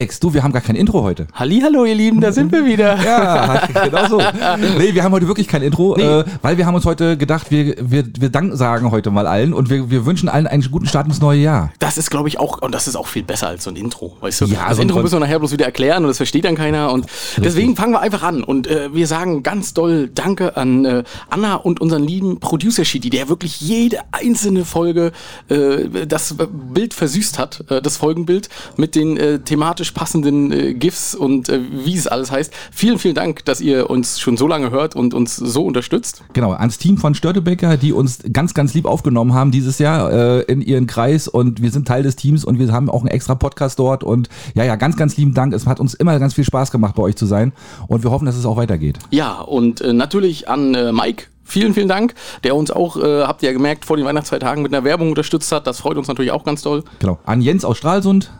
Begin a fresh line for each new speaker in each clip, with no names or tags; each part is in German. Ex, du, wir haben gar kein Intro heute.
Hallo, ihr Lieben, da sind wir wieder.
Ja, genau so. Nee, wir haben heute wirklich kein Intro, äh, weil wir haben uns heute gedacht, wir, wir, wir Dank sagen heute mal allen und wir, wir wünschen allen einen guten Start ins neue Jahr.
Das ist, glaube ich, auch, und das ist auch viel besser als so ein Intro, weißt du?
Ja,
das
so ein-
Intro müssen wir nachher bloß wieder erklären und das versteht dann keiner. Und deswegen fangen wir einfach an. Und äh, wir sagen ganz doll Danke an äh, Anna und unseren lieben Producer Shidi, der wirklich jede einzelne Folge äh, das Bild versüßt hat, äh, das Folgenbild, mit den äh, thematisch passenden äh, GIFs und äh, wie es alles heißt. Vielen, vielen Dank, dass ihr uns schon so lange hört und uns so unterstützt.
Genau, ans Team von Störtebecker, die uns ganz, ganz lieb aufgenommen haben dieses Jahr äh, in ihren Kreis und wir sind Teil des Teams und wir haben auch einen extra Podcast dort und ja, ja, ganz, ganz lieben Dank. Es hat uns immer ganz viel Spaß gemacht, bei euch zu sein und wir hoffen, dass es auch weitergeht.
Ja, und äh, natürlich an äh, Mike. Vielen, vielen Dank, der uns auch, äh, habt ihr ja gemerkt, vor den Weihnachtsfeiertagen mit einer Werbung unterstützt hat. Das freut uns natürlich auch ganz doll.
Genau. An Jens aus Stralsund,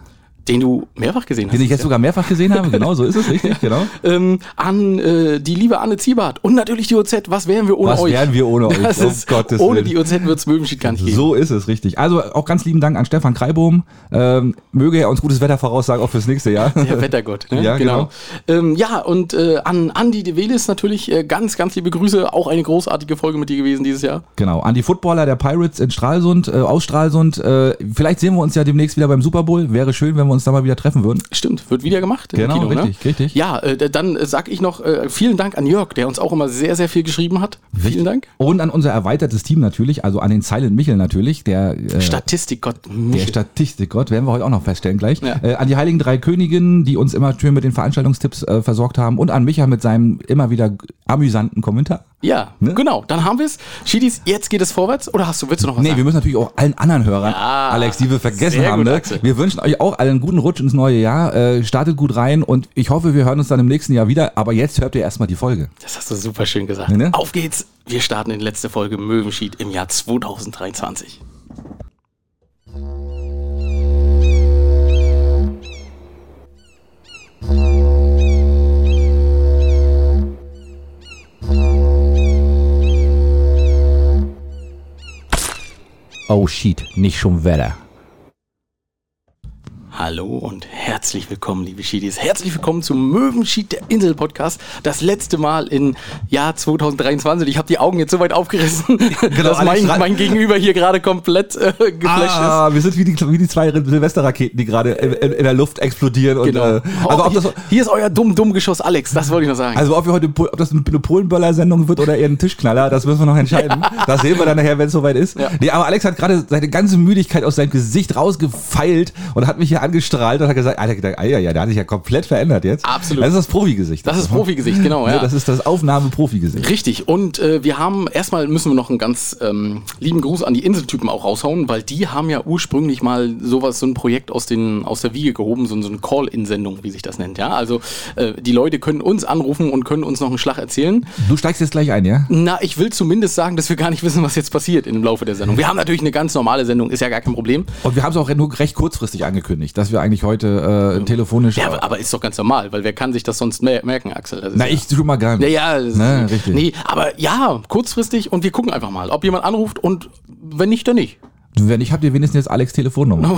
Den du mehrfach gesehen hast.
den ich jetzt sogar mehrfach gesehen habe. Genau, so ist es, richtig, genau.
ähm, an äh, die liebe Anne Ziebart und natürlich die OZ. Was wären wir ohne
Was
euch?
wären wir ohne euch?
Das
Um
ist,
Gottes
ohne
Willen.
die OZ wird es Möbenschied gar nicht geben.
So ist es, richtig. Also auch ganz lieben Dank an Stefan Kreibohm. Ähm, möge er uns gutes Wetter voraussagen, auch fürs nächste Jahr.
Der Wettergott. Ne?
Ja, genau.
Ähm, ja, und äh, an Andi de Velis natürlich äh, ganz, ganz liebe Grüße. Auch eine großartige Folge mit dir gewesen dieses Jahr.
genau. An die Footballer der Pirates in Stralsund, äh, aus Stralsund. Äh, vielleicht sehen wir uns ja demnächst wieder beim Super Bowl. Wäre schön, wenn wir uns da mal wieder treffen würden.
Stimmt, wird wieder gemacht. im
Genau, richtig, richtig.
Ja, äh, d- dann äh, sag ich noch äh, vielen Dank an Jörg, der uns auch immer sehr, sehr viel geschrieben hat. Vielen Dank.
Und an unser erweitertes Team natürlich, also an den Silent Michel natürlich, der äh,
Statistikgott.
Der Statistikgott, werden wir heute auch noch feststellen gleich.
Ja.
Äh, an die Heiligen Drei Königinnen, die uns immer schön mit den Veranstaltungstipps äh, versorgt haben. Und an Micha mit seinem immer wieder amüsanten Kommentar.
Ja,
Ne?
genau. Dann haben wir es. Schiedis, jetzt geht es vorwärts. Oder hast du, willst du noch was
Nee, wir
sagen?
müssen natürlich auch allen anderen Hörern,
Ja,
Alex, die wir vergessen
sehr
haben,
gut,
ne?
Axel.
wir wünschen euch auch allen einen guten Rutsch ins neue Jahr. Äh, startet gut rein und ich hoffe, wir hören uns dann im nächsten Jahr wieder. Aber jetzt hört ihr erstmal die Folge.
Das hast du super schön gesagt.
Ne?
Auf geht's. Wir starten in die letzte Folge Möwenschied im Jahr 2023.
Oh shit, nicht schon Wetter.
Hallo und herzlich willkommen, liebe Schiedis. Herzlich willkommen zum Möwenschied der Insel Podcast. Das letzte Mal im Jahr 2023. Ich habe die Augen jetzt so weit aufgerissen, dass
Alex,
mein,
ra-
mein Gegenüber hier gerade komplett äh, geflasht ist.
Ah, wir sind wie die, wie die zwei Silvesterraketen, die gerade in, in, in der Luft explodieren.
Genau.
Und, äh, also
oh,
ob das,
hier, hier ist euer dumm dumm Geschoss, Alex. Das wollte ich noch sagen.
Also ob wir heute, ob das eine Polenböller-Sendung wird oder eher ein Tischknaller, das müssen wir noch entscheiden. Das sehen wir dann nachher, wenn es soweit ist. Nee, aber Alex hat gerade seine ganze Müdigkeit aus seinem Gesicht rausgefeilt und hat mich hier angestrahlt und hat gesagt, Alter, der- ja, ja, der hat sich ja komplett verändert jetzt.
Absolut.
Das ist das Profi-Gesicht.
das ist Profigesicht, genau.
Ne,
Ja.
Das ist das Aufnahme-Profi-Gesicht.
Richtig. Und äh, wir haben erstmal müssen wir noch einen ganz ähm, lieben Gruß an die Inseltypen auch raushauen, weil die haben ja ursprünglich mal sowas, so ein Projekt aus den aus der Wiege gehoben, so, so eine Call-In-Sendung, wie sich das nennt. Ja, also äh, die Leute können uns anrufen und können uns noch einen Schlag erzählen.
Du steigst jetzt gleich ein, ja?
Na, ich will zumindest sagen, dass wir gar nicht wissen, was jetzt passiert im Laufe der Sendung. Wir haben natürlich eine ganz normale Sendung, ist ja gar kein Problem.
Und wir haben es auch nur recht kurzfristig angekündigt, dass wir eigentlich heute äh, telefonisch...
Ja, aber- aber ist doch ganz normal, weil wer kann sich das sonst mer merken, Axel? Das ist
na,
ja-
ich schon mal gar nicht.
Ja, ja, das-
Ne, richtig.
Nee, aber ja, kurzfristig und wir gucken einfach mal, ob jemand anruft und wenn nicht, dann nicht.
Wenn nicht, habt ihr wenigstens jetzt Alex Telefonnummer.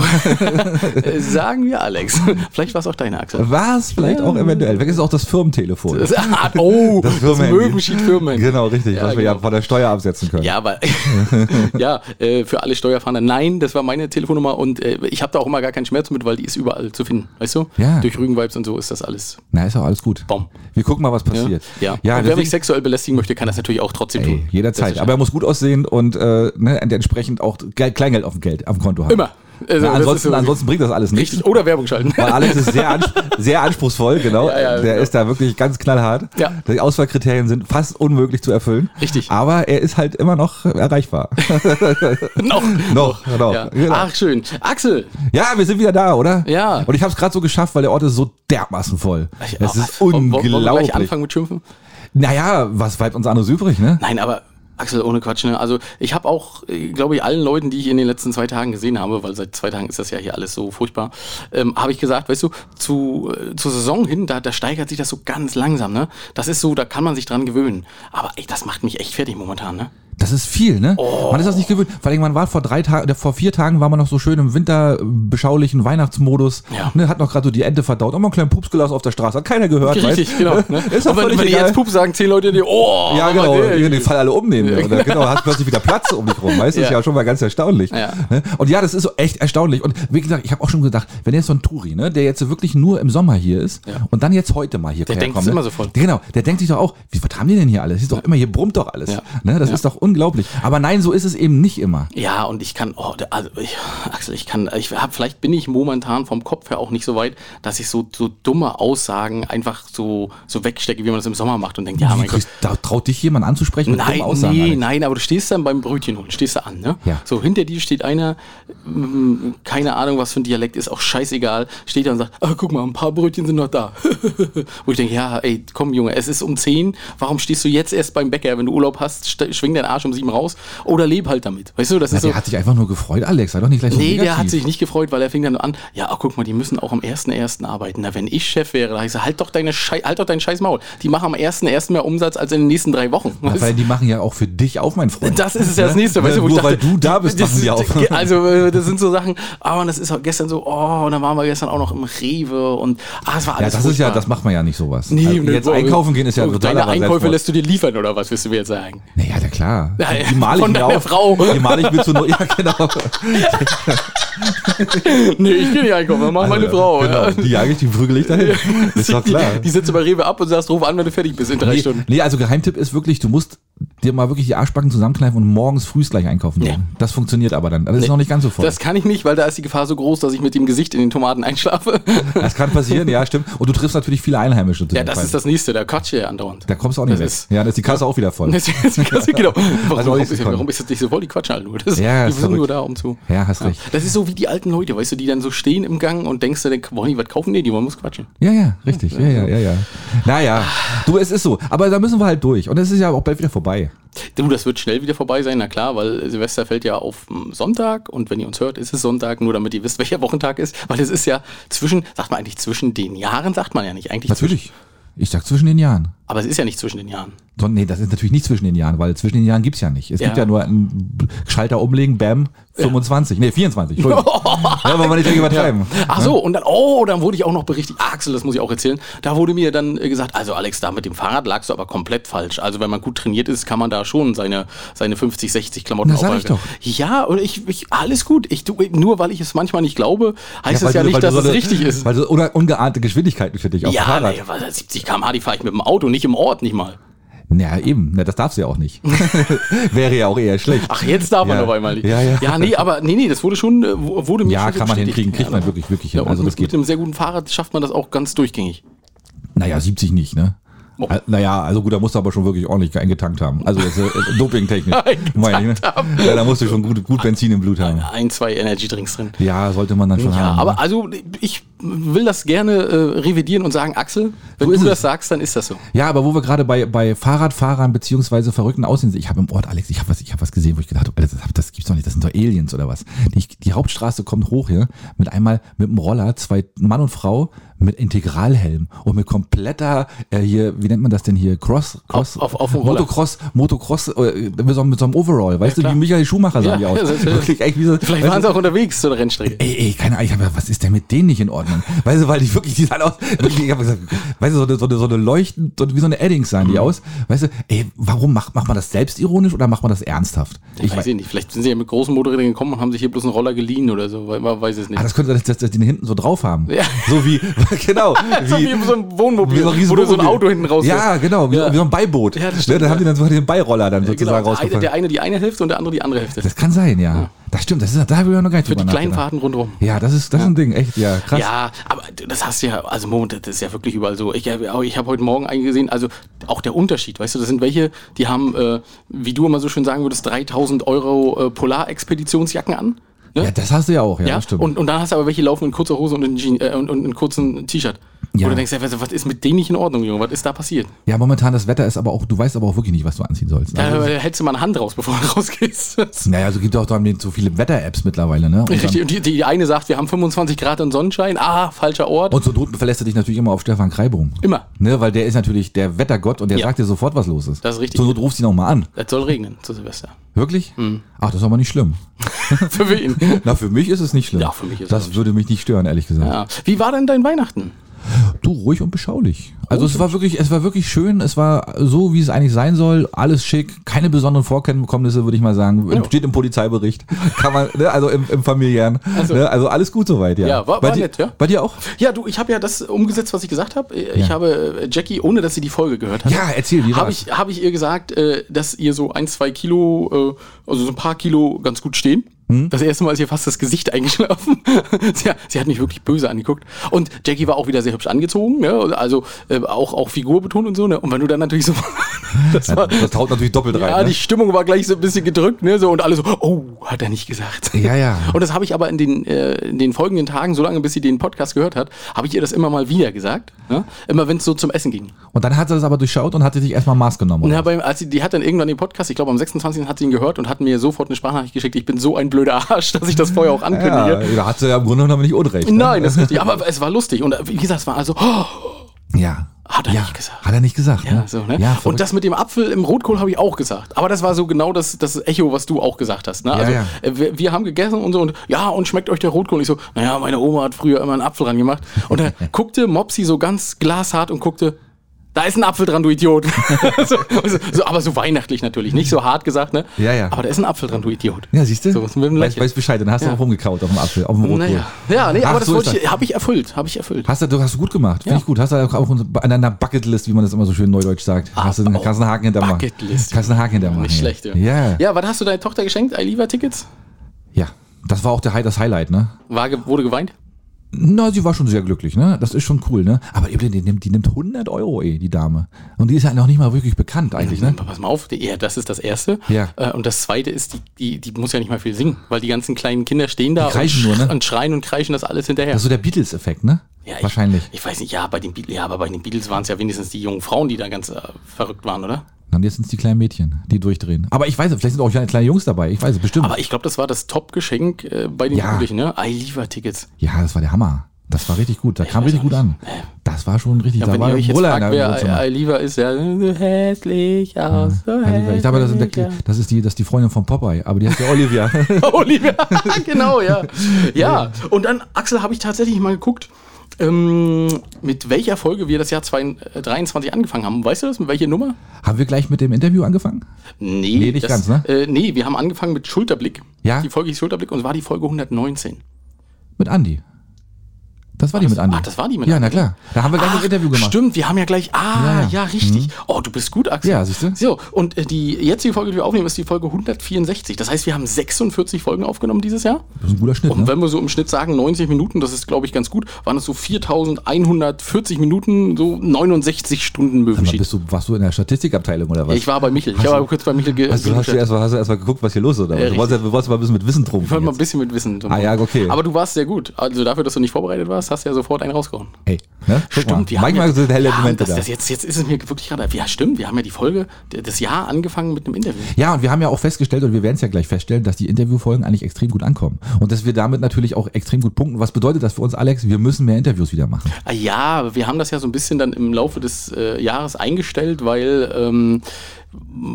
Äh, Sagen wir Alex. Vielleicht war es auch deine Axel.
Was? Vielleicht auch eventuell. Vielleicht ist es auch das Firmentelefon.
Das- ah, oh, das,
Firmenhandy.
Möbenschied Firmen.
Genau, richtig, was wir ja
genau.
von der Steuer absetzen können.
Ja, aber ja, äh, für alle Steuerfahnder, nein, das war meine Telefonnummer und äh, ich habe da auch immer gar keinen Schmerz mit, weil die ist überall zu finden, weißt du?
Ja.
Durch Rügenvibes und so ist das alles.
Na, ist doch alles gut.
Bom.
Wir gucken mal, was passiert.
Ja.
ja
und wer mich
deswegen,
sexuell belästigen möchte, kann das natürlich auch trotzdem
ey,
tun. Das
jederzeit.
ist-
Aber er muss gut aussehen und äh, ne, und entsprechend auch Ge- Kleingeld auf dem Geld, auf dem Konto haben.
Immer. Also,
Na,
das
ansonsten,
ist so-
ansonsten bringt das alles nichts.
Richtig. Oder Werbung schalten.
Weil Alex ist sehr, ans sehr anspruchsvoll, genau.
Ja, ja,
Der
genau.
ist da wirklich ganz knallhart.
Ja.
Die Auswahlkriterien sind fast unmöglich zu erfüllen.
Richtig.
Aber er ist halt immer noch erreichbar.
Noch.
noch, noch.
Ja.
Genau.
Ach, schön. Axel,
Ja, wir sind wieder da, oder?
Ja.
Und ich habe es gerade so geschafft, weil der Ort ist so dermaßen voll. Es ist
Wollen- wollen wir
unglaublich.
gleich anfangen mit Schimpfen?
Naja, was bleibt uns anderes übrig, ne?
Nein, aber Axel, ohne Quatsch, ne? Also ich habe auch, äh, glaube ich, allen Leuten, die ich in den letzten zwei Tagen gesehen habe, weil seit zwei Tagen ist das ja hier alles so furchtbar, ähm, habe ich gesagt, weißt du, zu, äh, zur Saison hin, da, da steigert sich das so ganz langsam, ne? Das ist so, da kann man sich dran gewöhnen. Aber ey, das macht mich echt fertig momentan, ne?
Das ist viel, ne?
Oh.
Man ist das nicht gewöhnt. Vor allem, man war vor drei Tagen, oder vor vier Tagen war man noch so schön im winterbeschaulichen Weihnachtsmodus.
Ja.
Ne, hat noch gerade so die Ente verdaut. Auch mal einen kleinen Pups gelassen auf der Straße. Hat keiner gehört.
Richtig,
weißt?
genau. Ne?
Ist doch
Aber
völlig
wenn die
egal.
jetzt Pup sagen, zehn Leute dir, oh,
ja, genau.
aber der-
Den Fall alle umnehmen. Oder, genau, hast plötzlich wieder Platz um dich rum. Weißt du, ist
Ja.
ja schon mal ganz erstaunlich.
Ja.
Ne? Und ja, das ist so echt erstaunlich. Und wie gesagt, ich habe auch schon gedacht, wenn jetzt so ein Touri, ne, der jetzt wirklich nur im Sommer hier ist
Ja.
und dann jetzt heute mal hier
Der denkt
herkommt,
es immer
ne?
sofort.
Genau, der denkt sich doch auch, wie, was haben die denn hier alles? Ist doch immer, hier brummt doch alles.
Ja.
Ne? Das
Ja.
ist doch unglaublich. Aber nein, so ist es eben nicht immer.
Ja, und ich kann, oh, da- also ich, Axel, ich kann, ich hab, vielleicht bin ich momentan vom Kopf her auch nicht so weit, dass ich so, so dumme Aussagen einfach so, so wegstecke, wie man das im Sommer macht und denkt, ja,
Wie
mein Gott.
kriegst- da traut dich jemand anzusprechen mit
Nein,
dummen Aussagen.
nee,
Alex?
nein, aber du stehst dann beim Brötchen holen, stehst da an, ne?
Ja.
So, hinter dir steht einer, mm, keine Ahnung, was für ein Dialekt ist, auch scheißegal, steht da und sagt, ah, guck mal, ein paar Brötchen sind noch da. Wo ich denke, ja, ey, komm Junge, es ist um 10, warum stehst du jetzt erst beim Bäcker, wenn du Urlaub hast, st- schwing deinen Arsch um 7 raus oder leb halt damit. Weißt du, das
Na,
ist so.
der hat sich einfach nur gefreut, Alex. Sei doch nicht gleich so
Nee, der
negativ.
hat sich nicht gefreut, weil er fing dann an, ja, ach, guck mal, die müssen auch am 1.1. arbeiten. Na, wenn ich Chef wäre, da hab ich gesagt, halt doch, deine Schei halt doch dein scheiß Maul. Die machen am 1.1. mehr Umsatz als in den nächsten drei Wochen.
Ja, weil die machen ja auch für dich auf, mein Freund.
das ist es ja das nächste.
Ne?
weißt du, wo ich
Nur weil
dachte,
du da bist,
das
machen die auf.
sind- Also, äh, das sind so Sachen, aber das ist auch gestern so, oh, und dann waren wir gestern auch noch im Rewe und, ah, es war
ja,
alles
das ist ja,
furchtbar.
das macht man ja nicht sowas.
Nee,
also
nee,
jetzt
boah,
einkaufen gehen ist ja
so,
total
Deine Einkäufe lässt du dir liefern oder was, willst du mir jetzt sagen?
Naja, ja klar.
Ja, ja,
Die male ich
von
mir
deiner
auf.
Frau.
Die male ich mir zu Not. Ja, genau.
nee, ich gehe nicht einkaufen, mach meine
Also,
Frau.
Genau.
oder?
Die jage ich, die prügel ich dahin. ist doch klar.
Die, die sitzt bei Rewe ab und sagst, ruf an, wenn du fertig bist in drei
Nee,
Stunden.
nee, also Geheimtipp ist wirklich, du musst dir mal wirklich die Arschbacken zusammenkneifen und morgens früh gleich einkaufen gehen. Das funktioniert aber dann. Das ist noch nicht ganz so voll.
Das kann ich nicht, weil da ist die Gefahr so groß, dass ich mit dem Gesicht in den Tomaten einschlafe.
Das kann passieren, ja, stimmt. Und du triffst natürlich viele Einheimische. zu
ja,
dem
das
Fall.
ist das nächste, da quatscht ihr ja andauerend.
Da kommst du auch nicht
Das
weg.
ist-
ja, dann ist die Kasse auch wieder voll.
Das ist- das ist- genau.
Also
Warum,
auch
warum,
nicht
ist,
gekommen.
warum ist das nicht so voll? Die quatschen halt nur. Das,
Ja,
die
ist
sind nur
verrückt.
da, um zu.
Ja, hast recht.
Das ist so wie die alten Leute, weißt du, die dann so stehen im Gang und denkst du, dann, wollen die was kaufen? Nee, die wollen was quatschen.
Ja, ja, richtig. Ja, ja, ja, ja. Naja, du, es ist so. Aber da müssen wir halt durch. Und es ist ja auch bald wieder vorbei.
Du, das wird schnell wieder vorbei sein, na klar, weil Silvester fällt ja auf m, Sonntag und wenn ihr uns hört, ist es Sonntag, nur damit ihr wisst, welcher Wochentag ist, weil es ist ja zwischen, sagt man eigentlich zwischen den Jahren, sagt man ja nicht eigentlich. Zwischen,
Ich sag zwischen den Jahren.
aber es ist ja nicht zwischen den Jahren.
So, nee, das ist natürlich nicht zwischen den Jahren, weil zwischen den Jahren gibt's ja nicht. Es gibt
Ja.
ja nur einen Schalter umlegen, bam, 25. Nee, 24. Entschuldigung. ja, wollen wir nicht übertreiben.
Ach so, und dann, oh, dann wurde ich auch noch berichtigt. Axel, das muss ich auch erzählen. Da wurde mir dann äh, gesagt, also Alex, da mit dem Fahrrad lagst du aber komplett falsch. Also wenn man gut trainiert ist, kann man da schon seine, seine 50, 60 Klamotten
Na, sag
aufhalten.
ich doch.
Ja, und ich, ich, alles gut. Ich, tu- nur weil ich es manchmal nicht glaube, heißt es
weil
ja
du- weil
nicht,
du
dass
so
es
eine-
richtig ist.
Weil so una- ungeahnte Geschwindigkeiten für dich auf dem
Ja,
Fahrrad.
nee, weil 70 km/h, die fahre ich mit dem Auto, nicht im Ort, nicht mal.
Na eben, na, das darfst du ja auch nicht. Wäre ja auch eher schlecht.
Ach, jetzt darf man
Ja.
auf einmal nicht.
Ja, ja.
ja, nee, aber nee, nee, das wurde schon, äh, wo- wurde mir
ja,
schon
kann man
bestätigt.
hinkriegen, kriegt man
Ja, ne?
wirklich, wirklich
Ja,
hin.
und
Also das
mit,
geht.
mit einem sehr guten Fahrrad schafft man das auch ganz durchgängig.
Naja, 70 nicht, ne?
Oh.
Al- Naja, also gut, da musst du aber schon wirklich ordentlich eingetankt haben. Also jetzt, äh, dopingtechnisch.
Eingetankt
Meine ich, ne? Ja, da musst du schon gut, gut Benzin im Blut haben.
Ein, zwei Energy-Drinks drin.
Ja, sollte man dann schon
Ja,
haben.
aber
ne?
also ich will das gerne äh, revidieren und sagen, Axel, wenn
ist
du
es.
das sagst, dann ist das so.
ja, aber wo wir gerade bei, bei Fahrradfahrern beziehungsweise Verrückten aussehen, ich habe im Ort, Alex, ich habe was, ich hab was gesehen, wo ich gedacht habe, Alter, das, das gibt's doch nicht, das sind doch Aliens oder was. Die, die Hauptstraße kommt hoch hier mit einmal mit einem Roller, zwei Mann und Frau mit Integralhelm und mit kompletter, äh, hier, wie nennt man das denn hier, Cross, Cross,
auf- auf dem Roller.
Motocross, Motocross, äh, mit, so, einem- mit so einem Overall, weißt du,
klar.
wie Michael Schumacher sahen
Ja,
die aus.
das ist-
Wirklich, echt wie so,
Vielleicht
weißt
waren
du,
sie auch unterwegs zu der Rennstrecke.
Ey, ey, keine Ahnung, ich hab, was ist denn mit denen nicht in Ordnung? Weißt du, weil die wirklich, die sahen aus, wirklich, ich hab gesagt, weißt du, so eine, so eine, so eine leuchtend, so, wie so eine Eddings sahen
Mhm.
die aus. Weißt du, ey, warum macht, macht man das selbstironisch oder macht man das ernsthaft?
Ich weiß, ich nicht. Vielleicht sind sie ja mit großen Motorrädern gekommen und haben sich hier bloß einen Roller geliehen oder so. weil- Man weiß es nicht.
Ah, das könnte sein, dass, dass die den hinten so drauf haben.
Ja.
So wie, genau.
So Also, wie so ein Wohnmobil,
ein riesen
wo du so ein
Wohnmobil.
Auto hinten rauslässt.
Ja, genau, wie,
Ja.
So, wie so ein Beiboot.
Ja, das
Ne,
stimmt,
dann
ja.
haben die dann so den Beiroller dann sozusagen
Genau, der, eine,
rausgefahren.
der eine die eine Hälfte und der andere die andere Hälfte.
das kann sein, ja. Das stimmt, das ist, da habe ich noch gar nicht
Für die kleinen Fahrten rundherum.
Ja, das ist, das ist ein Ding, echt, ja, krass.
Ja, aber das hast du ja, also Moment, das ist ja wirklich überall so. Ich, äh, ich habe heute Morgen eingesehen, also auch der Unterschied, weißt du, das sind welche, die haben, äh, wie du immer so schön sagen würdest, 3000 Euro äh, Polarexpeditionsjacken an. Ne?
Ja, das hast du ja auch, ja,
Ja,
das stimmt.
Und, und dann hast du aber welche laufen in kurzer Hose und in, Jean, äh, und, und in kurzen T-Shirt. Wo
Ja.
du denkst, ja, was was ist mit dem nicht in Ordnung, Junge? Was ist da passiert?
Ja, momentan das Wetter ist aber auch, du weißt aber auch wirklich nicht, was du anziehen sollst.
Da
Also,
hältst du mal eine Hand raus, bevor du rausgehst.
naja, so gibt es auch dann so viele Wetter-Apps mittlerweile, ne? Und,
Richtig.
dann,
Und die, die eine sagt, wir haben 25 Grad und Sonnenschein. Ah, falscher Ort.
und zur Not verlässt du dich natürlich immer auf Stefan Kreibohm.
Immer.
Ne, weil der ist natürlich der Wettergott und der
Ja.
sagt dir sofort, was los ist.
Das ist richtig.
Zur Not rufst du ihn auch mal an.
Es soll regnen zu Silvester.
Wirklich?
Mhm.
Ach, das ist aber nicht schlimm.
Für wen?
Na, für mich ist es nicht schlimm.
Ja, für mich ist es auch
Das
nicht
würde mich nicht stören, ehrlich gesagt.
Ja. Wie war denn dein Weihnachten?
Du, ruhig und beschaulich. Also es war wirklich, es war wirklich schön, es war so, wie es eigentlich sein soll, alles schick, keine besonderen Vorkenntnisse, würde ich mal sagen.
Genau.
Steht im Polizeibericht. Kann man, ne, also im, im familiären. Also, ne, also alles gut soweit, ja.
Ja, war-
bei
war
dir,
nett, ja.
Bei dir auch?
Ja, du, ich habe ja das umgesetzt, was ich gesagt habe. Ich
Ja.
habe äh, Jackie, ohne dass sie die Folge gehört hat,
Ja, erzähl, wie
habe
war's?
ich, hab ich ihr gesagt, äh, dass ihr so ein, zwei Kilo, äh, also so ein paar Kilo ganz gut stehen.
Hm?
Das erste Mal ist ihr fast das Gesicht eingeschlafen. sie, hat- sie hat mich wirklich böse angeguckt. Und Jackie war auch wieder sehr hübsch angezogen, ne? also äh, auch, auch Figur betont und so. Ne? Und wenn du dann natürlich so... das
Ja,
war,
das haut natürlich doppelt rein.
ja,
ne?
die Stimmung war gleich so ein bisschen gedrückt, ne? So und alle so, oh, hat er nicht gesagt.
Ja, ja.
Und das habe ich aber in den, äh, in den folgenden Tagen, solange bis sie den Podcast gehört hat, habe ich ihr das immer mal wieder gesagt. Ne? Immer wenn es so zum Essen ging.
Und dann hat sie das aber durchschaut und hat sie dich erstmal Maß genommen.
Na,
oder?
beim, als sie, die hat dann irgendwann den Podcast, ich glaube am 26. hat sie ihn gehört und hat mir sofort eine Sprachnachricht geschickt, ich bin so ein blöder Arsch, dass ich das vorher auch
Ja,
ankündige.
da hat sie ja im Grunde genommen nicht Unrecht. ne?
Nein, das ist richtig. Aber es war lustig. Und wie gesagt, es war also, oh,
Ja.
Hat er
ja.
nicht gesagt.
Hat er nicht gesagt.
ja, so, ne?
Ja,
und
verrückt.
das mit dem Apfel im Rotkohl habe ich auch gesagt. Aber das war so genau das, das Echo, was du auch gesagt hast. Ne? Also,
ja.
äh, Wir, wir haben gegessen und so und ja, und schmeckt euch der Rotkohl? Und ich so, naja, meine Oma hat früher immer einen Apfel dran gemacht. Und dann guckte Mopsi so ganz glashart und guckte, da ist ein Apfel dran, du Idiot. so, so, so, aber so weihnachtlich natürlich, nicht so hart gesagt, ne?
Ja, ja.
Aber da ist ein Apfel dran, du Idiot.
ja, siehst du?
So was mit dem
weißt,
Lächeln.
weißt Bescheid, dann hast
Ja.
du auch rumgekaut auf dem Apfel, auf dem Rotkohl.
Naja. Ja, nee,
Ach,
aber das
so ist
wollte ich, habe ich erfüllt, habe ich erfüllt.
Hast du, du hast du gut gemacht, finde
Ja.
ich gut. Hast du auch an deiner Bucketlist, wie man das immer so schön neudeutsch sagt. Hast du einen, kannst einen Haken hintermachen.
Ah, oh, Bucketlist.
Kannst einen Haken hintermachen.
Nicht schlecht,
ja. Ja. ja.
Ja, was hast du deiner Tochter geschenkt? Eiliva-Tickets?
Das war auch der, Hi- das Highlight, ne?
War ge- Wurde geweint?
Na, sie war schon sehr glücklich, ne? Das ist schon cool, ne? Aber eben, die nimmt, die nimmt 100 Euro, eh, die Dame. Und die ist ja noch nicht mal wirklich bekannt eigentlich, ne?
Aber pass mal auf, die- ja, das ist das Erste.
Ja.
Äh, Und das Zweite ist, die, die, die muss ja nicht mal viel singen, weil die ganzen kleinen Kinder stehen da
Die kreischen
und,
nur, ne?
und schreien und kreischen das alles hinterher.
Das ist so der Beatles-Effekt, ne?
Ja, ich-
Wahrscheinlich.
Ich weiß nicht, ja, bei den, Beat- ja, aber bei den Beatles waren es ja wenigstens die jungen Frauen, die da ganz äh, verrückt waren, oder?
Und jetzt sind es die kleinen Mädchen, die durchdrehen. Aber ich weiß nicht, vielleicht sind auch kleine Jungs dabei. Ich weiß es bestimmt.
Aber ich glaube, das war das Top-Geschenk äh, bei den
Ja.
Jugendlichen, ne? I-Liefer-Tickets.
ja, das war der Hammer. Das war richtig gut. Da kam richtig gut an. Das war schon richtig.
Ja,
da
wenn
war
ihr euch jetzt
Brüller
fragt,
in der Wohnzimmer.
wer I-Liefer ist, ja, so hässlich aus, so hässlich
Ich glaube, das, sind
aus.
der, das, ist die, das ist die Freundin von Popeye, aber die heißt ja Olivia.
Olivia, genau, ja. Ja, und dann, Axel, habe ich tatsächlich mal geguckt, ähm, mit welcher Folge wir das Jahr 2023 angefangen haben. Weißt du das? Mit welcher Nummer?
Haben wir gleich mit dem Interview angefangen?
Nee,
Nee, nicht
das,
ganz, ne?
Äh, nee, wir haben angefangen mit Schulterblick.
Ja.
Die Folge hieß Schulterblick und es war die Folge 119.
Mit Andi. Das war die
das-
mit Andi.
ach, das war die mit
Ja,
Andi.
na klar. Da haben wir gleich das Interview gemacht.
Stimmt, wir haben ja gleich. Ah,
Ja,
ja,
ja.
richtig. Oh, du bist gut, Axel.
Ja, siehst du?
So, und äh, die jetzige Folge, die wir aufnehmen, ist die Folge 164. Das heißt, wir haben 46 Folgen aufgenommen dieses Jahr.
Das ist ein guter Schnitt,
Und
ne?
wenn wir so im Schnitt sagen 90 Minuten, das ist glaube ich ganz gut, waren es so 4140 Minuten, so 69 Stunden
Sag mal,
Möwenschied.
Bist du, warst du in der Statistikabteilung oder was?
Ich war bei Michel. Ich
Hast
habe
du-
kurz bei Michel ge
also, hast, du
geredet.
erst mal, hast du erst mal geguckt, was hier los ist? Oder?
Ja,
was? du wolltest, ja- du wolltest mal ein bisschen mit Wissen
Ich wollte
trumpfen.
mal ein
jetzt.
bisschen mit Wissen.
Ah ja, okay.
Aber du warst sehr gut. Also dafür, dass du nicht vorbereitet warst, hast du ja sofort einen rausgehauen.
Hey, ne? Guck mal.
wir haben
Manchmal
ja,
sind helle
ja,
Momente
das,
da.
Das jetzt, jetzt ist es mir wirklich gerade. Ja, stimmt. Wir haben ja die Folge, d- das Jahr angefangen mit einem Interview.
Ja, und wir haben ja auch festgestellt, und wir werden es ja gleich feststellen, dass die Interviewfolgen eigentlich extrem gut ankommen. Und dass wir damit natürlich auch extrem gut punkten. Was bedeutet das für uns, Alex? Wir müssen mehr Interviews wieder machen.
Ah Ja, wir haben das ja so ein bisschen dann im Laufe des äh, Jahres eingestellt, weil ähm,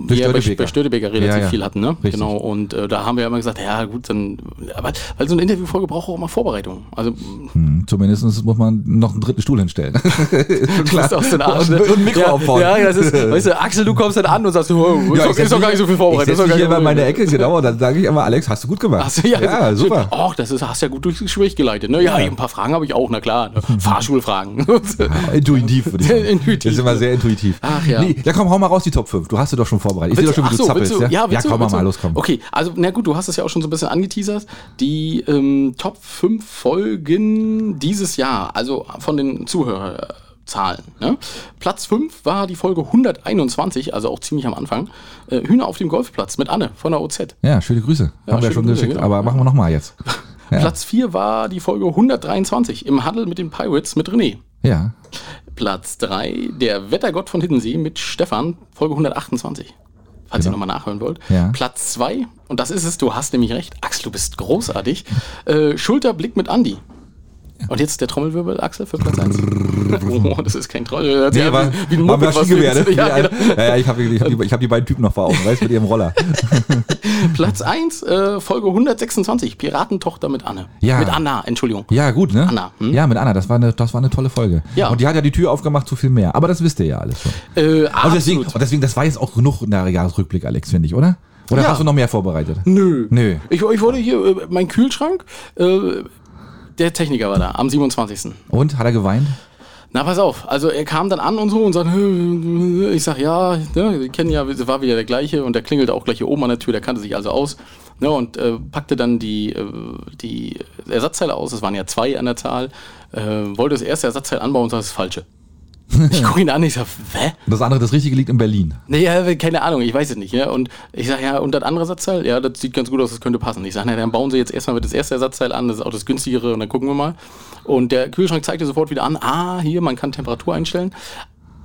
wir ja bei,
Störtebeker.
bei Störtebeker relativ
Ja, ja.
viel hatten, ne?
Richtig.
Genau. Und äh, da haben wir ja immer gesagt, ja gut, dann, aber, weil so eine Interviewfolge braucht auch immer Vorbereitung. Also
Zumindest Hm, muss man noch einen dritten Stuhl hinstellen.
du bist aus den Arsch. ne?
Und, und ein Mikro
ja,
aufbauen.
Ja, das ist, weißt du, Axel, du kommst dann an und sagst, oh, ist, doch, ist doch gar nicht so viel vorbereitet.
Ich
ist doch
setze mich
gar nicht
hier
so
immer in
viel-
meine Ecke, genau. Und dann sage ich immer, Alex, hast du gut gemacht.
Ach so, ja,
ja
so-
super.
Och, das ist, hast ja gut durchs Gespräch geleitet. Ne? Ja, ein paar Fragen habe ich auch, na klar. Ne? Fahrschulfragen.
Intuitiv, würde ich
Sehr
sagen.
intuitiv.
Das ist immer sehr intuitiv.
Ach ja.
ja, komm, hau mal raus die Top 5. Du hast sie doch schon vorbereitet. Ich sehe doch schon, wie
Ach
du
so,
zappelst.
willst du,
ja,
willst du,
komm mal,
willst
mal,
du?
los, komm.
Okay, also, na gut, du hast es ja auch schon so ein bisschen angeteasert. Die ähm, Top 5 Folgen dieses Jahr, also von den Zuhörerzahlen. Ne? Platz 5 war die Folge 121, also auch ziemlich am Anfang. Äh, Hühner auf dem Golfplatz mit Anne von der OZ.
Ja, schöne Grüße. Haben wir
schöne
schon
Grüße,
geschickt,
genau.
aber machen wir nochmal jetzt. Ja.
Platz 4 war die Folge 123 im Handel mit den Pirates mit René.
Ja.
Platz 3, der Wettergott von Hiddensee mit Stefan, Folge 128. Falls
Genau.
ihr nochmal nachhören wollt.
Ja.
Platz 2, und das ist es, du hast nämlich recht. Axel, du bist großartig. Äh, Schulterblick mit Andi. Und jetzt der Trommelwirbel, Axel, für Platz 1. Oh, das ist kein Troll. hört sich
Nee,
an
war,
wie ein
war
Moped, was wir-
Maschinengewehr, ne?
Ja, genau.
ja, ja, ich habe ich hab die, ich hab die beiden Typen noch vor Augen, weißt du, mit ihrem Roller.
Platz 1, äh, Folge 126, Piratentochter mit Anne.
Ja.
Mit Anna, Entschuldigung.
Ja, gut, ne?
Anna, hm?
Ja, mit Anna, das war, eine, das war eine tolle Folge.
Ja.
Und die hat ja die Tür aufgemacht zu viel mehr. Aber das wisst ihr ja alles schon.
Äh,
Und
absolut.
deswegen, und deswegen, das war jetzt auch genug in der Jahresrückblick, Alex, finde ich, oder? Oder
Ja.
hast du noch mehr vorbereitet?
Nö.
Nö.
Ich, ich wurde hier, äh, mein Kühlschrank, äh, der Techniker war da am 27.
Und? Hat er geweint?
Na, pass auf. Also er kam dann an und so und sagt, "Hö, ich sag, ja, ne, wir kennen ja, es war wieder der gleiche und der klingelte auch gleich hier oben an der Tür, der kannte sich also aus. Ne, und äh, packte dann die, äh, die Ersatzteile aus, es waren ja zwei an der Zahl, äh, wollte das erste Ersatzteil anbauen und sagt, das ist das falsche. Ich gucke ihn an, ich sag, hä?
Und das andere, das Richtige liegt in Berlin.
Nee, ja, keine Ahnung, ich weiß es nicht. Ja? Und ich sage, ja, und das andere Ersatzteil, ja, das sieht ganz gut aus, das könnte passen. Ich sage, na, dann bauen Sie jetzt erstmal das erste Ersatzteil an, das ist auch das günstigere und dann gucken wir mal. Und der Kühlschrank zeigte sofort wieder an, ah, hier, man kann Temperatur einstellen.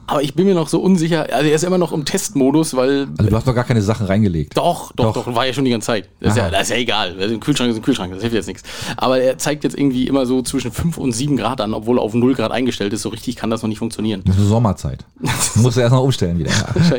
Aber ich bin mir noch so unsicher, also er ist immer noch im Testmodus, weil
Also du hast noch gar keine Sachen reingelegt.
doch, doch, doch, war ja schon die ganze Zeit. Das ist, ja,
Aha.
das ist ja egal. Also ein Kühlschrank ist ein Kühlschrank, das hilft jetzt nichts. Aber er zeigt jetzt irgendwie immer so zwischen 5 und 7 Grad an, obwohl er auf 0 Grad eingestellt ist. So richtig kann das noch nicht funktionieren.
Das ist eine Sommerzeit. Musst du erst noch umstellen wieder.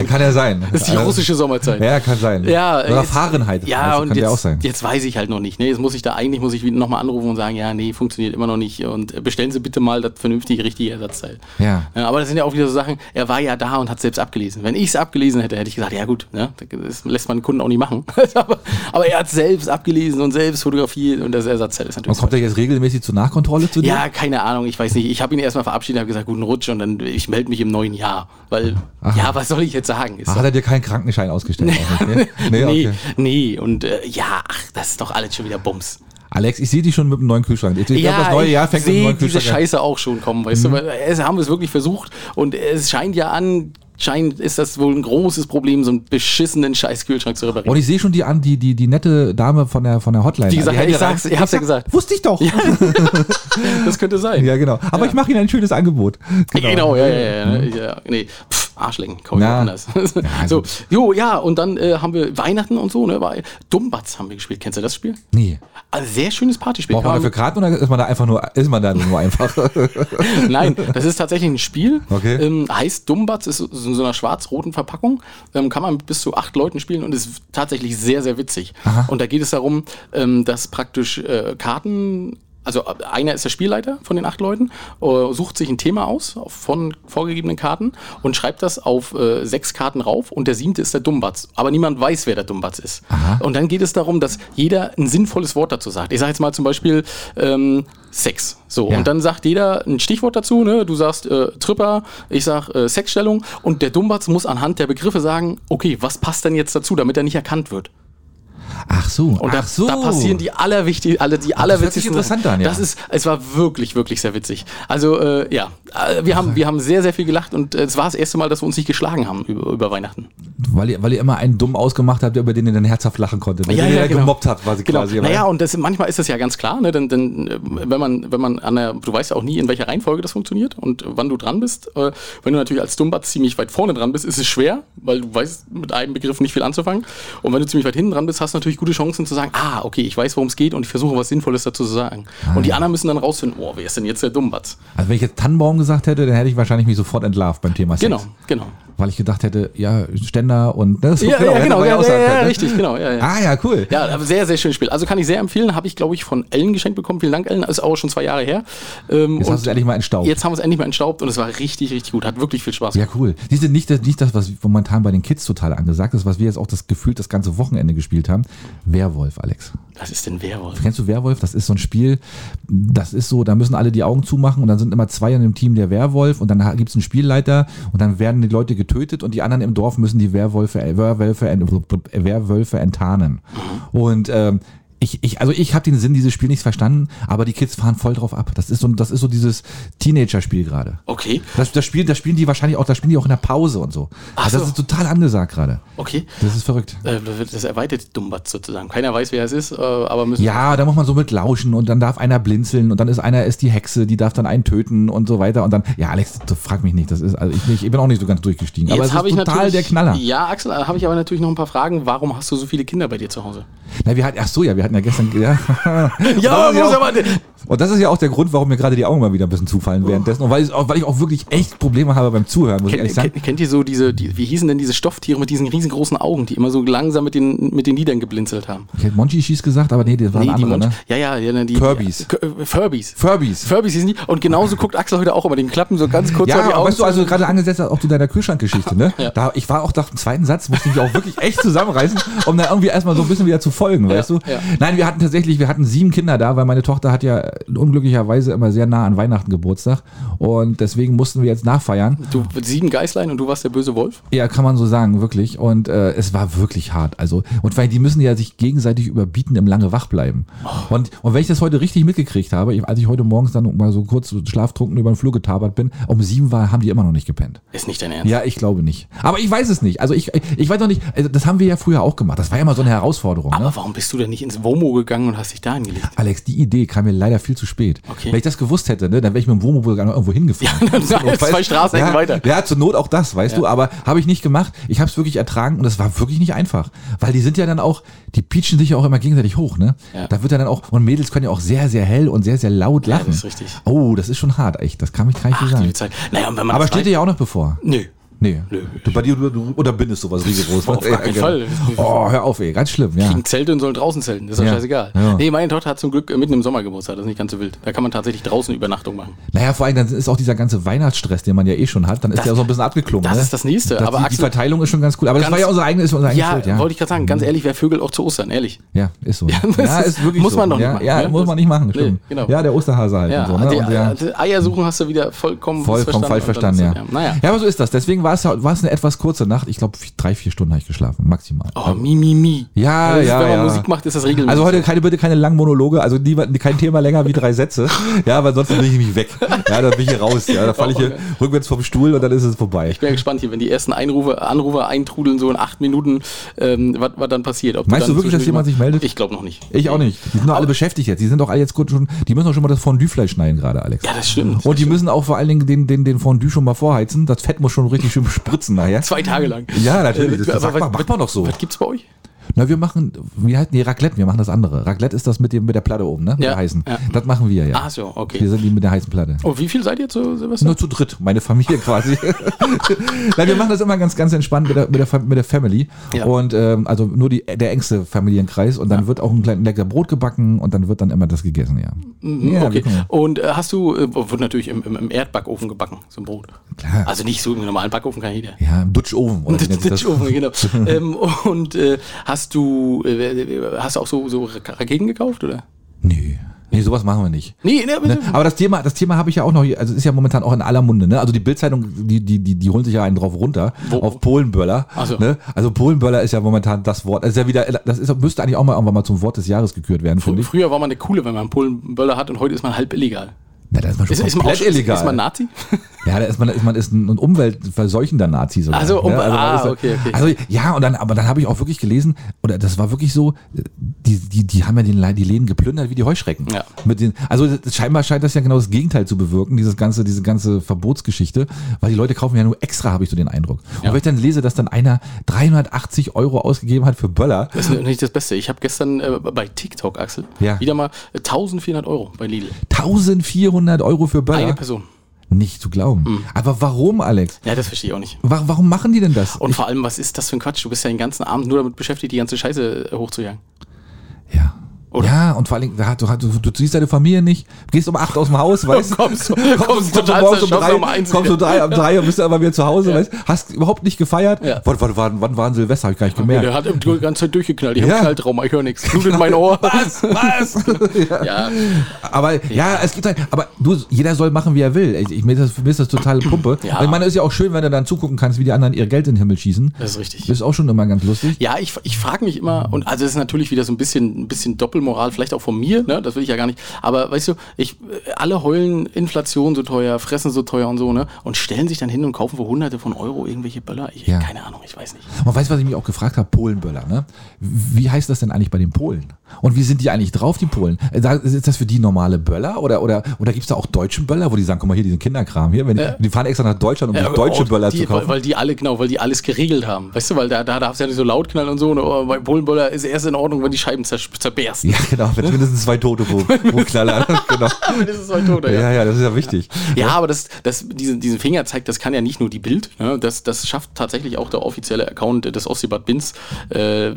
kann ja sein.
Das ist die russische Sommerzeit.
Ja, kann sein.
Ja,
ne? Oder
jetzt-
Fahrenheit.
Ja,
Also
und
kann
jetzt,
ja auch sein.
jetzt weiß ich halt noch nicht. Ne? Jetzt muss ich da eigentlich muss ich nochmal anrufen und sagen, ja, nee, funktioniert immer noch nicht und äh, bestellen Sie bitte mal das vernünftige, richtige Ersatzteil.
Ja.
ja. Aber das sind ja auch wieder so Sachen. Er war ja da und hat selbst abgelesen. Wenn ich es abgelesen hätte, hätte ich gesagt, ja gut, ne? das lässt man den Kunden auch nicht machen. aber, aber er hat selbst abgelesen und selbst fotografiert und das Ersatzteil ist natürlich.
Und kommt er jetzt regelmäßig zur Nachkontrolle zu dir?
Ja, keine Ahnung, ich weiß nicht. Ich habe ihn erstmal verabschiedet, habe gesagt, guten Rutsch und dann ich melde mich im neuen Jahr, weil
Aha.
ja, was soll ich jetzt sagen? Ist
Ach,
doch-
hat er dir keinen Krankenschein ausgestellt? auch nicht, ne?
Nee, nee,
okay.
und äh, ja, ach, das ist doch alles schon wieder Bums.
Alex, ich sehe dich schon mit einem neuen Kühlschrank. Ich
ja,
glaube, das neue
ich
Jahr fängt mit einem
seh
neuen
diese
Kühlschrank Mhm.
Scheiße auch schon kommen, weißt du, weil äh, es haben wir es wirklich versucht und es scheint ja an, scheint ist das wohl ein großes Problem, so einen beschissenen Scheißkühlschrank zu
an. Und
reparieren.
ich sehe schon die an, die, die, die nette Dame von der, von der Hotline.
Die gesagt hat,
Hände
ich sag's,
rein.
ihr habt's ja
sag,
gesagt.
Wusste ich doch. Ja,
Das könnte sein.
genau. Aber ich mache Ihnen ein schönes Angebot.
Genau, ja, ja, ja. ne, ja nee. Pff, Arschlecken, komm ich
Mhm. Na.
auch anders.
Ja, also
so,
gut.
jo, ja, und dann äh, haben wir Weihnachten und so, ne? War, Dummbatz haben wir gespielt. Kennst du das Spiel?
Nee.
Also sehr schönes Partyspiel.
Braucht man
Kann
dafür Karten oder ist man da einfach nur, ist man da nur einfach?
Nein, das ist tatsächlich ein Spiel.
Okay.
Ähm, heißt Dumbatz, ist so- in so einer schwarz-roten Verpackung. Ähm, kann man mit bis zu acht Leuten spielen und ist tatsächlich sehr, sehr witzig. Und da geht es darum, ähm, dass praktisch äh, Karten. Also äh, einer ist der Spielleiter von den acht Leuten, äh, sucht sich ein Thema aus auf- von vorgegebenen Karten und schreibt das auf äh, sechs Karten rauf und der siebte ist der Dummbatz. Aber niemand weiß, wer der Dummbatz ist. Und dann geht es darum, dass jeder ein sinnvolles Wort dazu sagt. Ich sage jetzt mal zum Beispiel ähm, Sex. So,
Ja.
und dann sagt jeder ein Stichwort dazu. Ne? Du sagst äh, Tripper, ich sag äh, Sexstellung und der Dummbatz muss anhand der Begriffe sagen, okay, was passt denn jetzt dazu, damit er nicht erkannt wird.
Ach so.
Und da,
ach so.
da passieren die allerwichtig, alle die
hört sich
allerwitzigsten.
interessant
Sachen.
an, ja.
Das ist, es war wirklich, wirklich sehr witzig. Also äh, ja, Äh, wir haben, wir haben sehr, sehr viel gelacht und äh, es war das erste Mal, dass wir uns nicht geschlagen haben über, über Weihnachten.
Weil ihr, weil ihr immer einen dumm ausgemacht habt, über den ihr dann herzhaft lachen konntet. weil
Ja,
den ihr
ja,
dann
genau.
gemobbt habt, quasi. quasi
Naja, und das, manchmal ist das ja ganz klar, ne? denn, denn äh, wenn man, wenn man an der, du weißt ja auch nie, in welcher Reihenfolge das funktioniert und äh, wann du dran bist. Äh, wenn du natürlich als Dummbatz ziemlich weit vorne dran bist, ist es schwer, weil du weißt mit einem Begriff nicht viel anzufangen. Und wenn du ziemlich weit hinten dran bist, hast du natürlich gute Chancen zu sagen, ah, okay, ich weiß, worum es geht und ich versuche, was Sinnvolles dazu zu sagen.
Ah,
Und die anderen müssen dann rausfinden, oh, wer ist denn jetzt der Dummbatz?
Also wenn ich jetzt Tannenbaum gesagt hätte, dann hätte ich wahrscheinlich mich sofort entlarvt beim Thema Sex.
Genau, genau.
Weil ich gedacht hätte, ja, Ständer und das
Ja, ja,
hätte
genau,
man
ja,
auch
ja,
sagen
ja,
können, ne?
richtig, genau, ja, ja.
Ah ja, cool.
Ja, aber sehr, sehr schönes Spiel. Also kann ich sehr empfehlen. Habe ich, glaube ich, von Ellen geschenkt bekommen. Vielen Dank, Ellen. Ist auch schon zwei Jahre her. Ähm,
Jetzt
und
hast du es endlich mal entstaubt.
Jetzt haben wir es endlich mal entstaubt und es war richtig, richtig gut. Hat wirklich viel Spaß
Ja,
gemacht.
cool. Die sind nicht, das- nicht das, was momentan bei den Kids total angesagt ist, was wir jetzt auch das gefühlt das ganze Wochenende gespielt haben. Werwolf, Alex.
Was ist denn Werwolf?
Kennst du Werwolf? Das ist so ein Spiel, das ist so, da müssen alle die Augen zumachen und dann sind immer zwei in dem Team der Werwolf und dann gibt's einen Spielleiter und dann werden die Leute getötet und die anderen im Dorf müssen die Werwölfe, äh, Werwölfe, ent- Werwölfe enttarnen. äh, Und ähm, Ich, ich, also ich habe den Sinn dieses Spiels nicht verstanden, aber die Kids fahren voll drauf ab. Das ist so, das ist so dieses Teenager-Spiel gerade.
Okay.
Das, das Spiel, das spielen die wahrscheinlich auch, das spielen die auch in der Pause und so.
Ach
also
so.
das ist total angesagt gerade.
Okay.
Das ist verrückt.
Äh, Das erweitert Dumbatz sozusagen. Keiner weiß, wer es ist, äh, aber müssen.
Ja, da muss man so mit lauschen und dann darf einer blinzeln und dann ist einer ist die Hexe, die darf dann einen töten und so weiter und dann ja Alex, du frag mich nicht, das ist also ich, ich bin auch nicht so ganz durchgestiegen, aber es
hab
ist total
natürlich-
der Knaller.
Ja, Axel, da habe ich aber natürlich noch ein paar Fragen. Warum hast du so viele Kinder bei dir zu Hause?
Na, wir hatten ach so, ja, wir hatten ja gestern ja. das ist ja
Ja, muss
auch-
aber. Oh.
Und das ist ja auch der Grund, warum mir gerade die Augen mal wieder ein bisschen zufallen währenddessen und weil ich auch, weil ich auch wirklich echt Probleme habe beim Zuhören, muss ich
Kennt,
ehrlich sagen.
kennt, kennt ihr so diese, die, wie hießen denn diese Stofftiere mit diesen riesengroßen Augen, die immer so langsam mit den, mit den Lidern geblinzelt haben?
Ich hätte Monchi Schieß gesagt, aber nee, das war
Nee,
ein
die
anderer,
Mund-
ne?
Ja, ja, ja, ne, die.
Furbies.
K- äh, Furbies.
Furbies.
Furbies hießen die. Und genauso guckt Axel heute auch immer den Klappen so ganz kurz
Ja,
vor die
aber
Augen.
weißt du,
zu-
also gerade angesetzt auch zu deiner Kühlschrankgeschichte, ne? Da, ich war auch nach dem zweiten Satz, musste ich mich auch wirklich echt zusammenreißen, um da irgendwie erstmal so ein bisschen wieder zu folgen, weißt du?
ja.
Nein, wir hatten tatsächlich, wir hatten sieben Kinder da, weil meine Tochter hat ja unglücklicherweise immer sehr nah an Weihnachten Geburtstag und deswegen mussten wir jetzt nachfeiern.
du sieben Geißlein und du warst der böse Wolf?
Ja, kann man so sagen, wirklich. Und äh, es war wirklich hart. Also, und weil die müssen ja sich gegenseitig überbieten im lange wach bleiben. Und, und wenn ich das heute richtig mitgekriegt habe, ich, als ich heute morgens dann mal so kurz schlaftrunken über den Flur getabert bin, um sieben war, haben die immer noch nicht gepennt.
Ist nicht dein Ernst.
Ja, ich glaube nicht. Aber ich weiß es nicht. Also ich, ich weiß noch nicht, also das haben wir ja früher auch gemacht. Das war ja mal so eine Herausforderung. Ne?
Aber warum bist du denn nicht ins Womo gegangen und hast dich da hingelegt?
Alex, die Idee kam mir leider viel zu spät.
Okay.
Wenn ich das gewusst hätte, ne, dann wäre ich mit dem Wohnmobil gar noch irgendwo hingefahren.
Ja, dann
Zur Not,
zwei
weißt-
Straßenecken
ja,
weiter.
Ja, zur Not auch das, weißt du, aber habe ich nicht gemacht. Ich habe es wirklich ertragen und es war wirklich nicht einfach. Weil die sind ja dann auch, die pietschen sich ja auch immer gegenseitig hoch, ne?
Ja.
Da wird ja dann auch, und Mädels können ja auch sehr, sehr hell und sehr, sehr laut lachen.
das ist richtig.
Oh, das ist schon hart, echt. Das kann mich gar nicht viel
Ach,
sagen.
die Zeit. Naja, und wenn man
Aber
das
steht dir ja auch noch bevor.
Nö.
Nee.
Nö.
Du, bei dir, du, du unterbindest sowas rigoros.
Auf gar keinen Fall.
Oh, hör auf, ey. Ganz schlimm, ja.
Kriegen Zelte und sollen draußen zelten, das ist doch
Ja.
scheißegal.
Ja.
Nee, meine Tochter hat zum Glück äh, mitten im Sommer Geburtstag, das ist nicht ganz so wild. Da kann man tatsächlich draußen Übernachtung machen.
Naja, vor allem, dann ist auch dieser ganze Weihnachtsstress, den man ja eh schon hat, dann ist
Das-
der auch so ein bisschen abgeklungen.
das
ne?
ist das Nächste, aber
die, die
Axel-
Verteilung ist schon ganz cool. Aber das
Ganz-
war ja unsere eigene, ist unsere eigene
Ja,
Schuld, ja. Mhm.
wollte ich gerade sagen, ganz ehrlich, wer Vögel auch zu Ostern, ehrlich.
ja, ist so. Ja,
das ist- muss man doch
ja,
nicht machen,
Ja,
ne?
muss man nicht machen,
Nee,
stimmt.
genau.
Ja, der Osterhase halt
Ja,
und so, ne?
die,
Und der,
die Eier suchen hast du wieder vollkommen
vollkommen falsch verstanden, ja.
missverstanden und dann ist das-
aber so ist das. Deswegen war es, war es eine etwas kurze Nacht. Ich glaube, drei, vier Stunden habe ich geschlafen, maximal.
Naja. Oh, mi, mi, mi.
Ja,
Das ist,
ja,
Wenn man
ja.
Musik macht, ist das regelmäßig.
Also heute keine, bitte keine langen Monologe, also nie, kein Thema länger wie drei Sätze. Ja, weil sonst bin ich mich weg. Ja, dann bin ich hier raus. Ja, da falle ich
Oh,
hier rückwärts vom Stuhl und dann ist es vorbei.
Ich bin ja gespannt hier, wenn die ersten Einrufe, Anrufer eintrudeln, so in acht Minuten, ähm, was, was dann passiert. Ob du
Meinst
dann
du wirklich, dass
zwischendurch
jemand
mal-
sich meldet?
Ich glaube noch nicht.
Ich auch nicht. Die sind doch alle beschäftigt jetzt. Die sind doch alle jetzt kurz schon, die müssen doch schon mal das Fondue-Fleisch schneiden gerade, Alex.
Ja, das stimmt.
Und die müssen auch vor allen Dingen den, den, den Fondue schon mal vorheizen. Das Fett muss schon richtig schön spritzen nachher.
Zwei Tage lang.
Ja, natürlich. Das,
Äh, Aber
das sagt
was-
man, macht man doch so.
Was gibt's bei euch?
Na, wir machen, wir halten die Raclette, wir machen das andere. Raclette ist das mit, dem, mit der Platte oben, ne? Mit
Ja,
der heißen.
ja.
Das machen wir, ja.
Ach so, okay.
Wir sind die mit der heißen Platte.
Oh, wie viel seid ihr zu Silvester?
Nur zu dritt, meine Familie quasi. Nein, wir machen das immer ganz, ganz entspannt mit der, mit der, Fa- mit der Family.
Ja.
Und ähm, also nur die, der engste Familienkreis. Und dann wird auch ein kleines lecker Brot gebacken und dann wird dann immer das gegessen, ja. ja wir
Mm, okay.
gucken.
Und äh, hast du, äh, wurde natürlich im, im, im Erdbackofen gebacken, so ein Brot.
Klar.
Also nicht so im normalen Backofen kann jeder.
Ja, im Dutchofen. oder wie nennt sich das?
Dutchofen, genau. ähm, und äh, hast du, äh, hast du auch so, so Ra- Raketen gekauft, oder?
Nee. Nee, sowas machen wir nicht.
Nee, nee,
Ne? Aber das Thema, das Thema habe ich ja auch noch, hier, also ist ja momentan auch in aller Munde, ne? Also die Bildzeitung, die, die, die, die holen sich ja einen drauf runter
Wo?
auf Polenböller.
Ach so.
Ne? Also Polenböller ist ja momentan das Wort. Das Ist ja wieder, das ist, müsste eigentlich auch mal irgendwann mal zum Wort des Jahres gekürt werden, finde ich.
Früher war man eine coole, wenn man einen Polenböller hat und heute ist man halb illegal.
Na, da ist man schon
Ist, ist, man, auch,
komplett
schon-
illegal.
ist man Nazi?
Ja, da ist man, ist man ist ein umweltverseuchender Nazi sogar.
Ach so, um-
man
ah,
da-
okay, okay.
Also ja, und dann, aber dann habe ich auch wirklich gelesen, oder das war wirklich so, die, die, die haben ja den, Le- die Läden geplündert wie die Heuschrecken.
Ja.
Mit den, also das- scheinbar scheint das ja genau das Gegenteil zu bewirken, dieses ganze, diese ganze Verbotsgeschichte, weil die Leute kaufen ja nur extra, habe ich so den Eindruck. Und wenn ich dann lese, dass dann einer 380 Euro ausgegeben hat für Böller,
Das ist nicht das Beste. Ich habe gestern äh, bei TikTok, Axel,
Ja.
wieder mal äh, 1400 Euro bei Lidl.
1400 Euro für
Eine
Böller,
Person. Hm.
nicht zu glauben. Aber warum, Alex?
Ja, das verstehe ich auch nicht.
Wa- Warum machen die denn das?
Und vor allem, was ist das für ein Quatsch? Du bist ja den ganzen Abend nur damit beschäftigt, die ganze Scheiße äh, hochzujagen.
Ja.
Oder?
Ja, und vor allem, da- du, du, du siehst deine Familie nicht, gehst um acht aus dem Haus, weißt du?
Kommst- kommst total
morgens um
zerschossen
drei,
um eins
kommst um drei, um drei und bist aber wieder zu Hause, weißt Hast überhaupt nicht gefeiert.
Ja.
Wann, wann, wann, wann war denn Silvester? Hab ich gar nicht
Der
gemerkt.
hat im- die ganze Zeit durchgeknallt. Ich hab
Ja.
Knalltrauma, ich höre nichts. Blut in mein Ohr.
Was? Was? ja.
Ja,
Aber ja. es gibt halt, aber du, jeder soll machen, wie er will. Ich, ich, mir, ist das, mir ist das totale Pumpe.
Ja.
Und Ich meine, ist ja auch schön, wenn du dann zugucken kannst, wie die anderen ihr Geld in den Himmel schießen.
das ist richtig.
Ist auch schon immer ganz lustig.
Ja, ich, ich frage mich immer, und also es ist natürlich wieder so ein bisschen, ein bisschen Doppel, Doppelmoral, vielleicht auch von mir, ne? das will ich ja gar nicht. Aber weißt du, ich, äh, alle heulen Inflation so teuer, Fressen so teuer und so, ne? Und stellen sich dann hin und kaufen für hunderte von Euro irgendwelche Böller. Ich,
Ja.
Keine Ahnung, ich weiß nicht.
Und weißt du, was ich mich auch gefragt habe? Polenböller, ne? Wie heißt das denn eigentlich bei den Polen? Und wie sind die eigentlich drauf, die Polen? Äh, da- Ist das für die normale Böller? Oder, oder, oder gibt es da auch deutschen Böller, wo die sagen, guck mal hier, diesen Kinderkram hier, wenn die, die fahren extra nach Deutschland, um
Ja,
sich
aber
deutsche
auch
Böller
die,
zu kaufen?
Weil, weil die alle, genau, weil die alles geregelt haben. Weißt du, weil da, da darfst du ja nicht so laut knallen und so. Und oh, bei Polenböller ist erst in Ordnung, wenn die Scheiben zer zerbersten.
ja, genau, wenn mindestens zwei Tote pro, pro Knaller. genau.
Das ist halt tot,
Ja, ja, das ist ja wichtig.
Ja, aber das, das, diesen, diesen Fingerzeig, das kann ja nicht nur die Bild. Ne? Das, das schafft tatsächlich auch der offizielle Account des Ostseebad Binz, äh,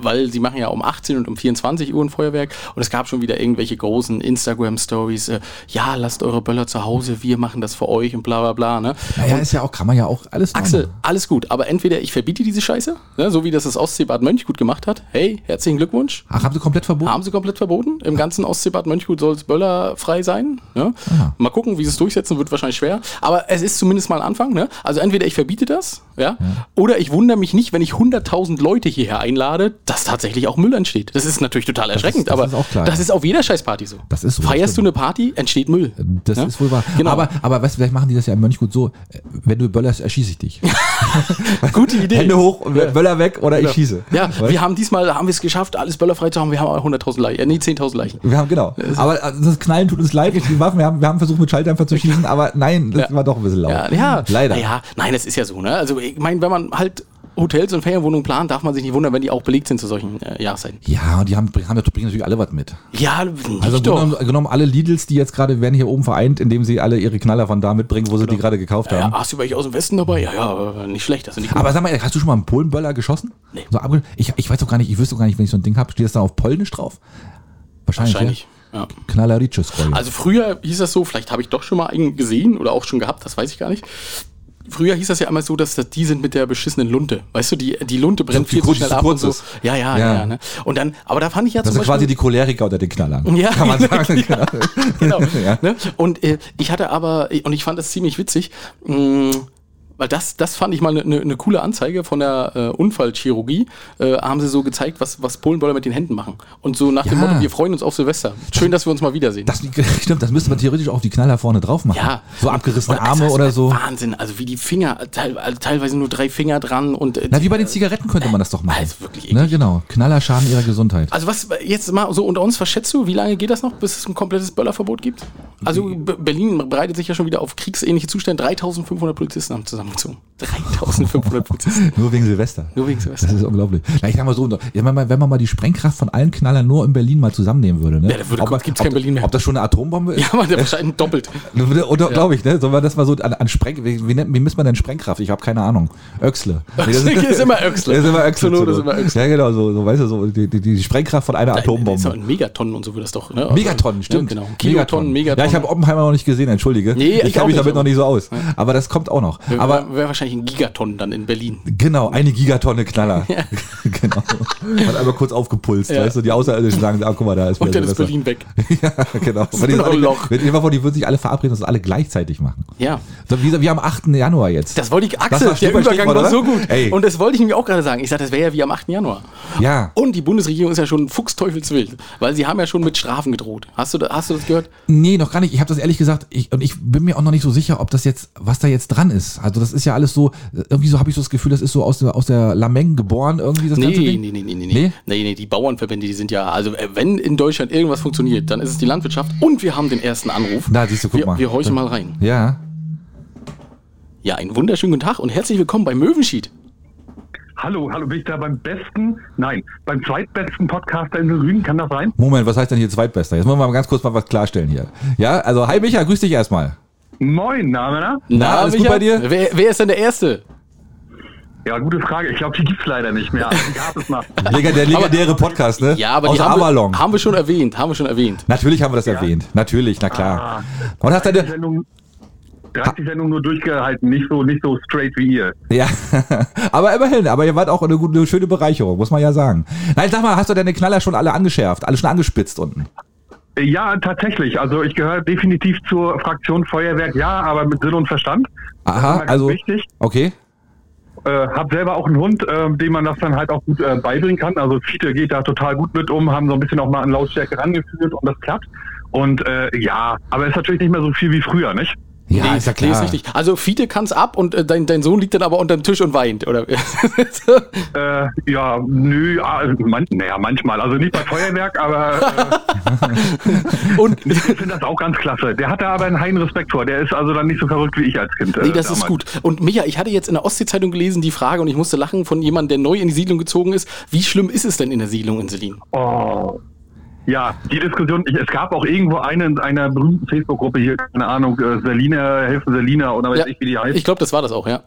weil sie machen ja um 18 und um 24 Uhr ein Feuerwerk und es gab schon wieder irgendwelche großen Instagram-Stories. Äh, ja, lasst eure Böller zu Hause, wir machen das für euch und bla bla bla. Ne?
Naja, ist ja auch, kann man ja auch alles
Axel, alles gut, aber entweder ich verbiete diese Scheiße, ne, so wie das das Ostseebad Mönch gut gemacht hat. Hey, herzlichen Glückwunsch.
Ach, haben sie komplett verboten?
Haben sie komplett verboten. Im ganzen Ostseebad Mönchgut soll es böllerfrei sein. Ne?
Aha.
Mal gucken, wie sie es durchsetzen, wird wahrscheinlich schwer. Aber es ist zumindest mal ein Anfang. Ne? Also entweder ich verbiete das, ja, oder ich wundere mich nicht, wenn ich 100.000 Leute hierher einlade, dass tatsächlich auch Müll entsteht. Das ist natürlich total erschreckend,
das
aber
ist auch klar,
das
ja.
ist auf jeder Scheißparty so.
Das ist so,
Feierst
stimmt. Ähm,
du eine Party, entsteht Müll.
Das
Ja?
ist wohl wahr.
Genau.
Aber, aber weißt du, vielleicht machen die das ja im Mönchgut so, äh, wenn du böllerst, erschieße ich dich.
gute Idee.
Hände hoch, Böller weg oder ich schieße.
Ja,
Weißt du?
wir haben diesmal, haben wir es geschafft, alles böllerfrei zu haben. Wir haben auch 100.000 Leichen, äh, nee, 10.000 Leichen.
Wir haben, genau. Aber äh, das Knallen tut uns leid, die Waffen, wir haben, wir haben versucht mit Schalldämpfer zu schießen, aber nein, das war doch ein bisschen laut.
Ja, ja.
Hm, Leider.
Na Ja, nein, das ist ja so, ne? Also ich meine, wenn man halt Hotels und Ferienwohnungen plant, darf man sich nicht wundern, wenn die auch belegt sind zu solchen äh, Jahreszeiten.
Ja, und die haben, haben ja, bringen natürlich alle was mit.
Ja, nicht
Also im
doch.
Grunde genommen alle Lidls, die jetzt gerade werden hier oben vereint, indem sie alle ihre Knaller von da mitbringen, wo sie die gerade gekauft haben.
Genau. ja, hast du welche aus dem Westen dabei? Ja, ja, äh, nicht schlecht. Das sind die
Aber sag mal, hast du schon mal einen Polenböller geschossen?
Nee.
So abge ich, ich weiß doch gar nicht, ich wüsste doch gar nicht, wenn ich so ein Ding habe, steht das dann auf Polnisch drauf? Wahrscheinlich.
wahrscheinlich.
Ja.
Ja.
Knalleritsches Gold.
Also früher hieß das so, vielleicht habe ich doch schon mal einen gesehen oder auch schon gehabt, das weiß ich gar nicht. Früher hieß das ja einmal so, dass das die sind mit der beschissenen Lunte. Weißt du, die, die Lunte brennt
So
viel zu
kurz-
schnell
so
ab und
kurz
so.
ist.
Ja, ja,
Ja.
ja. ne? Und dann, aber da fand ich ja
das
zum
sind
Beispiel,
quasi die Choleriker unter den Knallern.
Ja,
kann man sagen.
ja, genau.
Ja.
Ne? Und äh, ich hatte aber, und ich fand das ziemlich witzig, mh, weil das, das fand ich mal eine ne, ne coole Anzeige von der äh, Unfallchirurgie, äh, haben sie so gezeigt, was, was Polenböller mit den Händen machen. Und so nach dem
Ja.
Motto, wir freuen uns auf Silvester. Schön, dass wir uns mal wiedersehen.
Das, stimmt, das müsste man theoretisch auch auf die Knaller vorne drauf machen.
Ja.
So abgerissene
Und das
Arme
ist
oder so.
Wahnsinn, also wie die Finger, teil, also teilweise nur drei Finger dran und äh,
Na, wie bei den Zigaretten könnte man das doch machen.
Also wirklich
ne, genau. Knaller schaden ihrer Gesundheit.
Also was jetzt mal so unter uns, was schätzt du, wie lange geht das noch, bis es ein komplettes Böllerverbot gibt? Also B Berlin bereitet sich ja schon wieder auf kriegsähnliche Zustände. 3500 Polizisten haben zusammengezogen. 3500 Polizisten.
Nur wegen Silvester.
Nur wegen Silvester.
Das ist unglaublich. Na, ich sag mal so, wenn man, mal- wenn man mal die Sprengkraft von allen Knallern nur in Berlin mal zusammennehmen würde, ne?
Ja, da würde-
Ob man-
gibt's
ob-
kein Berlin mehr.
Ob das schon eine Atombombe ist?
Ja, man, der wahrscheinlich doppelt.
Oder, Glaube ich, ne? Sollen wir das mal so an, an Spreng... Wie, wie, nennt- wie misst man denn Sprengkraft? Ich habe keine Ahnung. Öxle.
Öxle ist immer Öxle.
Ist immer Öxle.
Zur Not
zur
ist
Not.
immer Öxle.
Ja, genau. So, so weißt du, so die, die, die Sprengkraft von einer
Ist doch
Atombombe.
ein Megatonnen und so wird das doch. Ne?
Megatonnen,
Ja,
stimmt.
Genau. Kilotonnen, Megatonnen.
Ja, ich habe Oppenheimer noch nicht gesehen, entschuldige.
Nee,
ich
ich
kenne
auch
mich
nicht, also-
damit noch
aber-
nicht so aus. Aber das kommt auch noch. Aber
aber wäre wahrscheinlich ein Gigatonnen dann in Berlin.
Genau, eine Gigatonne Knaller. genau. Hat einmal kurz aufgepulst,
Ja.
weißt du, die Außerirdischen sagen, ah, guck mal, da ist
Und
wieder
dann ist
Silvester.
Berlin weg.
Ja, genau. Wenn die,
noch ein
alle,
Loch.
Wenn, immer vor, die würden sich alle verabreden und das alle gleichzeitig machen.
Ja.
So, wie, wir haben 8. Januar jetzt.
Das wollte ich,
Das
Axel,
war
der
Stichwort,
Übergang
Stichwort,
war so
oder?
gut.
Ey.
Und das wollte ich mir auch gerade sagen. Ich sagte, das wäre ja wie am 8. Januar.
ja.
Und die Bundesregierung ist ja schon fuchsteufelswild, weil sie haben ja schon mit Strafen gedroht. Hast du, da- hast du das gehört?
Nee, noch gar nicht. Ich habe das ehrlich gesagt, ich, und ich bin mir auch noch nicht so sicher, ob das jetzt, was da jetzt dran ist. Also das ist ja alles so, irgendwie so habe ich so das Gefühl, das ist so aus der, aus der Lameng geboren, irgendwie das ganze
Nee,
Ding.
nee, nee, nee, nee,
Nee?
nee. Nee, nee, die Bauernverbände, die sind ja, also äh, wenn in Deutschland irgendwas funktioniert, dann ist es die Landwirtschaft und wir haben den ersten Anruf.
Na, siehst du, guck
wir,
mal.
Wir horchen mal rein.
Ja.
Ja, einen wunderschönen guten Tag und herzlich willkommen bei Möwenschied.
Hallo, hallo, bin ich da beim besten, nein, beim zweitbesten Podcast der Insel Rügen, kann das sein?
Moment, was heißt denn hier Zweitbester? Jetzt müssen wir mal ganz kurz mal was klarstellen hier. Ja, also hi Micha, grüß dich erstmal.
Moin, Name, na?
Na, alles gut
Micha,
bei dir?
Wer, wer ist denn der Erste?
Ja, gute Frage. Ich glaube, die gibt's leider nicht mehr. Die gab es mal.
Lega- der legendäre Podcast, ne?
Ja, aber
Aus
die haben
Avalon.
wir, haben wir schon erwähnt, haben wir Ah. schon erwähnt.
Natürlich haben wir das erwähnt. Natürlich, na klar. Und hast
30
deine.
Sendungen, 30 Sendungen nur durchgehalten, nicht so, nicht so straight wie ihr.
Ja. aber immerhin, aber ihr wart auch eine, gute, eine schöne Bereicherung, muss man ja sagen. Nein, sag mal, hast du deine Knaller schon alle angeschärft, alle schon angespitzt unten?
Äh, Ja, tatsächlich. Also ich gehöre definitiv zur Fraktion Feuerwerk, ja, aber mit Sinn und Verstand.
Aha,
Das ist immer ganz
also.
Wichtig.
Okay.
Äh, hab selber auch einen Hund, äh, dem man das dann halt auch gut äh, beibringen kann. Also Fiete geht da total gut mit um, haben so ein bisschen auch mal an Lautstärke rangeführt und das klappt. Und äh, ja, aber es ist natürlich nicht mehr so viel wie früher, nicht?
Ja,
nee,
ist ja
nee,
klar.
ist richtig. Also Fiete kann's ab und äh, dein, dein Sohn liegt dann aber unterm Tisch und weint, oder?
Äh, ja, nö, ah, man, naja, manchmal. Also nicht bei Feuerwerk, aber
und
äh, ich finde das auch ganz klasse. Der hat da aber einen heilen Respekt vor. Der ist also dann nicht so verrückt wie ich als Kind. äh,
Nee, das ist
damals.
gut. Und Micha, ich hatte jetzt in der Ostsee-Zeitung gelesen die Frage und ich musste lachen von jemandem, der neu in die Siedlung gezogen ist. Wie schlimm ist es denn in der Siedlung in Selin?
Oh. Ja, die Diskussion, ich, es gab auch irgendwo eine in einer berühmten Facebook-Gruppe hier, keine Ahnung, äh, Selina, helfen Selina oder weiß ich, wie die heißt.
ich glaube, das war das auch, ja.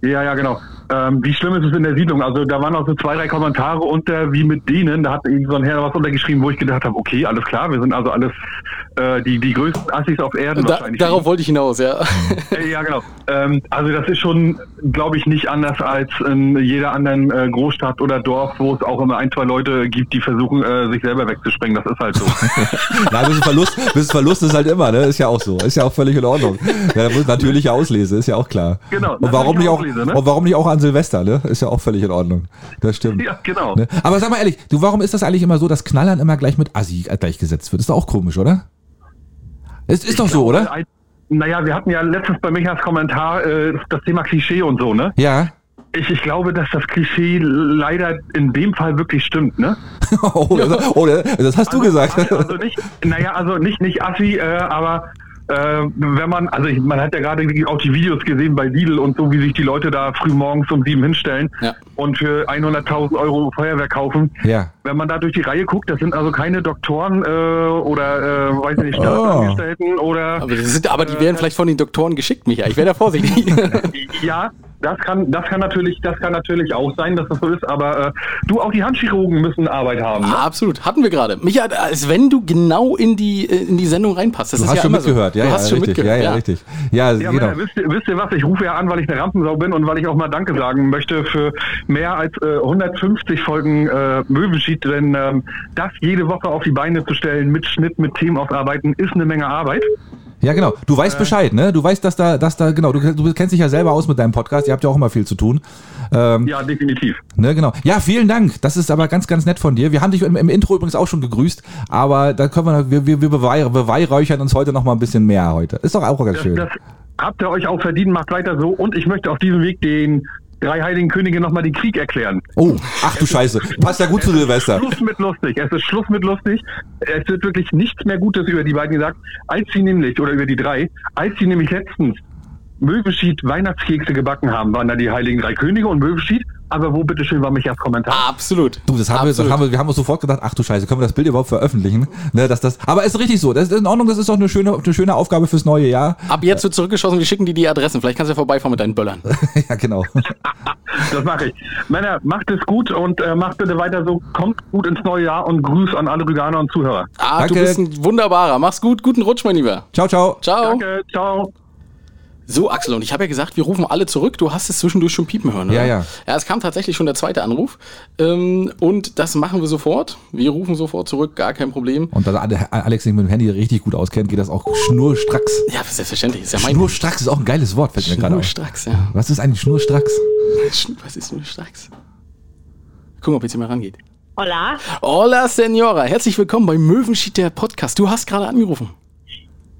Ja, ja, genau. Ähm, wie schlimm ist es in der Siedlung? Also da waren auch so zwei, drei Kommentare unter, wie mit denen. Da hat irgend so ein Herr was untergeschrieben, wo ich gedacht habe, okay, alles klar, wir sind also alles äh, die, die größten Assis auf Erden
Da, darauf wollte ich hinaus, ja.
Hm.
Äh, Ja, genau. Ähm, also das ist schon, glaube ich, nicht anders als in jeder anderen äh, Großstadt oder Dorf, wo es auch immer ein, zwei Leute gibt, die versuchen, äh, sich selber wegzusprengen. Das ist halt so.
Na, ein bisschen Verlust, ein bisschen Verlust ist halt immer, ne? Ist ja auch so. Ist ja auch völlig in Ordnung. Ja, da muss natürliche Auslese, ist ja auch klar.
Genau,
Und warum nicht
natürliche
auch,
Auslese, ne?
und warum nicht auch an Silvester, ne? Ist ja auch völlig in Ordnung. Das stimmt.
ja, genau.
Ne? Aber sag mal ehrlich, du, warum ist das eigentlich immer so, dass Knallern immer gleich mit Assi gleichgesetzt wird? Ist doch auch komisch, oder? Ist, ist doch so, oder?
Ein- Naja, wir hatten ja letztens bei Michas Kommentar äh, das Thema Klischee und so, ne?
Ja.
Ich, ich glaube, dass das Klischee leider in dem Fall wirklich stimmt, ne?
Oh, das, oh, das hast du gesagt.
Assi, Also nicht, naja, also nicht, nicht Assi, äh, aber äh, wenn man, also ich, man hat ja gerade wirklich auch die Videos gesehen bei Lidl und so, wie sich die Leute da früh morgens um sieben hinstellen
Ja.
und für 100.000 Euro Feuerwerk kaufen.
Ja.
Wenn man da durch die Reihe guckt, das sind also keine Doktoren äh, oder, äh, weiß ich nicht,
Oh.
Staatsangestellten oder...
Aber, das sind, aber die
Äh,
werden vielleicht von den Doktoren geschickt, Micha. Ich wäre da vorsichtig.
Ja, das kann, das kann natürlich, das kann natürlich auch sein, dass das so ist, aber äh, du, auch die Handchirurgen müssen Arbeit haben. Ne?
Ah, absolut, hatten wir gerade. Micha, als wenn du genau in die, äh, in die Sendung reinpasst. Das
Du
ist
hast
ja
schon
immer so.
mitgehört, ja,
du
ja,
hast schon
richtig.
mitgehört.
ja, ja, richtig. Ja,
Ja,
genau.
Männer, wisst, ihr- wisst ihr was? Ich rufe ja an, weil ich eine Rampensau bin und weil ich auch mal Danke sagen möchte für mehr als äh, 150 Folgen äh, Möwenschied, denn ähm, das jede Woche auf die Beine zu stellen mit Schnitt, mit Themenausarbeiten, ist eine Menge Arbeit.
Ja, genau. Du weißt Bescheid, ne? Du weißt, dass da, dass da, genau, du, du kennst dich ja selber aus mit deinem Podcast, ihr habt ja auch immer viel zu tun. Ähm,
Ja, definitiv.
Ne, genau. Ja, vielen Dank. Das ist aber ganz, ganz nett von dir. Wir haben dich im, im Intro übrigens auch schon gegrüßt, aber da können wir, wir, wir, wir beweih- beweihräuchern uns heute noch mal ein bisschen mehr heute. Ist doch auch ganz
Das,
schön.
das habt ihr euch auch verdient, macht weiter so und ich möchte auf diesem Weg den drei heiligen Könige nochmal den Krieg erklären.
oh, ach du Scheiße. Passt ja gut zu Silvester.
Schluss mit lustig. Es ist Schluss mit lustig. Es wird wirklich nichts mehr Gutes über die beiden gesagt, als sie nämlich, oder über die drei, als sie nämlich letztens Möwenschied Weihnachtskekse gebacken haben, waren da die Heiligen Drei Könige und Möwenschied. Aber wo bitteschön war Michas Kommentar?
Absolut.
Du, das haben wir, das
Absolut.
haben wir, wir haben uns sofort gedacht, ach du Scheiße, können wir das Bild überhaupt veröffentlichen? Ne, dass das, aber ist richtig so. Das ist in Ordnung, das ist doch eine schöne, eine schöne Aufgabe fürs neue Jahr.
Ab jetzt wird zurückgeschossen, wir schicken dir die Adressen. Vielleicht kannst du ja vorbeifahren mit deinen Böllern.
ja, genau.
Das mache ich. Männer, macht es gut und äh, macht bitte weiter so. Kommt gut ins neue Jahr und Grüß an alle Rüganer und Zuhörer.
Ah,
Danke.
du bist ein wunderbarer. Mach's gut, guten Rutsch, mein Lieber.
Ciao, ciao.
Ciao.
Danke, ciao.
So, Axel, und ich habe ja gesagt, wir rufen alle zurück. Du hast es zwischendurch schon piepen hören.
Ja, ja.
Ja, es kam tatsächlich schon der zweite Anruf. Ähm, und das machen wir sofort. Wir rufen sofort zurück, gar kein Problem.
Und da Alex sich mit dem Handy richtig gut auskennt, geht das auch schnurstracks.
Ja, selbstverständlich. Ist ja mein
Schnurstracks ist auch ein geiles Wort, fällt mir gerade auf.
Schnurstracks, ja.
Was ist eigentlich Schnurstracks?
Schn- Was ist Schnurstracks? Gucken, ob jetzt jemand rangeht.
Hola.
Hola, Senora. Herzlich willkommen bei Möwenschied, der Podcast. Du hast gerade angerufen.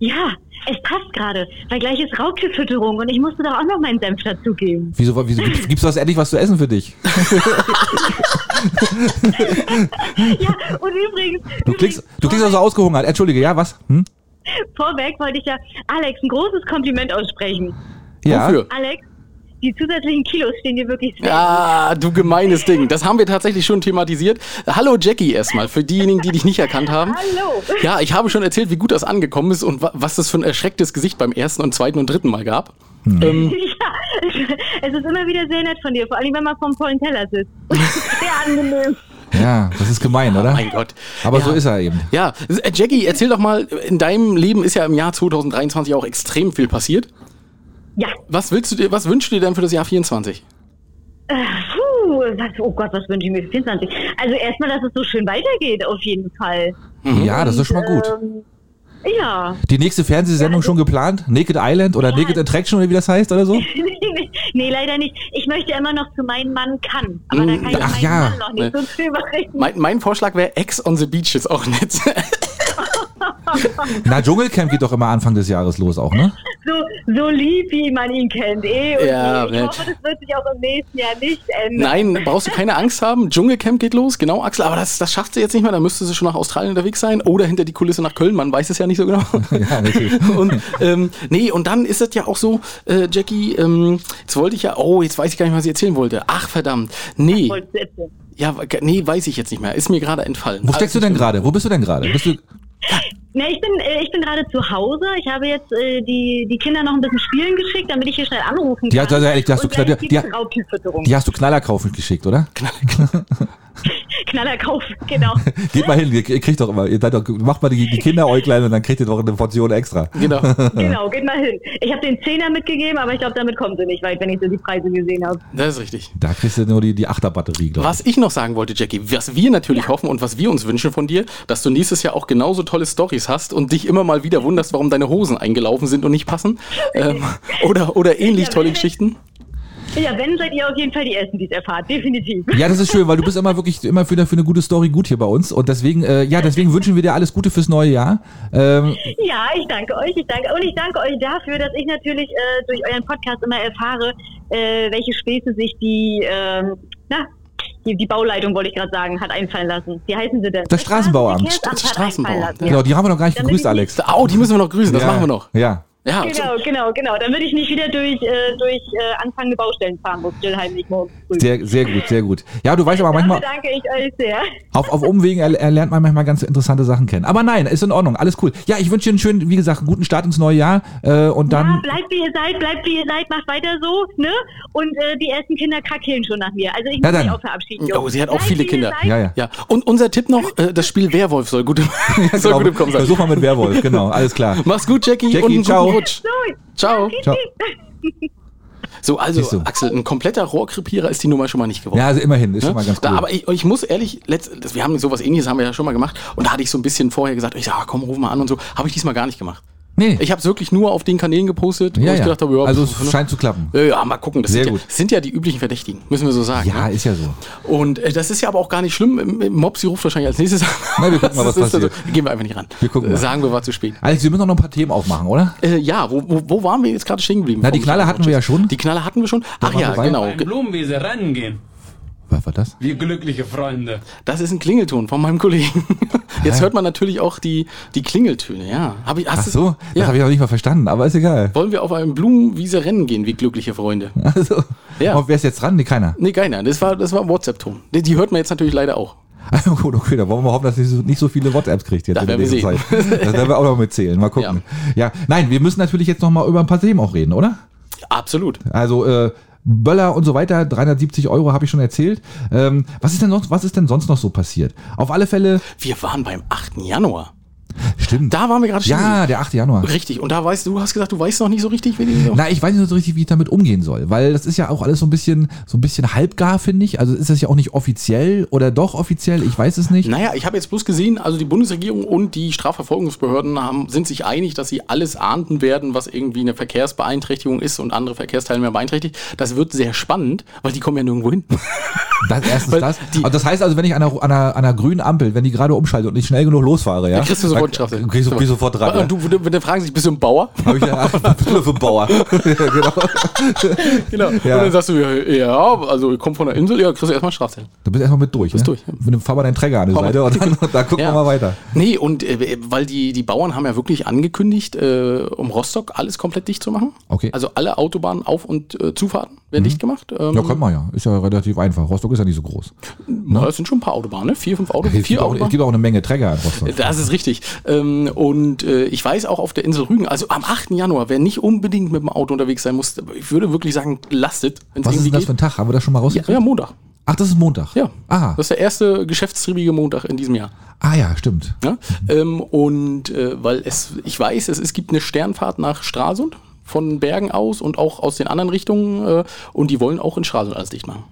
Ja, es passt gerade, weil gleich ist Rauchgefütterung und ich musste doch auch noch meinen Senf dazugeben.
Wieso, wieso gibt's, gibt's was endlich was zu essen für dich?
Ja, und übrigens,
Du
übrigens
klingst, du klingst also ausgehungert. Entschuldige, ja, was? Hm?
vorweg wollte ich ja Alex ein großes Kompliment aussprechen.
Ja.
Wofür?
Alex, die zusätzlichen Kilos stehen dir wirklich sehr.
Ja, du gemeines Ding. Das haben wir tatsächlich schon thematisiert. Hallo Jackie erstmal, für diejenigen, die dich nicht erkannt haben.
Hallo.
Ja, ich habe schon erzählt, wie gut das angekommen ist und wa was das für ein erschrecktes Gesicht beim ersten und zweiten und dritten Mal gab. Ähm,
Ja, es ist immer wieder sehr nett von dir, vor allem wenn man vom vollen Teller sitzt. Sehr angenehm.
Ja, das ist gemein, oder?
mein Gott.
Aber
ja.
so ist er eben.
Ja, äh, Jackie, erzähl doch mal, in deinem Leben ist ja im Jahr 2023 auch extrem viel passiert.
Ja,
Was willst du dir, was wünschst du dir denn für das Jahr 24?
puh, was, oh Gott, was wünsche ich mir für 24? Also erstmal, dass es so schön weitergeht, auf jeden Fall.
Mhm.
Ja, das ist schon mal gut.
Ähm, ja,
Die nächste Fernsehsendung schon geplant? Naked Island oder Naked Attraction oder wie das heißt oder so?
nee, leider nicht. Ich möchte immer noch zu meinem Mann kann. Aber da kann ich
Mm, Ach
meinen
ja.
Mann noch nicht
Nee.
so viel machen.
Mein, mein Vorschlag wäre Ex on the Beach ist auch nett.
Na, Dschungelcamp geht doch immer Anfang des Jahres los auch, ne?
So, so lieb, wie man ihn kennt. Eh und
Ja,
je. ich
ne.
hoffe, das wird sich auch im nächsten Jahr nicht ändern.
Nein, brauchst du keine Angst haben. Dschungelcamp geht los, genau, Axel. Aber das, das schafft sie jetzt nicht mehr. Da müsste sie schon nach Australien unterwegs sein oder hinter die Kulisse nach Köln. Man weiß es ja nicht so genau.
Ja, natürlich.
und ähm, nee, und dann ist es ja auch so, äh, Jackie, ähm, jetzt wollte ich ja, oh, jetzt weiß ich gar nicht, was ich erzählen wollte. Ach, verdammt. Nee,
Wollt's erzählen.
ja, nee, weiß ich jetzt nicht mehr. Ist mir gerade entfallen. Also,
Wo steckst du denn gerade? Wo bist du denn gerade? Bist du
Na, ich bin, äh, ich bin gerade zu Hause. Ich habe jetzt äh, die, die Kinder noch ein bisschen spielen geschickt, damit ich hier schnell anrufen kann.
Die hat- also ehrlich, die hast du
Und dann
klar- die-
gibt's
die-
Raubtierfütterung.
die hast du Knaller kaufen geschickt, oder?
Knaller kaufen, genau.
Geht mal hin, ihr ihr kriegt doch immer, ihr seid doch, macht mal die, die Kinderäuglein und dann kriegt ihr doch eine Portion extra.
Genau.
genau, geht mal hin. Ich habe den Zehner mitgegeben, aber ich glaube, damit kommen sie nicht weit, wenn ich so die Preise gesehen habe.
Das ist richtig.
Da kriegst du nur die, die Achterbatterie, glaube
Was ich noch sagen wollte, Jackie, was wir natürlich hoffen und was wir uns wünschen von dir, dass du nächstes Jahr auch genauso tolle Stories hast und dich immer mal wieder wunderst, warum deine Hosen eingelaufen sind und nicht passen. Ähm, oder, oder ähnlich
Ja,
tolle
wenn-
Geschichten.
Ja, wenn, seid ihr auf jeden Fall die Ersten, die es erfahrt. Definitiv.
ich. Ja, das ist schön, weil du bist immer wirklich immer für, für eine gute Story gut hier bei uns. Und deswegen, äh, ja, deswegen wünschen wir dir alles Gute fürs neue Jahr. Ähm,
Ja, ich danke euch. Ich danke, und ich danke euch dafür, dass ich natürlich äh, durch euren Podcast immer erfahre, äh, welche Späße sich die, ähm, na, die, die Bauleitung, wollte ich gerade sagen, hat einfallen lassen. Wie heißen sie denn?
Das Straßenbauamt.
Das Straßenverkehrsamt
Das Straßenbauamt,
hat einfallen
Genau,
lassen,
die haben wir noch gar nicht
Damit
gegrüßt,
ich-
Alex.
Au, die müssen wir noch grüßen, das machen wir noch.
Ja.
Ja,
ja. Genau, genau, genau. Damit ich nicht wieder durch, äh, durch äh, anfangende Baustellen fahren muss, stillheimlich morgens früh.
Sehr, sehr gut, sehr gut. Ja, du weißt aber manchmal,
Dafür danke ich euch sehr.
auf, auf Umwegen erl- erlernt man manchmal ganz interessante Sachen kennen. Aber nein, ist in Ordnung, alles cool. Ja, ich wünsche dir einen schönen, wie gesagt, guten Start ins neue Jahr. Äh, und
Ja,
dann.
bleibt wie ihr seid, bleibt wie ihr seid, macht weiter so, ne? Und äh, die ersten Kinder kackeln schon nach mir. Also ich
Na
muss mich
dann.
auch verabschieden. Jungs.
Oh, sie hat auch
Bleibt,
viele
wie ihr
Kinder.
seid.
Ja, ja.
Ja, und unser Tipp noch, äh, das Spiel Werwolf soll gut, im- soll gut im Kommen sein.
Genau. Versuch mal mit Werwolf, genau, alles klar.
Mach's gut, Jackie,
Jackie,
und einen
ciao.
guten Rutsch.
So,
Ciao.
Ciao.
So, also,
Siehst du.
Axel, ein kompletter Rohrkrepierer ist die Nummer schon mal nicht geworden.
Ja, also immerhin, ist schon mal ganz
Ne? da,
cool.
aber ich, ich muss ehrlich, letzt, das- wir haben sowas ähnliches haben wir ja schon mal gemacht und da hatte ich so ein bisschen vorher gesagt, ich sage, komm, ruf mal an und so. Habe ich diesmal gar nicht gemacht.
Nee.
Ich habe es wirklich nur auf den Kanälen gepostet,
ja,
ich
ja.
gedacht habe, ja,
also
pf, ne?
es scheint zu klappen.
ja, ja, mal gucken. Das
Sehr
sind,
gut.
Ja, das sind ja die üblichen Verdächtigen, müssen wir so sagen.
Ja,
ne?
ist ja so.
Und äh, das ist ja aber auch gar nicht schlimm. Ähm, ähm, Mopsi ruft wahrscheinlich als nächstes an.
Na, wir gucken mal,
Das
was
ist also-
passiert.
Gehen wir einfach nicht ran.
Wir gucken
Äh,
mal.
Sagen wir, war zu spät.
Alex, wir müssen noch ein paar Themen aufmachen, oder?
Äh, ja, wo, wo, wo waren wir jetzt gerade stehen geblieben?
Na, die Knalle hatten wir ja schon.
Die Knalle hatten wir schon. Ach
waren
ja,
wir bei.
genau.
Beim Blumenwiese rennen gehen.
Was war das?
Wir glückliche Freunde.
Das ist ein Klingelton von meinem Kollegen. Jetzt hört man natürlich auch die, die Klingeltöne, ja. Hab ich, hast
Ah. Ach
du-
so, das
ja.
habe ich noch nicht mal verstanden, aber ist egal.
Wollen wir auf einem Blumenwiese rennen gehen, wie glückliche Freunde?
Also,
Ja.
Und wer ist jetzt dran? Nee, keiner.
Nee, keiner. Das war, das war WhatsApp-Ton. Die, die hört man jetzt natürlich leider auch.
Also gut, okay, da wollen wir hoffen, dass sie so- nicht so viele WhatsApps kriegt jetzt
Das
in der
werden wir
nächsten Zeit. Das werden wir auch noch mitzählen, mal gucken. Ja. nein, wir müssen natürlich jetzt noch mal über ein paar Themen auch reden, oder?
Absolut.
Also äh, Böller und so weiter, 370 Euro habe ich schon erzählt. Ähm, was, ist denn sonst, was ist denn sonst noch so passiert? Auf alle Fälle,
Wir waren beim 8. Januar.
stimmt.
Da waren wir gerade stehen
ja, der 8. Januar.
geblieben. Richtig. Und da weißt du, du hast gesagt, du weißt noch nicht so richtig, wie die
Na, ich weiß nicht so richtig, wie ich damit umgehen soll, weil das ist ja auch alles so ein bisschen, so ein bisschen halbgar, finde ich. Also ist das ja auch nicht offiziell oder doch offiziell, ich weiß es nicht.
Naja, ich habe jetzt bloß gesehen, also die Bundesregierung und die Strafverfolgungsbehörden haben, sind sich einig, dass sie alles ahnden werden, was irgendwie eine Verkehrsbeeinträchtigung ist und andere Verkehrsteilnehmer beeinträchtigt. Das wird sehr spannend, weil die kommen ja nirgendwo hin.
Das, erstens
Weil
das.
die-
Aber das heißt also, wenn ich an einer, an, einer, an einer grünen Ampel, wenn die gerade umschalte und nicht schnell genug losfahre, ja,
Dann kriegst du sofort Strafe.
Dann Kriegst du kriegst du sofort dran.
Und du, du, dann fragen sich, bist du ein Bauer?
Hab ich ja, für Bauer. genau.
Genau.
Ja.
Und dann sagst du, ja, also ich komme von der Insel, ja, kriegst du erstmal Strafzettel.
Du bist erstmal mit durch. Bist ne?
durch, ja.
Mit dem fahr mal deinen Träger an die
Fahr mal-
Seite und dann, und dann gucken
Ja.
wir mal weiter.
Nee, und äh, weil die, die Bauern haben ja wirklich angekündigt, äh, um Rostock alles komplett dicht zu machen.
Okay. Mhm.
Also alle Autobahnen auf- und äh, Zufahrten werden dicht gemacht. Ähm,
Ja, können wir ja. Ist ja relativ einfach. Rostock ist ja nicht so groß.
na, es sind schon ein paar Autobahnen, ne? Vier, fünf Autobahnen.
Es gibt,
Vier
auch, es
Autobahnen.
gibt auch eine Menge Träger in Rostock.
Das ist richtig. Ähm, und äh, ich weiß auch auf der Insel Rügen, also am 8. Januar, wer nicht unbedingt mit dem Auto unterwegs sein muss, ich würde wirklich sagen, lastet, wenn es
Was ist
irgendwie
denn das für
geht.
ein Tag? Haben wir das schon mal
Ja,
rausgekriegt?
ja, Montag.
Ach, das ist Montag.
Ja.
Ah,
Das ist der erste geschäftstriebige Montag in diesem Jahr.
ah ja, stimmt.
Ja? Ähm, und äh, weil es, ich weiß, es, es gibt eine Sternfahrt nach Stralsund von Bergen aus und auch aus den anderen Richtungen äh, und die wollen auch in Stralsund alles dicht machen.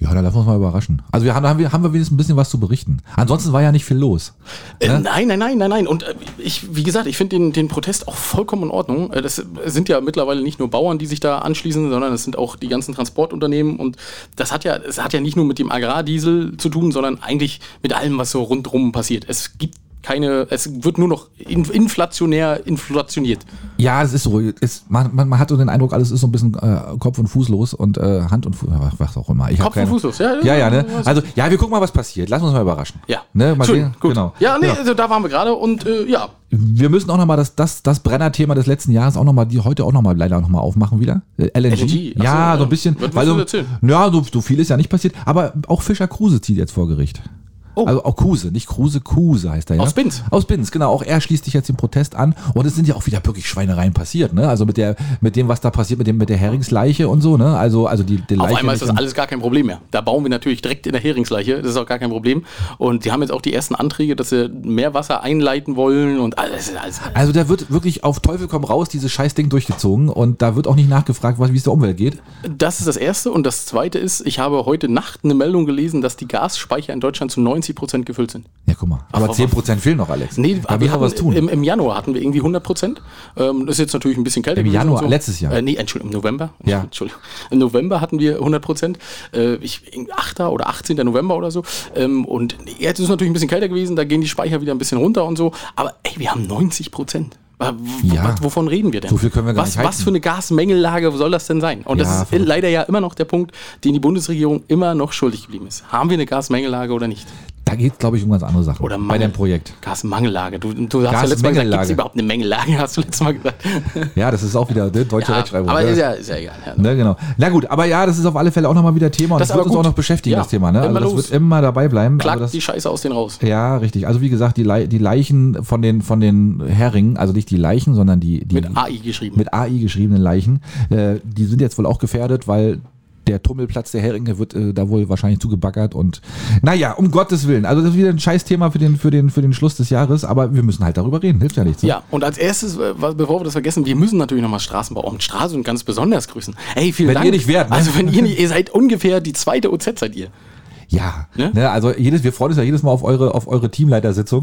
Ja, da lassen wir uns mal überraschen. Also wir haben, haben, wir, haben wir wenigstens ein bisschen was zu berichten. Ansonsten war ja nicht viel los.
Äh,
Ne?
Nein, nein, nein, nein, nein. Und äh, ich, wie gesagt, ich finde den, den Protest auch vollkommen in Ordnung. Äh, Das sind ja mittlerweile nicht nur Bauern, die sich da anschließen, sondern es sind auch die ganzen Transportunternehmen. Und das hat ja, es hat ja nicht nur mit dem Agrardiesel zu tun, sondern eigentlich mit allem, was so rundrum passiert. Es gibt keine, es wird nur noch in, inflationär inflationiert.
Ja, es ist so. Es, man, man, man hat so den Eindruck, alles ist so ein bisschen äh, Kopf und Fußlos und äh, Hand und Fuß, was, was auch immer. Ich hab
Kopf und
keine-
fußlos, ja.
Ja, ja, ne? Also, ja, wir gucken mal, was passiert. Lassen wir uns mal überraschen.
Ja,
Ne? Mal
Schön,
sehen.
gut.
Genau.
Ja, nee,
genau.
also da waren wir gerade und äh, ja,
Wir müssen auch nochmal das, das, das Brennerthema des letzten Jahres auch nochmal, die heute auch nochmal leider nochmal aufmachen wieder. Äh, LNG.
LNG, ach
ja,
so, ja.
so ein bisschen.
Was
weil so,
willst du erzählen?
ja, so, so viel ist ja nicht passiert. Aber auch Fischer Kruse zieht jetzt vor Gericht.
Oh.
Also auch Kruse, nicht Kruse, Kruse heißt er ja.
Aus Binz.
Aus Binz, genau. Auch er schließt sich jetzt dem Protest an. Und es sind ja auch wieder wirklich Schweinereien passiert, ne? Also mit der, mit dem, was da passiert, mit dem, mit der Heringsleiche und so, ne? Also, also die, die Leiche.
Auf einmal ist das
nicht-
alles gar kein Problem mehr. Da bauen wir natürlich direkt in der Heringsleiche, das ist auch gar kein Problem. Und die haben jetzt auch die ersten Anträge, dass sie mehr Wasser einleiten wollen und alles. alles.
Also da wird wirklich auf Teufel komm raus dieses Scheißding durchgezogen und da wird auch nicht nachgefragt, was- wie es der Umwelt geht.
Das ist das Erste. Und das Zweite ist, ich habe heute Nacht eine Meldung gelesen, dass die Gasspeicher in Deutschland zu 90 Prozent gefüllt sind.
Ja, guck mal. Aber
aber-
10% fehlen noch, Alex.
Nee,
da müssen wir was tun.
Im, im Januar hatten wir irgendwie 100 Prozent. Ähm, das ist jetzt natürlich ein bisschen kälter.
Im
gewesen und
Januar, letztes Jahr.
Äh, nee, Entschuldigung, im November.
Ja.
Entschuldigung. Im November hatten wir 100 Prozent. Äh, ich, in 8. oder 18. November oder so. Ähm, und jetzt ist es natürlich ein bisschen kälter gewesen. Da gehen die Speicher wieder ein bisschen runter und so. Aber ey, wir haben 90 Prozent.
Ja.
Wovon reden wir denn?
So viel können wir gar
was,
nicht
Was
halten.
für eine Gasmengellage soll das denn sein? Und
Ja,
das ist
verrückt.
leider ja immer noch der Punkt, den die Bundesregierung immer noch schuldig geblieben ist. Haben wir eine Gasmengellage oder nicht?
Da geht es, glaube ich, um ganz andere Sachen.
Oder
bei dem Projekt.
Gasmangellage. Du, du hast ja letztes Mal gesagt,
Gasmengellage.
gibt es überhaupt eine Mengelage, hast du letztes Mal gesagt.
Ja, das ist auch wieder ne, deutsche
Ja,
Rechtschreibung.
aber
ne?
ist ja, ist ja egal. Ja.
Ne, genau. Na gut, aber ja, das ist auf alle Fälle auch nochmal wieder Thema und
Das
das,
ist
wird
aber
uns auch
gut.
noch beschäftigen,
Ja,
das Thema. Ne?
immer
Also das wird
los.
immer dabei bleiben.
Klagt
das,
die Scheiße aus denen raus.
ja, richtig. Also wie gesagt, die, Lei- die Leichen von den, von den Heringen, also nicht die Leichen, sondern die, die
Mit AI geschrieben.
mit AI geschriebenen Leichen, äh, die sind jetzt wohl auch gefährdet, weil der Tummelplatz der Heringe wird äh, da wohl wahrscheinlich zugebaggert und naja, um Gottes Willen. Also das ist wieder ein Scheißthema für den, für den, für den Schluss des Jahres, aber wir müssen halt darüber reden. Hilft ja nichts. ne?
ja, und als erstes, äh, was- bevor wir das vergessen, wir müssen natürlich nochmal Straßenbau und Straße und ganz besonders grüßen. Ey, vielen
Wenn
Dank.
ihr nicht wärt, ne?
Also wenn ihr nicht, ihr seid ungefähr die zweite OZ seid ihr.
Ja,
Ne?
ne? also jedes, wir freuen uns ja jedes Mal auf eure, auf eure Teamleitersitzung.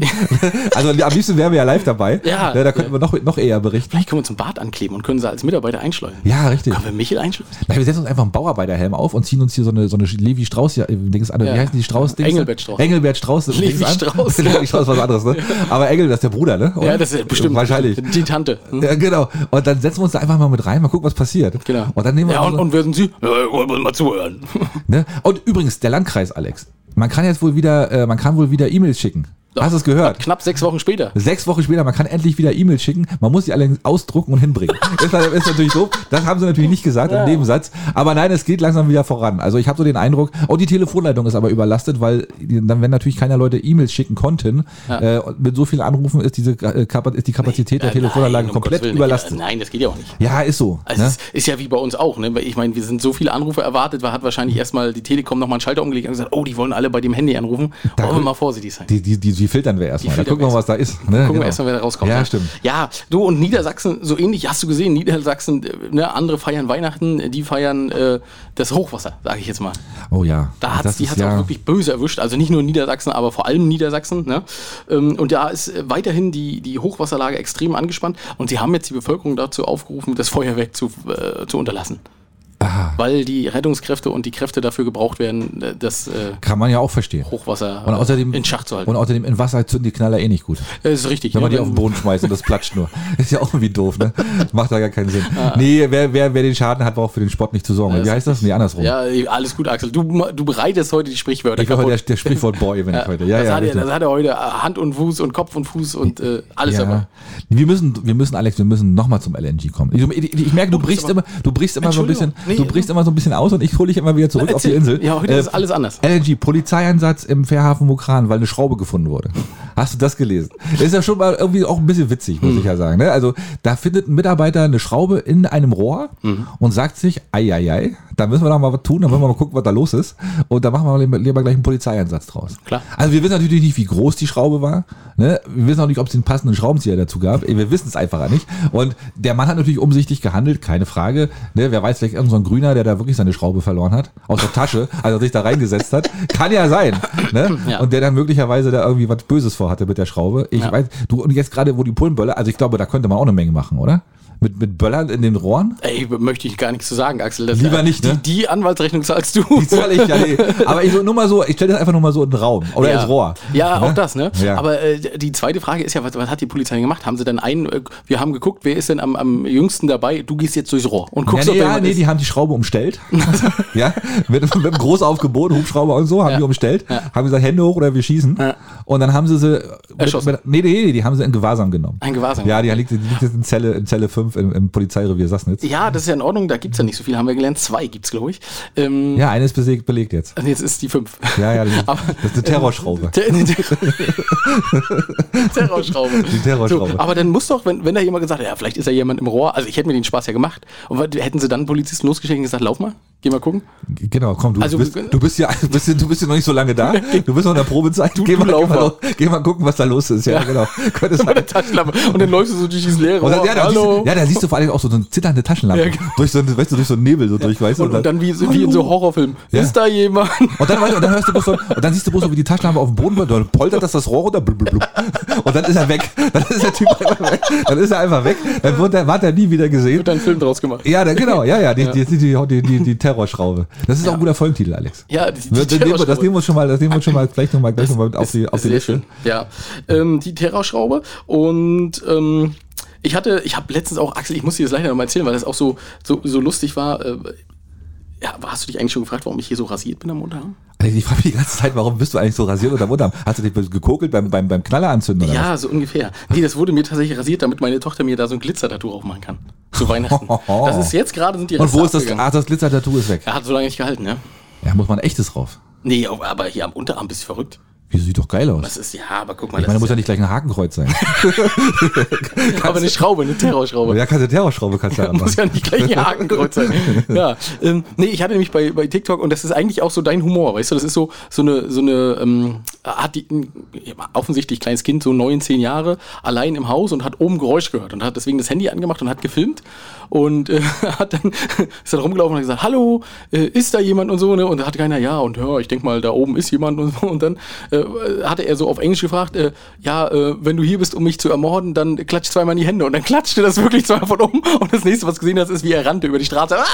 also am liebsten wären wir ja live dabei.
Ja.
Ne, da könnten wir noch, noch eher berichten.
Vielleicht können wir uns einen Bart ankleben und können sie als Mitarbeiter einschleusen.
Ja, richtig.
Können wir Michel einschleusen?
Nein, wir setzen uns einfach einen Bauarbeiterhelm auf und ziehen uns hier so eine, so eine Levi Strauß, ja, Dings an,
Ja.
wie heißen die Strauß? Dings?
Engelbert Strauß.
Engelbert Strauß.
Levi
Dings an.
Strauß.
Levi Strauß was anderes, ne? Aber Engel, das ist der Bruder, ne? Oder?
Ja, das ist bestimmt.
Wahrscheinlich.
Die Tante. Hm?
Ja, genau. Und dann setzen wir uns da einfach mal mit rein, mal gucken, was passiert.
Genau.
Und dann nehmen wir
ja,
einfach
und,
so-
und würden sie? Ja, wollen wir mal zuhören.
Ne? Und übrigens, der Landkreis, Alex. Man kann jetzt wohl wieder, äh, man kann wohl wieder E-Mails schicken. Hast du es gehört?
Knapp sechs Wochen später.
Sechs Wochen später, man kann endlich wieder E-Mails schicken. Man muss sie allerdings ausdrucken und hinbringen. ist, halt- ist natürlich doof. Das haben sie natürlich nicht gesagt im Nebensatz. Aber nein, es geht langsam wieder voran. Also ich habe so den Eindruck, oh, die Telefonleitung ist aber überlastet, weil die- dann, wenn natürlich keiner Leute E-Mails schicken konnten, äh, und mit so vielen Anrufen ist diese äh, Kapa- ist die Kapazität der
Äh,
Telefonanlage
nein, um Gottes
komplett
Willen.
überlastet.
Nein, das geht ja auch nicht.
Ja, ist so.
Also
ne?
es ist ja wie bei uns auch, ne? Weil Ich meine, wir sind so viele Anrufe erwartet, weil hat
Mhm.
wahrscheinlich erstmal die Telekom nochmal einen Schalter umgelegt und gesagt, oh, die wollen alle bei dem Handy anrufen.
Da
Wollen wir
guck-
mal vorsichtig sein.
Die, die, die, die filtern wir erstmal. Da
filtern
gucken
wir
wir, was da ist. Ne?
Gucken
Genau.
wir erstmal, wer da rauskommt.
Ja,
ne?
stimmt.
Ja, du und Niedersachsen, so ähnlich, hast du gesehen, Niedersachsen, äh, ne, andere feiern Weihnachten, äh, die feiern äh, das Hochwasser, sage ich jetzt mal.
Oh ja.
Da hat's,
Das
die
ist
hat es auch wirklich böse erwischt. Also nicht nur Niedersachsen, aber vor allem Niedersachsen. Ne? Ähm, Und da ist äh, weiterhin die, die Hochwasserlage extrem angespannt. Und sie haben jetzt die Bevölkerung dazu aufgerufen, das Feuerwerk zu, äh, zu unterlassen. Weil die Rettungskräfte und die Kräfte dafür gebraucht werden, äh, das äh,
Kann man ja auch verstehen.
Hochwasser
Und
äh,
außerdem,
in Schach zu halten.
Und außerdem in Wasser zünden die Knaller eh nicht gut.
das ist richtig.
Wenn
ne?
man die auf den Boden schmeißt und das platscht nur. Ist ja auch irgendwie doof, ne? Macht da gar keinen Sinn. Nee, wer, wer, wer den Schaden hat, braucht für den Sport nicht zu sorgen. Wie heißt das? Nee, andersrum.
Ja, äh, alles gut, Axel. Du, ma- du bereitest heute die Sprichwörter.
ich bin heute der,
kaputt.
der Sprichwort-Boy, wenn ich heute. Ja,
das,
ja,
hat er,
richtig.
das hat er heute äh, Hand und Fuß und Kopf und Fuß und äh, alles dabei.
ja. Wir müssen, wir müssen, Alex, wir müssen nochmal zum LNG kommen. Ich, ich, ich merke, du
Oh,
brichst
ist aber-
immer, du brichst immer so ein bisschen,
Entschuldigung. Nee,
du brichst immer so ein bisschen aus und ich hole dich immer wieder zurück auf die
Erzähl.
Insel. Äh,
Ja, heute ist alles anders.
LNG, Polizeieinsatz im Fährhafen Mokran, weil eine Schraube gefunden wurde. Hast du das gelesen? Das ist ja schon mal irgendwie auch ein bisschen witzig, muss ich ja sagen. Ne? Also da findet ein Mitarbeiter eine Schraube in einem Rohr und sagt sich, ei, ei, ei, da müssen wir doch mal was tun, dann müssen wir mal gucken, was da los ist. Und da machen wir lieber- lieber gleich einen Polizeieinsatz draus.
Klar.
Also wir wissen natürlich nicht, wie groß die Schraube war. Ne? Wir wissen auch nicht, ob es den passenden Schraubenzieher dazu gab. Wir wissen es einfach nicht. Und der Mann hat natürlich umsichtig gehandelt, keine Frage. Ne? Wer weiß, vielleicht irgendein so ein Grüner, der da wirklich seine Schraube verloren hat, aus der Tasche, als er sich da reingesetzt hat. Kann ja sein. Ne?
Ja.
Und der dann möglicherweise da irgendwie was Böses vorhatte mit der Schraube. Ich
Ja.
weiß, du, und jetzt gerade, wo die Pullenböller, also ich glaube, da könnte man auch eine Menge machen, oder? Mit, mit Böllern in den Rohren?
Ey, möchte ich gar nichts zu sagen, Axel. Das-
Lieber nicht,
Die,
ne?
die Anwaltsrechnung zahlst du.
Die zahle ich ja nee. Aber ich, so- nur mal so, ich stelle das einfach nur mal so in den Raum. Oder ins Rohr.
Ja, auch das, ne?
Ja.
Aber äh, die zweite Frage ist ja, was, was hat die Polizei denn gemacht? Haben sie dann einen, äh, wir haben geguckt, wer ist denn am, am jüngsten dabei? Du gehst jetzt durchs Rohr und guckst,
ja, nee,
ob da
ja,
jemand
nee,
ist.
die haben die Schraube umstellt. ja, mit, mit einem Großaufgebot, Hubschrauber und so, haben
Ja.
die umstellt.
Ja.
Haben gesagt, Hände hoch oder wir schießen.
Ja.
Und dann haben sie sie. Mit,
Erschossen.
mit, nee, nee, nee, die haben sie in Gewahrsam genommen.
Ein Gewahrsam.
Ja, die liegt, die liegt jetzt in Zelle, in Zelle 5 im, im Polizeirevier Sassnitz.
ja, das ist ja in Ordnung, da gibt's ja nicht so viel, haben wir gelernt. Zwei gibt's, glaube ich. Ähm,
Ja, eine ist belegt, belegt jetzt.
und Jetzt ist die fünf.
Ja, ja, das ist,
Aber-
das ist eine Terrorschraube.
Ter- Terrorschraube.
Die Terrorschraube.
So, aber dann muss doch, wenn, wenn da jemand gesagt hat, ja, vielleicht ist ja jemand im Rohr, also ich hätte mir den Spaß ja gemacht. Und was- hätten sie dann einen Polizisten losgeschickt und gesagt, lauf mal, geh mal gucken.
Genau, komm, du,
Also-
bist, du, bist ja, bist, ja- du bist ja noch nicht so lange da. Du bist noch in der Probezeit.
Du-
geh,
du lauf
mal,
mal.
los- geh mal gucken, was da los ist. Ja, genau. Könnte sein.
Mit der Taschenlampe. Und dann läufst du so durch dieses leere
Und dann,
Rohr.
ja, da siehst, du- ja, da siehst du vor allem auch so eine zitternde Taschenlampe.
Oh, Ja, genau.
durch, so, einen- weißt du, durch so einen Nebel so durch, weißt du?
und, und dann wie, so- wie in so Horrorfilmen.
Ja.
Ist da jemand?
Und dann, weißt du, und dann hörst du bloß so, und dann siehst du bloß so, wie die Taschenlampe auf dem Boden wird, dann poltert das das Rohr runter, blub, blub, blub. und dann ist er weg. Dann ist der Typ einfach weg. Dann ist er einfach weg. Dann wird er, war er nie wieder gesehen.
Wird da ein Film draus gemacht.
Ja, dann, genau, ja, ja, die, die, die, die, die, die Terrorschraube. Das ist auch ein guter Folgentitel, Alex.
Ja, die, die
Das nehmen wir, das
Terrorschraube.
nehmen wir uns schon mal, das nehmen wir uns schon mal gleich nochmal, gleich nochmal mit auf die, auf die
Sehr schön. Ja. Ähm, die Terrorschraube und ähm, ich hatte, ich habe letztens auch, Axel, ich muss dir das leider nochmal erzählen, weil das auch so, so, so lustig war. Äh, ja, hast du dich eigentlich schon gefragt, warum ich hier so rasiert bin am Montag?
Also ich frage mich die ganze Zeit, warum bist du eigentlich so rasiert unter Unterarm? Hast du dich gekokelt beim, beim, beim Knalleranzünden oder
Ja, so ungefähr. Nee, das wurde mir tatsächlich rasiert, damit meine Tochter mir da so ein Glitzer-Tattoo aufmachen kann. Zu Weihnachten. Das ist jetzt gerade sind die
was? Und wo
Reste
ist das,
abgegangen.
ah, das Glitzer-Tattoo ist weg.
Er hat so lange nicht gehalten, ne?
Ja, muss man ein echtes drauf.
Nee, aber hier am Unterarm bist du verrückt.
Das sieht doch geil aus.
Das ist, ja, aber guck mal,
Ich meine,
das
muss
ist
ja nicht gleich ein Hakenkreuz sein.
ja, aber eine Schraube, eine Terrorschraube.
Ja, kannst du Terrorschraube kannst du da anmachen.
Muss ja nicht gleich ein Hakenkreuz sein. Ja, ähm, nee, ich hatte nämlich bei, bei TikTok und das ist eigentlich auch so dein Humor, weißt du? Das ist so, so eine, so eine, ähm, hat die, ein, ja, offensichtlich kleines Kind, so neun, zehn Jahre, allein im Haus und hat oben Geräusch gehört und hat deswegen das Handy angemacht und hat gefilmt und äh, hat dann, ist dann rumgelaufen und hat gesagt, hallo, äh, ist da jemand und so, ne? Und da hat keiner, ja, und ja, ich denke mal, da oben ist jemand und so. Und dann äh, hatte er so auf Englisch gefragt, äh, ja, äh, wenn du hier bist, um mich zu ermorden, dann klatsch zweimal in die Hände. Und dann klatschte das wirklich zweimal von oben. Und das nächste, was du gesehen hast, ist, wie er rannte über die Straße. Ah!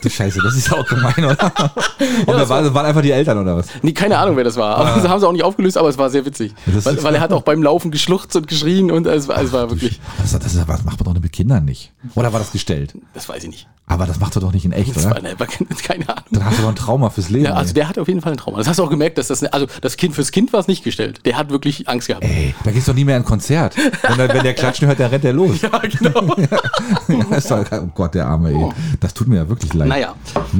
Du Scheiße, das ist ja auch gemein, oder? Und da waren, waren einfach die Eltern, oder was?
Nee, keine Ahnung, wer das war. Aber das haben sie auch nicht aufgelöst, aber es war sehr witzig.
Ah. Das ist-
Weil, weil er hat auch beim Laufen geschluchzt und geschrien und es, war- es war wirklich,
Das, das, ist, das macht man doch mit Kindern nicht. Oder war das gestellt?
das weiß ich nicht.
Aber das macht man doch nicht in echt,
Das war,
oder?
ne, war keine, keine Ahnung.
Dann hast du doch ein Trauma fürs Leben.
Ja, also
ey.
der hat auf jeden Fall ein Trauma. Das hast du auch gemerkt, dass das, ne- also das Kind fürs Kind war es nicht gestellt. Der hat wirklich Angst gehabt.
Ey, da gehst du doch nie mehr in ein Konzert. Wenn, der- wenn der Klatschen hört, dann rennt der los.
Ja, genau.
Ja, ist doch, oh Gott, der Arme, ey. Das tut mir ja wirklich leid.
Naja,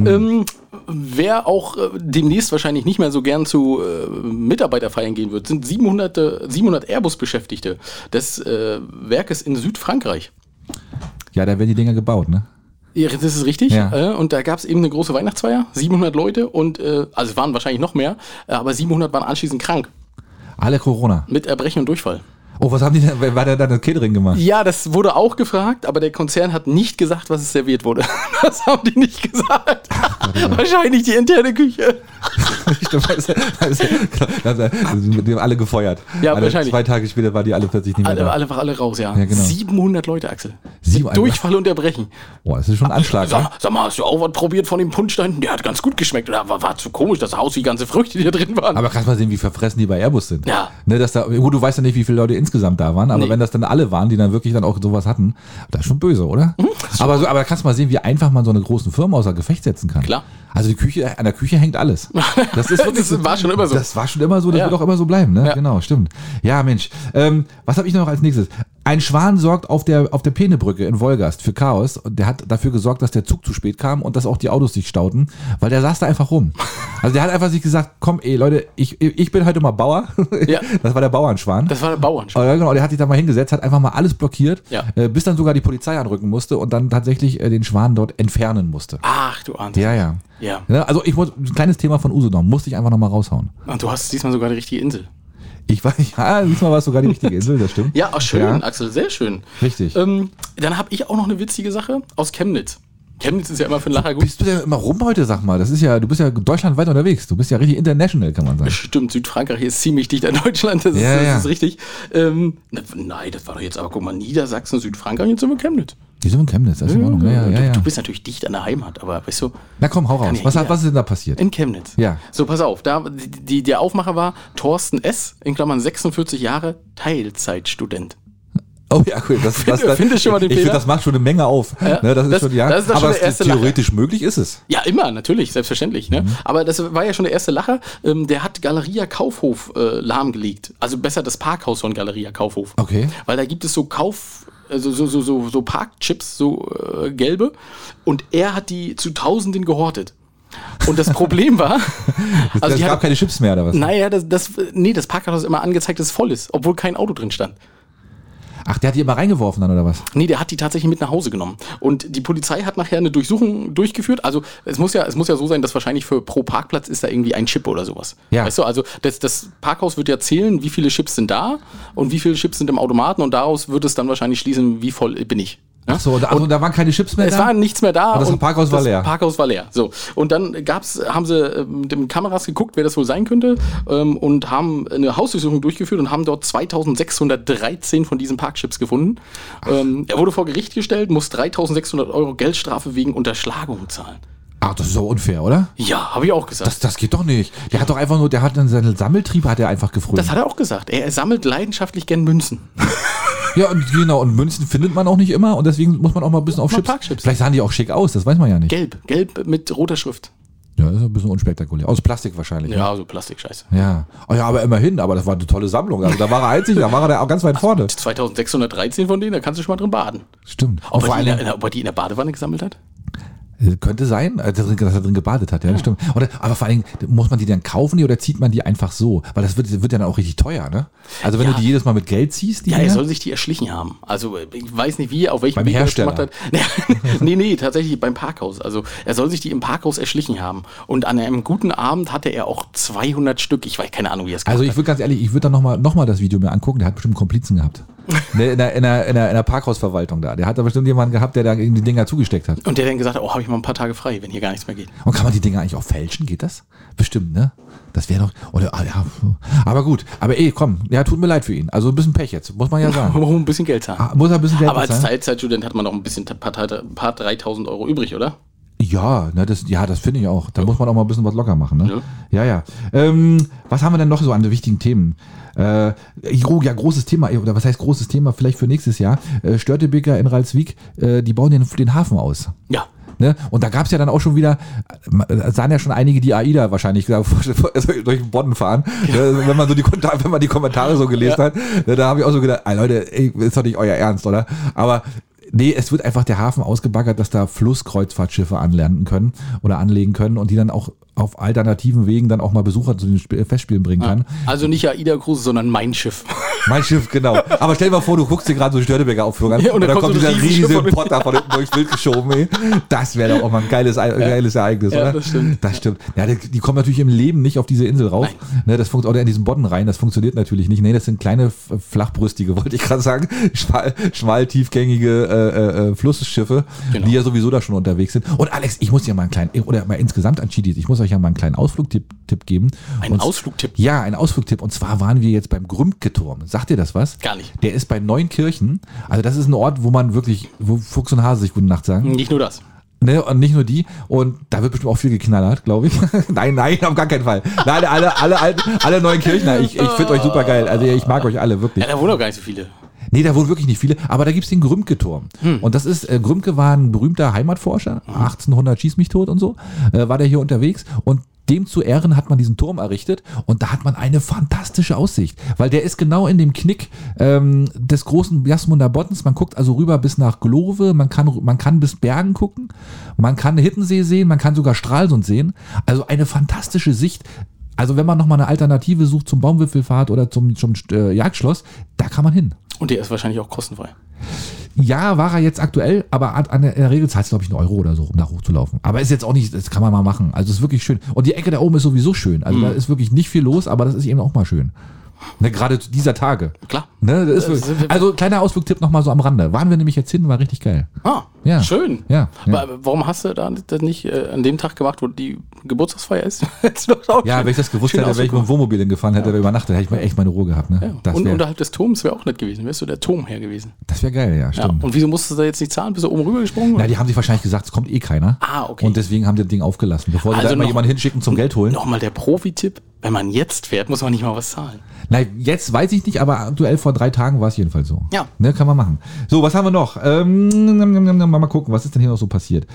ähm, wer auch äh, demnächst wahrscheinlich nicht mehr so gern zu äh, Mitarbeiterfeiern gehen wird, sind 700, äh, 700 Airbus-Beschäftigte des äh, Werkes in Südfrankreich.
Ja, da werden die Dinger gebaut, ne?
Ja, Das ist richtig.
Ja.
Äh, Und da gab es eben eine große Weihnachtsfeier, 700 Leute und äh, also es waren wahrscheinlich noch mehr, äh, aber 700 waren anschließend krank
Alle Corona.
mit Erbrechen und Durchfall.
Oh, was haben die denn? Wer hat denn da das Catering gemacht?
Ja, das wurde auch gefragt, aber der Konzern hat nicht gesagt, was es serviert wurde. Das haben die nicht gesagt. Wahrscheinlich die interne Küche.
Stimmt, weißt du, weißt du, da- da- die haben alle gefeuert.
Ja,
alle,
wahrscheinlich.
Zwei Tage später waren die alle plötzlich nicht mehr
Alle,
da.
alle, alle raus, ja.
Ja, genau.
700 Leute, Axel.
Sieben-
Mit Durchfall und Erbrechen.
Boah, das ist schon ein Anschlag.
Sag,
ne?
mal- sag mal, hast du auch was probiert von dem Punsch da hinten? Der hat ganz gut geschmeckt. Oder war, war zu komisch, das Haus, die ganze Früchte, die da drin waren.
Aber krass mal sehen, wie verfressen die bei Airbus sind.
Ja.
Ne, dass da, gut, du weißt ja nicht, wie viele Leute insgesamt da waren, aber
Nee.
wenn das dann alle waren, die dann wirklich dann auch sowas hatten, das ist schon böse, oder?
Mhm.
aber, so, aber da kannst du mal sehen, wie einfach man so eine großen Firma außer Gefecht setzen kann.
Klar.
Also die Küche, an der Küche hängt alles. Das ist wirklich
Das war schon immer so.
Das war schon immer so, das
Ja.
wird auch immer so bleiben, ne?
Ja.
Genau, stimmt. Ja, Mensch. Ähm, was habe ich noch als nächstes? Ein Schwan sorgt auf der, auf der Penebrücke in Wolgast für Chaos und der hat dafür gesorgt, dass der Zug zu spät kam und dass auch die Autos sich stauten, weil der saß da einfach rum. Also der hat einfach sich gesagt, komm ey Leute, ich, ich bin heute mal Bauer.
Ja.
Das war der Bauernschwan.
Das war der Bauern.
Aber ja, genau, der hat sich da mal hingesetzt, hat einfach mal alles blockiert,
Ja.
äh, bis dann sogar die Polizei anrücken musste und dann tatsächlich äh, den Schwan dort entfernen musste.
Ach, du ahnst.
Ja, ja.
Ja.
Ne, Also ich muss, ein kleines Thema von Usedom, musste ich einfach nochmal raushauen.
Und du hast diesmal sogar die richtige Insel.
Ich war, ja, diesmal war es sogar die richtige Insel, das stimmt.
Ja, ach, schön, Also
Ja.
Axel, sehr schön.
Richtig.
Ähm, dann habe ich auch noch eine witzige Sache aus Chemnitz. Chemnitz ist ja immer für einen Lacher gut.
Bist du denn immer rum heute, sag mal? Das ist ja, du bist ja deutschlandweit unterwegs. Du bist ja richtig international, kann man sagen.
Stimmt, Südfrankreich ist ziemlich dicht an Deutschland, das,
Ja,
ist, das
ja.
ist richtig. Ähm, na, nein, das war doch jetzt aber, guck mal, Niedersachsen, Südfrankreich, jetzt sind wir Chemnitz.
Die sind in Chemnitz, das ist in Ordnung. Ja, ja, ja,
du,
ja.
du bist natürlich dicht an der Heimat, aber weißt du,
Na komm, hau raus.
Ja,
Was,
ja.
hat, was ist denn da passiert?
in Chemnitz.
Ja.
So, pass auf, da, die, die, der Aufmacher war Thorsten S., in Klammern 46 Jahre, Teilzeitstudent.
Oh ja, cool. Das, das, das,
findest du schon mal den
ich finde,
Fehler?
das macht schon eine Menge auf.
Ja,
Ne, das ist
das-
schon, ja.
das ist doch schon
aber
der
es-
erste Lacher.
theoretisch möglich ist es.
Ja, immer, natürlich, selbstverständlich. Ne?
Mhm.
Aber das war ja schon der erste Lacher. Ähm, der hat Galeria Kaufhof äh, lahmgelegt. Also besser das Parkhaus von Galeria Kaufhof.
Okay.
Weil da gibt es so Kauf, also so, so, so, so Parkchips, so äh, gelbe. Und er hat die zu Tausenden gehortet. Und das Problem war, also
es
die
gab
hat,
keine Chips mehr oder was?
naja, das, das, nee, das Parkhaus immer angezeigt, dass es voll ist, obwohl kein Auto drin stand.
Ach, der hat die immer reingeworfen dann oder was?
Nee, der hat die tatsächlich mit nach Hause genommen. Und die Polizei hat nachher eine Durchsuchung durchgeführt. Also es muss ja, es muss ja so sein, dass wahrscheinlich für pro Parkplatz ist da irgendwie ein Chip oder sowas.
Ja.
Weißt du, also das, das Parkhaus wird ja zählen, wie viele Chips sind da und wie viele Chips sind im Automaten und daraus wird es dann wahrscheinlich schließen, wie voll bin ich. ne? Ja?
Ach so, und, also, da waren keine Chips mehr
Es
da?
war nichts mehr da.
Und das Parkhaus war
das
leer.
Parkhaus war leer. So. Und dann gab's, haben sie äh, mit den Kameras geguckt, wer das wohl sein könnte, ähm, und haben eine Hausdurchsuchung durchgeführt und haben dort 2613 von diesen Parkchips gefunden. Ähm, er wurde vor Gericht gestellt, muss 3600 Euro Geldstrafe wegen Unterschlagung zahlen.
Ach, das ist doch unfair, oder?
Ja, habe ich auch gesagt.
Das, das geht doch nicht. Der hat doch einfach nur, der hat dann seinen Sammeltrieb hat er einfach gefrönt.
das hat er auch gesagt. Er sammelt leidenschaftlich gern Münzen.
ja, und genau. Und Münzen findet man auch nicht immer und deswegen muss man auch mal ein bisschen auf
Mal
Chips.
Parkchips.
Vielleicht sahen die auch schick aus, das weiß man ja nicht.
Gelb, gelb mit roter Schrift.
Ja, das ist ein bisschen unspektakulär. Aus Plastik wahrscheinlich.
Ja, so Plastikscheiße.
Ja. Oh ja, aber immerhin, aber das war eine tolle Sammlung. Also da war er einzig, da war er da auch ganz weit vorne.
2613 von denen, da kannst du schon mal drin baden.
Stimmt. Und
Ob
vor
er die, in
allem,
der- ob er die in der Badewanne gesammelt hat?
äh, könnte sein, äh, dass er drin- dass er drin gebadet hat, ja, das stimmt. Oder, aber vor allem, muss man die dann kaufen die oder zieht man die einfach so? Weil das wird, wird ja dann auch richtig teuer, ne? Also wenn
Ja.
du die jedes Mal mit Geld ziehst, die
Ja,
Dinger?
er soll sich die erschlichen haben. Also ich weiß nicht wie, auf welchem
Beim
Weg er das
Hersteller.
gemacht hat. nee, nee, tatsächlich beim Parkhaus. Also er soll sich die im Parkhaus erschlichen haben. Und an einem guten Abend hatte er auch 200 Stück. Ich weiß keine Ahnung, wie er es
Also
gemacht
ich würde ganz ehrlich, ich würde dann nochmal noch mal das Video mir angucken, der hat bestimmt Komplizen gehabt. Ne, In der, in, der, in, der, in der Parkhausverwaltung da. Der hat da bestimmt jemanden gehabt, der da irgendwie die Dinger zugesteckt hat.
hat. Und der dann gesagt hat, oh, habe ich mal ein paar Tage frei, wenn hier gar nichts mehr geht.
Und kann man die Dinger eigentlich auch fälschen? Geht das? Bestimmt, ne? Das wäre doch. Oder, ah, ja. Aber gut, aber eh, komm, ja, tut mir leid für ihn. Also ein bisschen Pech jetzt, muss man ja sagen.
Warum Oh, ein bisschen Geld zahlen?
Ah, Muss er ein bisschen Geld
Aber als
bezahlen?
Teilzeitstudent hat man noch ein bisschen ein paar, Tage- ein paar 3000 Euro übrig, oder?
Ja, ne, das, ja, das finde ich auch. Da muss man auch mal ein bisschen was locker machen. Ne? Ja, ja. Ähm, was haben wir denn noch so an so wichtigen Themen? Äh, oh, ja, großes Thema, oder was heißt großes Thema vielleicht für nächstes Jahr? Äh, Störtebeker in Ralswiek, äh, die bauen den, den Hafen aus.
Ja.
Ne? Und da gab's ja dann auch schon wieder, äh, sahen ja schon einige, die AIDA wahrscheinlich da vor- vor- durch den Bodden fahren. Ne? Wenn man so die, Konta- wenn man die Kommentare so gelesen hat, ne, da habe ich auch so gedacht, ah, Leute, ey, ist doch nicht euer Ernst, oder? Aber nee, es wird einfach der Hafen ausgebaggert, dass da Flusskreuzfahrtschiffe anlanden können oder anlegen können und die dann auch auf alternativen Wegen dann auch mal Besucher zu den Sp- Festspielen bringen kann.
Also nicht Aida Kruse, sondern mein Schiff.
Mein Schiff, genau. Aber stell dir mal vor, du guckst dir gerade so einen Störtebeker Aufführung an
Ja,
und, dann kommt
so ein
dieser
Riesenschiff
riesige
von-
Pott da von hinten durchs Bild geschoben. Ey. Das wäre doch auch mal ein geiles, Ei- geiles Ereignis,
Ja,
oder?
das stimmt.
Das stimmt. Ja, die, die kommen natürlich im Leben nicht auf diese Insel rauf. Ne, das funkt, oder in diesen Bodden rein, das funktioniert natürlich nicht. Nee, das sind kleine, f- flachbrüstige, wollte ich gerade sagen, schmal, schmal tiefgängige äh, äh, äh, Flussschiffe,
Genau.
die ja sowieso da schon unterwegs sind. Und Alex, ich muss ja mal einen kleinen, oder mal insgesamt an Chidis, ich muss euch ja mal einen kleinen Ausflugtipp Tipp geben.
Ein
Und-
Ausflugtipp.
ja, ein Ausflugtipp. Und zwar waren wir jetzt beim Grümtke-Turm. Sagt dir das was?
Gar nicht.
Der ist bei Neunkirchen. Also das ist ein Ort, wo man wirklich, wo Fuchs und Hase sich gute Nacht sagen.
Nicht nur das.
Ne? Und nicht nur die. Und da wird bestimmt auch viel geknallert, glaube ich. nein, nein, auf gar keinen Fall. Nein, alle, alle, alle, alle Neunkirchner. Ich, ich finde euch super geil. Also ich mag euch alle wirklich.
Ja, da wohnen auch gar nicht so viele.
Nee, da wohnen wirklich nicht viele, aber da gibt's den Grümke-Turm. Und das ist, äh, Grümke war ein berühmter Heimatforscher, 1800 schieß mich tot und so, äh, war der hier unterwegs und dem zu Ehren hat man diesen Turm errichtet und da hat man eine fantastische Aussicht, weil der ist genau in dem Knick ähm, des großen Jasmunder Bottens. Man guckt also rüber bis nach Glove, man kann, man kann bis Bergen gucken, man kann Hittensee sehen, man kann sogar Stralsund sehen. Also eine fantastische Sicht. Also wenn man nochmal eine Alternative sucht zum Baumwipfelfahrt oder zum, zum äh, Jagdschloss, da kann man hin.
Und der ist wahrscheinlich auch kostenfrei.
Ja, war er jetzt aktuell, aber an, an der, in der Regel zahlst du, glaube ich, einen Euro oder so, um da hochzulaufen. Aber ist jetzt auch nicht, das kann man mal machen. Also ist wirklich schön. Und die Ecke da oben ist sowieso schön. Also
Mhm.
da ist wirklich nicht viel los, aber das ist eben auch mal schön. Ne, gerade zu dieser Tage.
Klar. Äh,
Ne, das ist wirklich, also kleiner Ausflugtipp nochmal so am Rande. Waren wir nämlich jetzt hin, war richtig geil.
Ah,
Ja.
schön.
Ja, ja.
Aber warum hast du da das nicht äh, an dem Tag gemacht, wo die Geburtstagsfeier ist? Hättest du doch auch
Ja,
schön-
wenn ich das gewusst
schön
hätte, wäre ich mit
ausgeguckt.
dem Wohnmobil hingefahren, hätte er übernachtet, hätte ich mir echt meine Ruhe gehabt. Ne?
ja.
Das
Und
wäre
unterhalb des Turms wäre auch nicht gewesen. Wärst du der Turm her gewesen.
das wär geil, ja,
Ja.
stimmt.
Und wieso musstest du da jetzt nicht zahlen? Bist du oben rübergesprungen?
Na, die haben sich wahrscheinlich gesagt, es kommt eh keiner.
Ah, okay.
Und deswegen haben die das Ding aufgelassen, bevor sie
Also
da immer
noch-
jemanden hinschicken zum Geld holen.
Nochmal der Profi-Tipp. Wenn man jetzt fährt, muss man nicht mal was zahlen.
Na, jetzt weiß ich nicht, aber aktuell vor drei Tagen war es jedenfalls so.
Ja.
Ne, kann man machen. So, was haben wir noch? Ähm, nam, nam, nam, nam, mal gucken, was ist denn hier noch so passiert?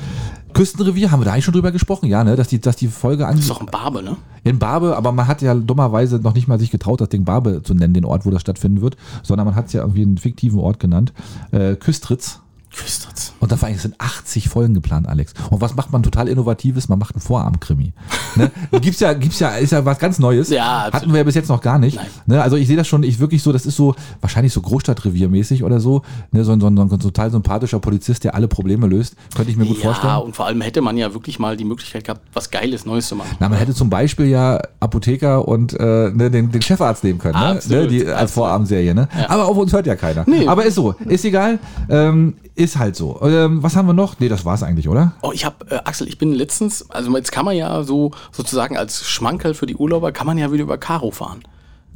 Küstenrevier, haben wir da eigentlich schon drüber gesprochen? Ja, ne? Dass die, dass die Folge an
Das ist doch ein Barbe, ne?
in Barbe, aber man hat ja dummerweise noch nicht mal sich getraut, das Ding Barbe zu nennen, den Ort, wo das stattfinden wird, sondern man hat es ja irgendwie einen fiktiven Ort genannt. Äh, Küstritz.
Küstritz.
Und da vor allem es sind 80 Folgen geplant, Alex. Und was macht man total Innovatives? Man macht einen Vorabendkrimi. Ne? Gibt's ja, gibt's ja, ist ja was ganz Neues.
Ja, absolut.
Hatten wir ja bis jetzt noch gar nicht.
Nein.
Ne? Also ich sehe das schon, ich wirklich so, das ist so wahrscheinlich so Großstadtreviermäßig oder so. Ne? So, ein, so, ein, so ein total sympathischer Polizist, der alle Probleme löst. Könnte ich mir gut
Ja,
vorstellen.
und vor allem hätte man ja wirklich mal die Möglichkeit gehabt, was Geiles Neues zu machen.
Na, man hätte zum Beispiel ja Apotheker und äh, ne, den, den Chefarzt nehmen können, ne?
Absolut,
ne? Die, als
absolut.
Vorabendserie, ne? Aber auf uns hört ja keiner.
Nee.
Aber ist so, ist egal, ähm, ist halt so. Ähm, was haben wir noch? Nee, das war's eigentlich, oder?
Oh, ich habe, äh, Axel, ich bin letztens, also jetzt kann man ja so sozusagen als Schmankerl für die Urlauber, kann man ja wieder über Karo fahren.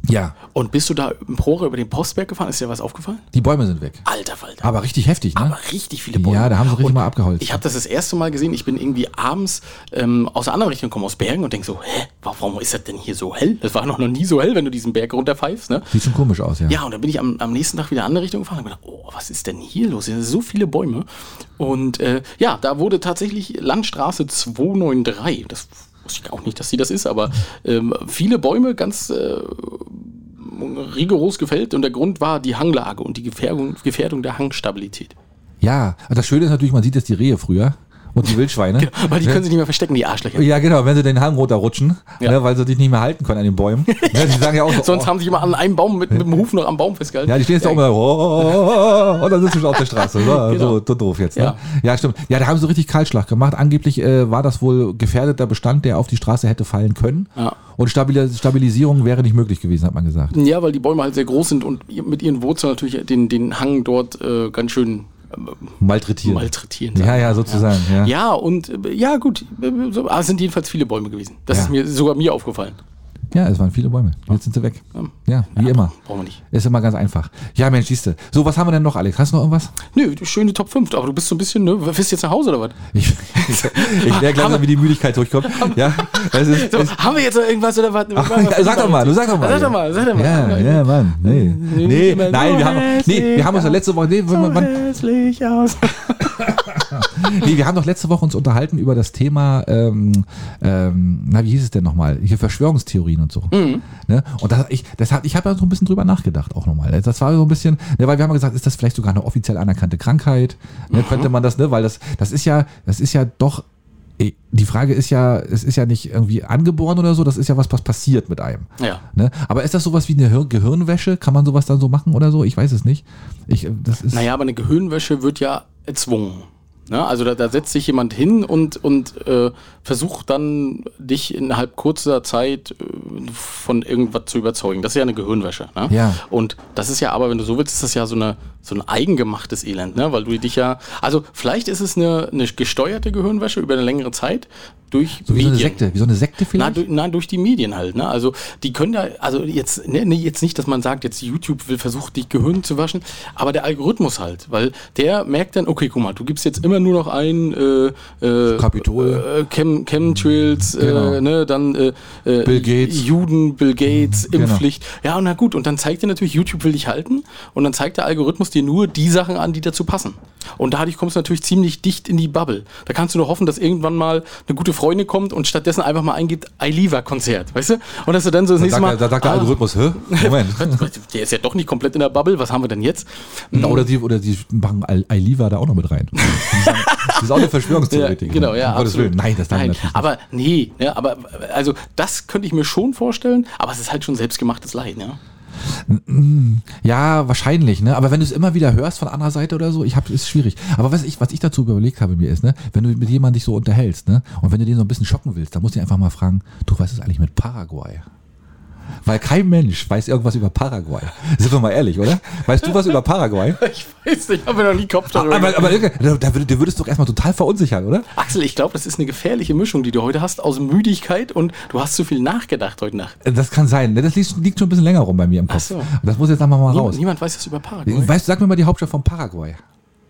Ja,
Und bist du da im Prore über den Postberg gefahren? Ist dir was aufgefallen?
die Bäume sind weg.
Alter Falter.
Aber richtig heftig, ne?
Aber richtig viele Bäume.
Ja, da haben sie richtig
Und
mal abgeholzt.
Ich habe das das erste Mal gesehen. Ich bin irgendwie abends ähm, aus der anderen Richtung gekommen, aus Bergen und denk so, hä, warum ist das denn hier so hell? Das war noch noch nie so hell, wenn du diesen Berg runterpfeifst, ne?
Sieht schon komisch aus, ja.
Ja, und dann bin ich am, am nächsten Tag wieder in eine andere Richtung gefahren und hab gedacht, oh, was ist denn hier los? Hier sind so viele Bäume. Und äh, ja, da wurde tatsächlich Landstraße 293, das wusste ich auch nicht, dass sie das ist, aber ähm, viele Bäume ganz äh, rigoros gefällt und der Grund war die Hanglage und die Gefährdung, Gefährdung der Hangstabilität.
Ja, das Schöne ist natürlich, man sieht jetzt die Rehe früher und die Wildschweine.
Genau, Weil die können sich nicht mehr verstecken, die Arschlöcher.
ja, genau, wenn sie den Hang runterrutschen,
Ja.
ne, weil sie dich nicht mehr halten können an den Bäumen. ne, die sagen ja auch so,
Sonst
oh.
haben sie immer an einem Baum mit, mit dem Huf noch am Baum festgehalten.
Ja, die stehen jetzt auch immer oh, oh, oh, oh, und dann sitzen sie auf der Straße. So,
Genau.
so, so doof jetzt. Ne? Ja.
Ja.
stimmt. Ja, da haben sie richtig Kahlschlag gemacht. Angeblich äh, war das wohl gefährdeter Bestand, der auf die Straße hätte fallen können.
Ja.
Und Stabil Stabilisierung wäre nicht möglich gewesen, hat man gesagt.
Ja, weil die Bäume halt sehr groß sind und ihr- mit ihren Wurzeln natürlich den, den Hang dort äh, ganz schön ähm,
Malträtieren.
malträtieren.
Ja, ja, sozusagen. Ja.
Ja, und äh, ja, gut. äh, so- Aber es sind jedenfalls viele Bäume gewesen. Das
Ja.
ist mir sogar mir aufgefallen.
Ja, es waren viele Bäume. Jetzt sind sie weg. Ja, wie immer.
Brauchen wir nicht.
Ist immer ganz einfach. Ja, Mensch, siehste. So, was haben wir denn noch, Alex? Hast du noch irgendwas?
Nö, du schöne Top 5, aber du bist so ein bisschen, ne, bist jetzt nach Hause oder was?
Ich, ich, ich merke langsam, wie die Müdigkeit durchkommt. Ja, es ist,
So,
es,
haben wir jetzt noch irgendwas oder was?
Ach, sag doch mal, du sag doch mal.
Sag doch mal, sag doch
Ja,
mal.
ja, Mann. Nee, nee nein, wir haben, nee, wir haben uns ja letzte Woche, nee, wann,
So
wann,
hässlich aus.
nee, wir haben doch letzte Woche uns unterhalten über das Thema, ähm, ähm, na, wie hieß es denn nochmal? Hier Verschwörungstheorien und so.
Mhm.
Ne? Und das, ich, das hab, ich habe ja so ein bisschen drüber nachgedacht auch nochmal. Das war so ein bisschen, ne, weil wir haben ja gesagt, ist das vielleicht sogar eine offiziell anerkannte Krankheit? Ne,
Mhm.
könnte man das, ne, weil das, das ist ja, das ist ja doch, eh, die Frage ist ja, es ist ja nicht irgendwie angeboren oder so, das ist ja was, was passiert mit einem.
Ja.
Ne? Aber ist das sowas wie eine Hir Gehirnwäsche? Kann man sowas dann so machen oder so? Ich weiß es nicht. Ich, äh, das ist,
Naja, aber eine Gehirnwäsche wird ja erzwungen. Ne? Also da, da setzt sich jemand hin und, und äh, versucht dann, dich innerhalb kurzer Zeit äh, von irgendwas zu überzeugen. Das ist ja eine Gehirnwäsche. Ne?
Ja.
Und das ist ja aber, wenn du so willst, ist das ja so, eine, so ein eigengemachtes Elend, ne? weil du dich ja, also vielleicht ist es eine, eine gesteuerte Gehirnwäsche über eine längere Zeit durch
so wie so eine Sekte. Wie so eine Sekte
Na,
vielleicht?
durch, na, durch die Medien halt, ne? Also die können da, also jetzt, ne, ne, jetzt nicht, dass man sagt, jetzt YouTube will versuchen, dich Gehirn zu waschen, aber der Algorithmus halt, weil der merkt dann, okay, guck mal, du gibst jetzt immer nur noch ein äh, äh,
Kapitol.
äh, Chem, Chemtrails,
Genau.
äh, ne, dann äh, äh,
Bill Gates.
Juden, Bill Gates,
Genau.
Impfpflicht. Ja, na gut, und dann zeigt dir natürlich, YouTube will dich halten und dann zeigt der Algorithmus dir nur die Sachen an, die dazu passen. Und dadurch kommst du natürlich ziemlich dicht in die Bubble. Da kannst du nur hoffen, dass irgendwann mal eine gute Freundin kommt und stattdessen einfach mal eingibt, Ailiva-Konzert, weißt du? Und dass du dann so das nächste
Sagt,
Mal.
der- da sagt der
ah,
Algorithmus, hä? Moment.
der ist ja doch nicht komplett in der Bubble, was haben wir denn jetzt?
oder, die, oder die machen Al- Ailiva da auch noch mit rein. Die sagen, Das ist auch eine Verschwörungstheoretik.
Ja, genau, ja.
Um Gottes
absolut.
Willen. Nein, das darf man
Nein,
natürlich nicht.
aber nee, ja, aber also das könnte ich mir schon vorstellen, aber es ist halt schon selbstgemachtes Leid, ja.
Ja, wahrscheinlich, ne? Aber wenn du es immer wieder hörst von anderer Seite oder so, ich hab, ist schwierig. Aber was ich, was ich dazu überlegt habe mir ist, ne, wenn du mit jemandem dich so unterhältst, ne, und wenn du den so ein bisschen schocken willst, dann musst du ihn einfach mal fragen, du weißt es eigentlich mit Paraguay? Weil kein Mensch weiß irgendwas über Paraguay. Sind wir mal ehrlich, oder? Weißt du was über Paraguay?
Ich weiß nicht, habe mir noch nie Kopf darüber.
Aber, aber da, da würd- du würdest doch erstmal total verunsichern, oder?
Axel, ich glaube, das ist eine gefährliche Mischung, die du heute hast aus Müdigkeit und du hast zu viel nachgedacht heute Nacht.
Das kann sein. ne? Das liegt, liegt schon ein bisschen länger rum bei mir im Kopf.
Ach so.
Das muss jetzt einfach mal
Niemand,
raus.
niemand weiß das über Paraguay.
Weißt du, sag mir mal die Hauptstadt von Paraguay.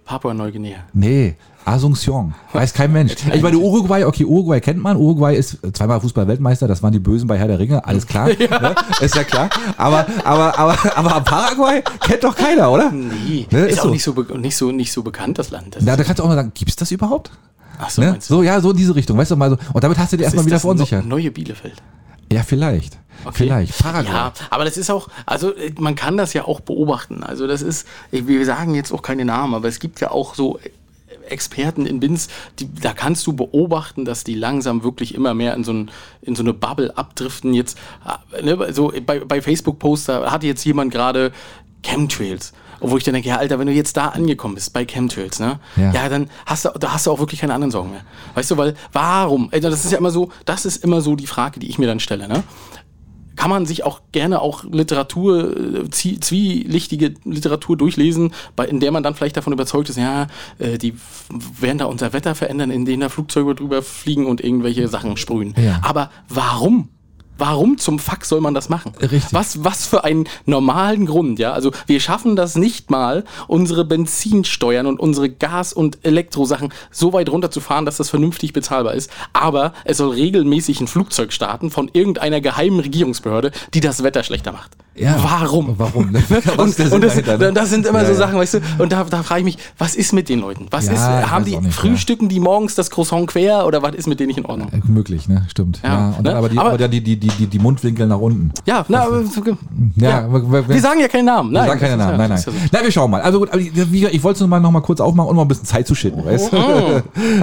Papua-Neuguinea.
Nee, Asunción. Weiß kein Mensch. Ich meine, Uruguay, okay, Uruguay kennt man. Uruguay ist zweimal Fußball-Weltmeister, das waren die Bösen bei Herr der Ringe, alles klar. Ne? Ist ja klar. Aber, aber, aber, aber Paraguay kennt doch keiner, oder?
Nee,
Ne,
ist,
ist
auch
so.
nicht, so be- nicht, so, nicht so bekannt, das Land. Das
Na, da kannst du auch mal sagen, gibt's das überhaupt?
ach so,
Ne?
meinst du?
So, ja, so in diese Richtung, weißt du mal so. Und damit hast du dir erstmal
Ist
wieder
das
verunsichert.
no- Neue Bielefeld.
Ja, vielleicht.
Okay.
Vielleicht. Paraguay.
Ja, aber das ist auch, also äh, man kann das ja auch beobachten. Also das ist, ich- wir sagen jetzt auch keine Namen, aber es gibt ja auch so äh, Experten in Binz, die, da kannst du beobachten, dass die langsam wirklich immer mehr in so, ein, in so eine Bubble abdriften. Jetzt, äh, ne, so bei, bei Facebook-Poster hatte jetzt jemand gerade Chemtrails. Obwohl ich dann denke, ja, Alter, wenn du jetzt da angekommen bist, bei Chemtrails, ne?
Ja.
ja, dann hast du, da hast du auch wirklich keine anderen Sorgen mehr. Weißt du, weil, warum? Alter, das ist ja immer so, das ist immer so die Frage, die ich mir dann stelle, ne? kann man sich auch gerne auch Literatur, äh, zie- zwielichtige Literatur durchlesen, bei, in der man dann vielleicht davon überzeugt ist, ja, äh, die f- werden da unser Wetter verändern, indem da Flugzeuge drüber fliegen und irgendwelche Sachen sprühen.
Ja.
Aber warum? Warum zum Fuck soll man das machen?
Richtig.
Was, was für einen normalen Grund, ja? Also wir schaffen das nicht mal, unsere Benzinsteuern und unsere Gas- und Elektrosachen so weit runterzufahren, dass das vernünftig bezahlbar ist. Aber es soll regelmäßig ein Flugzeug starten von irgendeiner geheimen Regierungsbehörde, die das Wetter schlechter macht.
Ja.
Warum?
Warum? Ne? Was ist der
Und,
Sinn
und das,
dahinter, ne?
das sind immer
Ja,
so
ja.
Sachen, weißt du, und da, da frage ich mich, was ist mit den Leuten? Was
Ja,
ist,
ich
haben
weiß
die
auch nicht,
Frühstücken die morgens das Croissant quer oder was ist mit denen nicht in Ordnung?
Äh, Möglich, ne? Stimmt. Ja.
Ja,
Und dann
ne?
aber die,
Aber-
aber dann die, die, die, die, die Mundwinkel nach unten.
Ja, na, aber-
Ja, wir- wir-
wir sagen ja keinen Namen.
Nein, sag keinen
das ist
Namen,
ja-
nein, nein.
das ist ja so.
Na, wir schauen mal. Also gut, aber ich, wie gesagt, ich wollte es nur mal noch mal kurz aufmachen und mal ein bisschen Zeit zu schinden, weißt du? Ne,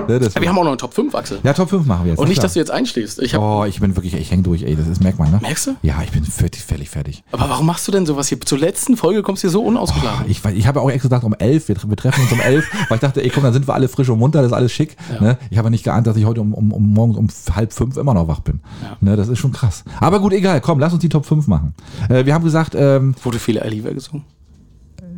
das-
Oh. Ja, Wir haben auch noch einen Top 5, Axel.
ja, Top 5 machen wir jetzt.
Und
na
nicht,
klar.
dass du jetzt einschläfst. Ich hab,
Oh, ich bin wirklich, ich häng durch, ey. Das ist, merkt man, ne?
Merkst du?
Ja, ich bin fertig, völlig fertig.
Aber warum machst du denn sowas hier? Zur letzten Folge kommst du hier so unausgeladen.
Ich, weiß- ich habe auch extra gesagt, um 11, wir, tre- wir treffen uns um 11, weil ich dachte, ey, komm, dann sind wir alle frisch und munter, das ist alles schick. Ne? Ich habe nicht geahnt, dass ich heute um, um, um morgens um halb fünf immer noch wach bin. Ne? Das ist schon krass. Aber gut, egal, komm, lass uns die Top 5 machen. Äh, wir haben gesagt, ähm,
Wurde viel Aliva gesungen?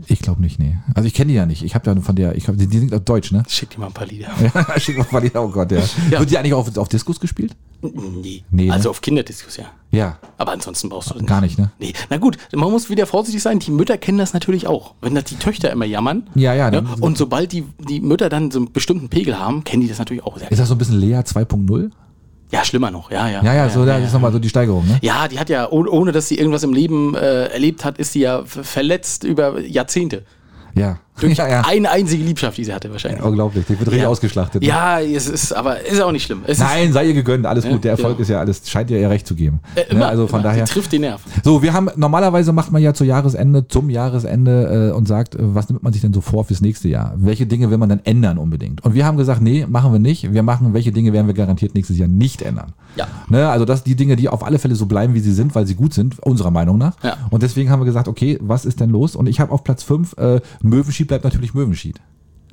ich glaube nicht, nee. Also ich kenne die ja nicht. Ich habe ja von der, ich hab, die, die singt auf Deutsch, ne?
Schick dir mal ein paar Lieder.
Ja, Schick mal Party, oh Gott, ja.
Ja.
Wird die eigentlich auf, auf Discos gespielt?
Nee.
Nee, ne?
Also auf Kinderdiskus, ja.
Ja.
Aber ansonsten brauchst du das
Gar nicht, ne?
Nee. Na gut, man muss wieder vorsichtig sein. Die Mütter kennen das natürlich auch. Wenn das die Töchter immer jammern.
Ja, ja,
Ne?
dann-
Und sobald die, die Mütter dann so einen bestimmten Pegel haben, kennen die das natürlich auch.
Ist das so ein bisschen Lea 2.0?
Ja, schlimmer noch. Ja, ja.
Ja, ja, so, das ist nochmal so die Steigerung, ne?
Ja, die hat ja, oh- ohne dass sie irgendwas im Leben äh, erlebt hat, ist sie ja ver- verletzt über Jahrzehnte.
Ja.
Durch
ja, ja.
eine einzige Liebschaft, die sie hatte wahrscheinlich.
Unglaublich, die wird richtig
Ja.
ausgeschlachtet. ne?
Ja, es ist, aber ist auch nicht schlimm. Es
Nein, sei ihr gegönnt, alles gut. Der Erfolg
genau.
ist ja alles, scheint ihr ja recht zu geben.
Ist, äh, immer,
ne? Also von
immer.
daher.
Sie trifft den Nerv.
So, wir haben, normalerweise macht man ja zu Jahresende, zum Jahresende äh, und sagt, äh, was nimmt man sich denn so vor fürs nächste Jahr? Welche Dinge will man dann ändern unbedingt? Und wir haben gesagt, nee, machen wir nicht. Wir machen, welche Dinge werden wir garantiert nächstes Jahr nicht ändern.
Ja.
Ne, also das die Dinge, die auf alle Fälle so bleiben, wie sie sind, weil sie gut sind, unserer Meinung nach.
Ja.
Und deswegen haben wir gesagt, okay, was ist denn los? Und ich habe auf Platz 5, äh, Möwenschied bleibt natürlich Möwenschied.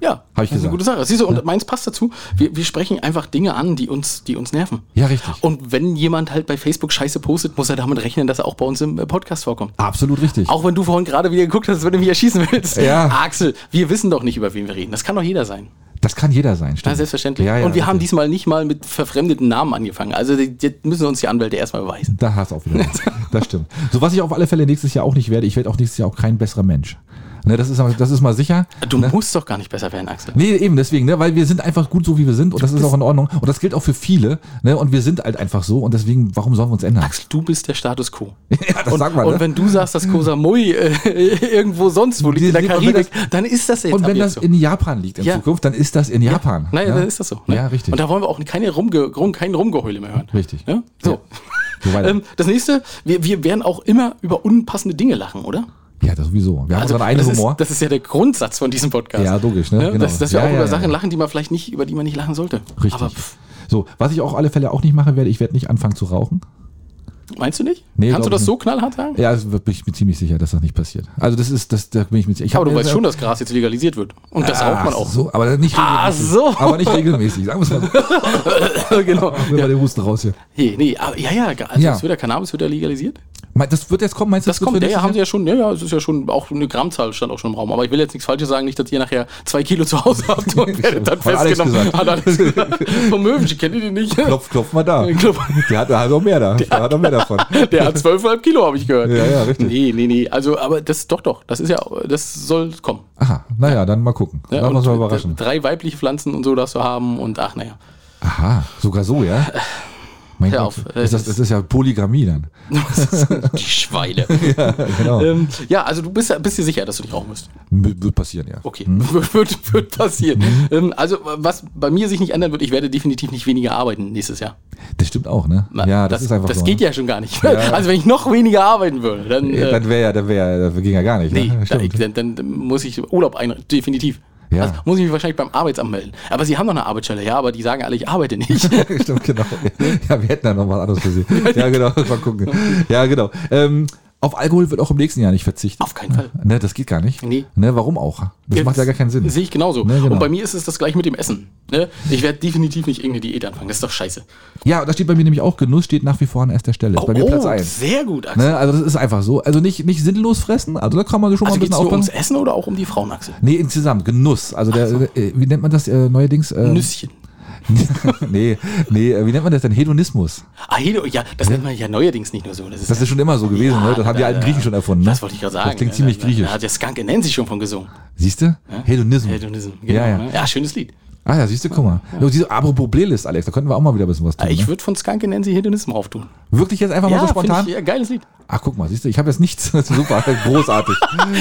Ja,
Hab ich
das
gesagt.
ist eine gute Sache. Siehst du, und meins passt dazu. Wir, wir sprechen einfach Dinge an, die uns, die uns nerven.
Ja, richtig.
Und wenn jemand halt bei Facebook Scheiße postet, muss er damit rechnen, dass er auch bei uns im äh, Podcast vorkommt.
Absolut richtig.
Auch wenn du vorhin gerade wieder geguckt hast, wenn du mich erschießen willst.
Ja.
Axel, wir wissen doch nicht, über wen wir reden. Das kann doch jeder sein.
Das kann jeder sein, stimmt.
Ja, selbstverständlich.
Ja, ja,
und wir haben
richtig.
diesmal nicht mal mit verfremdeten Namen angefangen. Also die, die müssen uns die Anwälte erstmal beweisen.
Da hast du auch wieder. was. das stimmt. So was ich auf alle Fälle nächstes Jahr auch nicht werde, ich werde auch nächstes Jahr auch kein besserer Mensch. Ne, das, ist, aber- das ist mal sicher.
Du
ne?
musst doch gar nicht besser werden, Axel.
Nee, eben deswegen, ne? weil wir sind einfach gut so, wie wir sind und das ist auch in Ordnung. Und das gilt auch für viele. Ne? Und wir sind halt einfach so und deswegen, warum sollen wir uns ändern?
Axel, du bist der Status quo.
Ja, das
und,
sagt man,
und
ne?
wenn du sagst, dass Koh Samui äh, irgendwo sonst wo liegt,
Die-
in der
die- und wenn
Karibik, dann ist das jetzt
Und
ab
wenn
jetzt
das
so.
in Japan liegt in
Ja.
Zukunft, dann ist das in Japan.
Naja,
ne?
dann ist das so. ne?
Ja, richtig.
Und da wollen wir auch keine Rumge rum, kein Rumgeheule mehr hören.
Richtig.
Ne? So.
so weiter.
Ähm, das nächste, wir, wir werden auch immer über unpassende Dinge lachen, oder?
ja, das sowieso. Wir haben unseren
also das,
eigenen
ist,
Humor.
das ist ja der Grundsatz von diesem Podcast.
Ja, logisch, ne? Genau.
Dass, dass wir
Ja,
auch
ja,
über
ja.
Sachen lachen, die man vielleicht nicht, über die man nicht lachen sollte.
Richtig.
Aber pff,
so, was ich auch auf alle Fälle auch nicht machen werde, ich werde nicht anfangen zu rauchen.
meinst du nicht?
Nee,
Kannst du
glaub
das
ich
so knallhart sagen?
Ja, also bin ich mir ziemlich sicher, dass das nicht passiert. Also das ist, das, da bin ich mir sicher. Ich
Aber
hab
du
mir
weißt
gesagt-
schon, dass Gras jetzt legalisiert wird. Und das raucht man
Ach
auch.
So, aber nicht
Ah,
regelmäßig.
so.
Aber nicht regelmäßig, sagen wir es mal so.
genau.
Nimm mal den Husten raus hier.
Nee, nee, aber, ja, ja, also
Ja.
es wird der Cannabis wird ja legalisiert.
Mei- Das wird jetzt kommen, meinst du?
Das kommt,
wird
ja, ja,
nächstes
haben sie
Jahr?
ja schon, ja, ja, es ist ja schon, auch eine Grammzahl stand auch schon im Raum. Aber ich will jetzt nichts Falsches sagen, nicht, dass ihr nachher zwei Kilo zu Hause habt und werdet dann
Hat Alex
festgenommen.
gesagt.
Hat alles gesagt. Vom Möwenchen, kennt ihr den nicht?
Klopf, klopf mal da.
Klopf.
Der hat, der hat auch mehr da. Der hat auch mehr davon.
Der hat zwölfeinhalb Kilo, habe ich gehört.
Ja, ja, richtig.
Nee, nee, nee, also, aber das, doch, doch, das ist ja, das soll kommen.
Aha, naja, dann mal gucken.
Ja,
Lass
und
uns mal
d-
überraschen.
Drei weibliche Pflanzen und so darfst du haben und ach, naja.
Aha, sogar so, ja? Mein
Hör
Gott,
auf.
Ist das, das ist ja Polygamie dann.
Die Schweine.
Genau.
ähm, ja, also du bist, bist dir sicher, dass du dich rauchen musst.
M- Wird passieren, ja.
Okay, wird, wird passieren.
Mhm.
Ähm, also, was bei mir sich nicht ändern wird, ich werde definitiv nicht weniger arbeiten nächstes Jahr.
Das stimmt auch, ne?
Na,
ja, das, ist einfach
Das
so.
geht
ne?
ja schon gar nicht. Also, wenn ich noch weniger arbeiten würde, dann.
ja.
Äh,
Dann wäre ja, dann wäre das ging ja gar nicht.
Nee,
ne?
da,
Stimmt.
dann, dann muss ich Urlaub einrichten, definitiv.
Ja.
Also muss ich mich wahrscheinlich beim Arbeitsamt melden. Aber sie haben noch eine Arbeitsstelle, ja, aber die sagen alle, ich arbeite nicht.
Stimmt, genau. Ja, wir hätten da noch was anderes gesehen. Ja, genau. Mal gucken. Ja, genau. Ähm, auf Alkohol wird auch im nächsten Jahr nicht verzichtet.
Auf keinen Fall.
Ne, das geht gar nicht.
Nee.
Ne, warum auch? Das macht ja gar keinen Sinn.
Sehe ich genauso.
Ne, genau.
Und bei mir ist es das gleich mit dem Essen. Ne? Ich werde definitiv nicht irgendeine Diät anfangen. Das ist doch scheiße.
Ja, da steht bei mir nämlich auch, Genuss steht nach wie vor an erster Stelle. Ist bei
Oh,
mir Platz 1.
sehr gut, Axel.
Ne, also das ist einfach so. Also nicht, nicht sinnlos fressen, also da kann man schon mal
Also
ein
geht es
bisschen
nur
aufpassen.
ums Essen oder auch um die Frauen, Axel?
Nee, insgesamt, Genuss. Also der, äh, wie nennt man das äh, neuerdings? Äh,
Nüsschen.
nee, nee, äh, wie nennt man das denn? Hedonismus.
Ah, Hedo, ja, das nennt man ja neuerdings nicht nur so. Das ist,
Das ist schon immer so gewesen,
Ja, Ah,
ne? Das haben die
da-
alten
da-
Griechen schon erfunden. Ne?
das wollte ich gerade sagen.
Das klingt
ne?
ziemlich
Da-
griechisch.
Da hat der Skunk in Nancy schon von gesungen.
Siehst du? Hedonism.
Hedonism.
ja, ja.
ne? ja, schönes Lied.
Ah ja, siehst du, guck mal. Ja. Diese, apropos Playlist, Alex, da könnten wir auch mal wieder ein bisschen was tun.
Ah, Ich
ne?
würde von Skunk in Nancy Hedonism auftun.
Wirklich jetzt einfach mal so
find
spontan?
Ich, ja, geiles Lied.
Ach, guck mal, siehst du, ich habe jetzt nichts. Das ist Super, großartig.